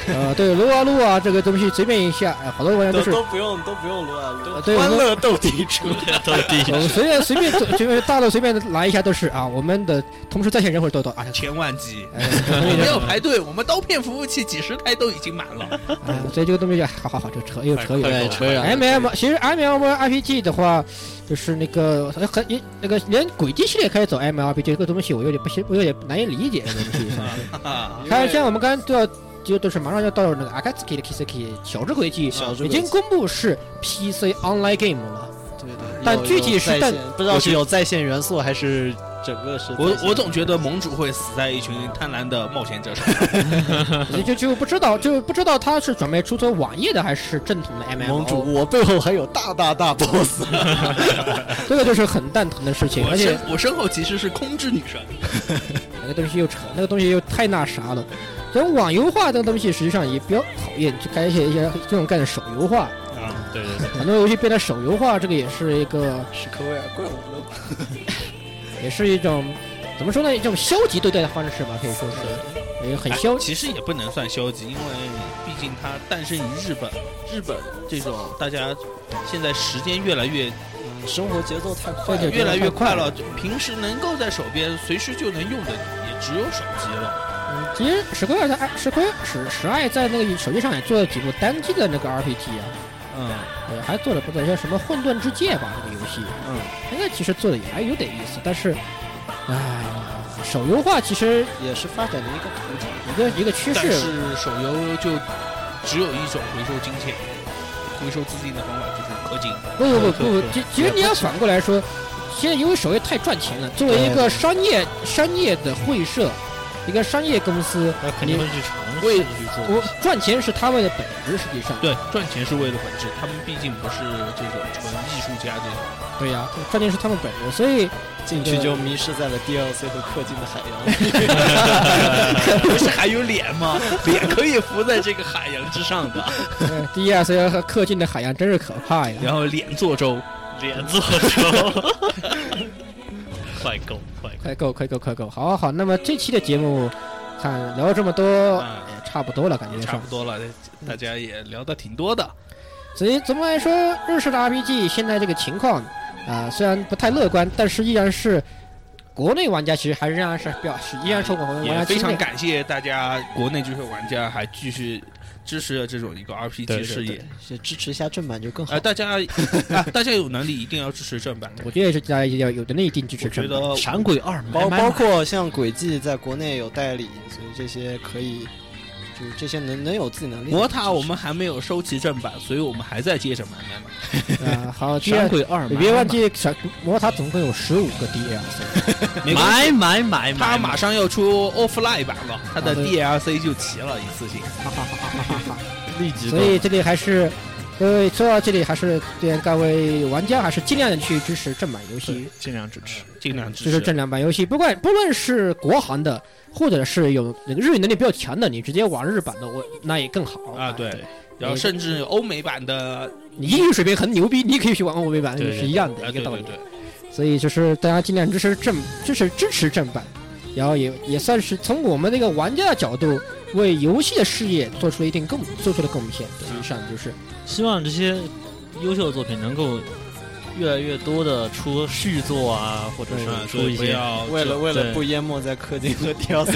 呃，对，撸啊撸啊，这个东西随便一下，哎，好多玩家都都是，呃都不用都不用撸啊撸，对欢我乐斗地主， 都第呃随便随便随便大陆随便来一下都是啊，我们的同时在线人会多多啊，千万级。哎， 我们要排队，我们刀片服务器几十台都已经满了。哎所以这个东西，好好好，这个扯又扯远了。扯远了 M M 其实 M M R P G 的话，就是那个很也那个连轨迹系列开始走 M R P G 这个东西，我有点不行，我有点难以理解这个东西。算是啊还有像我们刚刚都要就就是马上要到那个 a k a t s k i 的 Kiseki 小智轨迹，小智已经公布是 P C Online Game 了。对对，但有具体有是在但线不知道是有在线元素还是整个是我在线我总觉得盟主会死在一群贪婪的冒险者手上。就就就不知道，就不知道他是准备出做网页的还是正统的 M M 盟主，我背后还有大大 大 boss，这个就是很蛋疼的事情，我而且身我身后其实是空之女神，那个东西又扯，那个东西又太那啥了。这种网游化这个东西实际上也比较讨厌，就该一些一些这种干手游化，啊，对对对，很多游戏变得手游化，这个也是一个，史克威尔怪物了。也是一种怎么说呢，一种消极对待的方式吧，可以说是，也很消哎其实也不能算消极，因为毕竟它诞生于日本，日本这种大家现在时间越来越嗯生活节奏太快对了，对越来越快太快了了，平时能够在手边随时就能用的也只有手机了。嗯，其实史奎尔在爱史奎史史爱在那个手机上也做了几部单机的那个 RPG 啊，嗯，对，还做了不错，像什么《混沌之界》吧，这个游戏，嗯，那个其实做的也还有点意思，但是，唉，手游化其实也是发展的一个途径。一个一个趋但势。是手游就只有一种回收金钱、回收资金的方法，就是氪金。不不 不不，其其实你要反过来说，现在因为手游太赚钱了，作为一个商业商业的会社，一个商业公司，那肯定会去尝试为去做。我赚钱是他们的本职，实际上，对，赚钱是为了本质，他们毕竟不是这种纯艺术家这 种。对呀、赚钱是他们本职，所以 进去就迷失在了 DLC 和氪金的海洋。不是还有脸吗？脸可以浮在这个海洋之上 的，呃 DLC 和氪金的海洋真是可怕呀。然后脸做舟。脸做 手，快够快够，快够快够快够，好好好，那么这期的节目，看聊了这么多，嗯也差不多了，感觉也差上不。多了，大家也聊的挺多的。所以总的来说，日式的 RPG 现在这个情况，啊、虽然不太乐观，但是依然是国内玩家其实还是嗯仍然是比较，是依然受我们玩也家青非常睐。感谢大家，国内这些玩家还继续支持了这种一个对 RPG 对事业。是支持一下正版就更好哎，。大家啊，大家有能力一定要支持正版的。我觉得是大家要有的内定支持我觉成得本。闪鬼二包买买包买括像轨迹在国内有代理，所以这些可以，就是这些能能有自己能力的支持。魔塔我们还没有收集正版，所以我们还在接着买买买。 啊，好，第闪二，鬼二买，你哎别忘记，呃小魔塔总共有十五个啊 DLC，没关系买买买买，他买马上要出 offline 版了，他的好的 DLC 就齐了，一次性。立即所以这里还是，呃，说到这里还是对各位玩家还是尽量的去支持正版游戏，尽量支持。尽量支支持持。正两版游戏，不管不论是国行的，或者是有那个日语能力比较强的，你直接玩日版的，我那也更好啊，对对，然后甚至欧美版的，你英语水平很牛逼，你可以去玩欧美版，对对对是一样啊，的一对个道对理。对，所以就是大家尽量支持正，支持支持正版，然后也也算是从我们这个玩家的角度，为游戏的事业做出了一定贡做出了贡献。实际上就是希望这些优秀的作品能够越来越多的出续作啊，或者是啊，所出以一不些要为了为了对不淹没在氪金和 DLC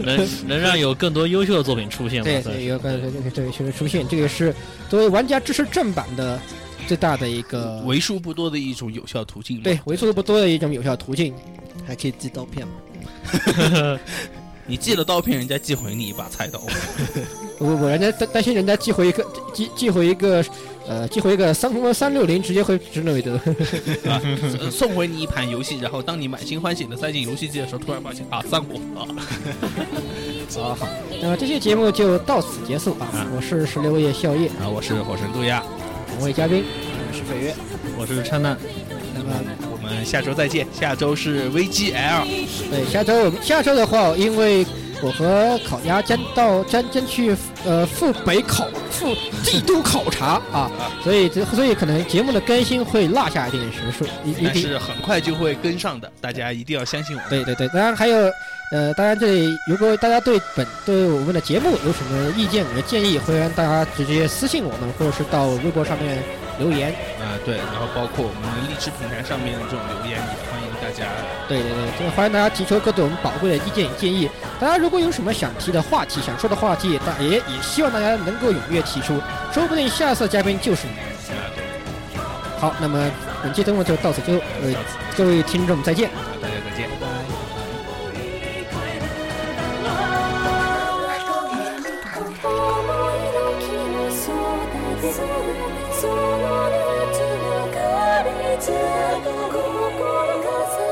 能能让有更多优秀的作品出现吧。对算对是有个对对对确实出现，这个是作为玩家支持正版的最大的一个为数不多的一种有效途径嘛。对为数不多的一种有效途径。还可以寄刀片嘛？你寄了刀片，人家寄回你一把菜 刀。我我人家担担心人家寄回一个寄寄回一个呃寄回一个三空三六零，直接回直那里的。啊，送送回你一盘游戏，然后当你满心欢喜的塞进游戏机的时候，突然发现啊，散伙了。啊好，那么这期节目就到此结束啊！我是十六夜宵夜啊，我是火神杜亚，两位嘉宾，我是飞跃，我是灿烂，那么我们下周再见。下周是 VGL，对下周我们下周的话，因为我和烤鸭将到将将去呃赴北考赴帝都考察啊，所以这所以可能节目的更新会落下一定时数，一一但定是很快就会跟上的，大家一定要相信我们。对对对，当然还有，呃，当然这里如果大家对本对我们的节目有什么意见或者建议，欢迎大家直接私信我们，或者是到微博上面留言。啊，对，然后包括我们的荔枝平台上面的这种留言，也欢迎大家。对对对，这欢迎大家提出各种宝贵的意见与建议。大家如果有什么想提的话题、想说的话题，大也也希望大家能够踊跃提出，说不定下次的嘉宾就是你。啊，对，好，那么本期节目就到此就呃下，次各位听众再见。啊大家再见。 「思いのきそうだね」「その夏の枯れ葉が心が咲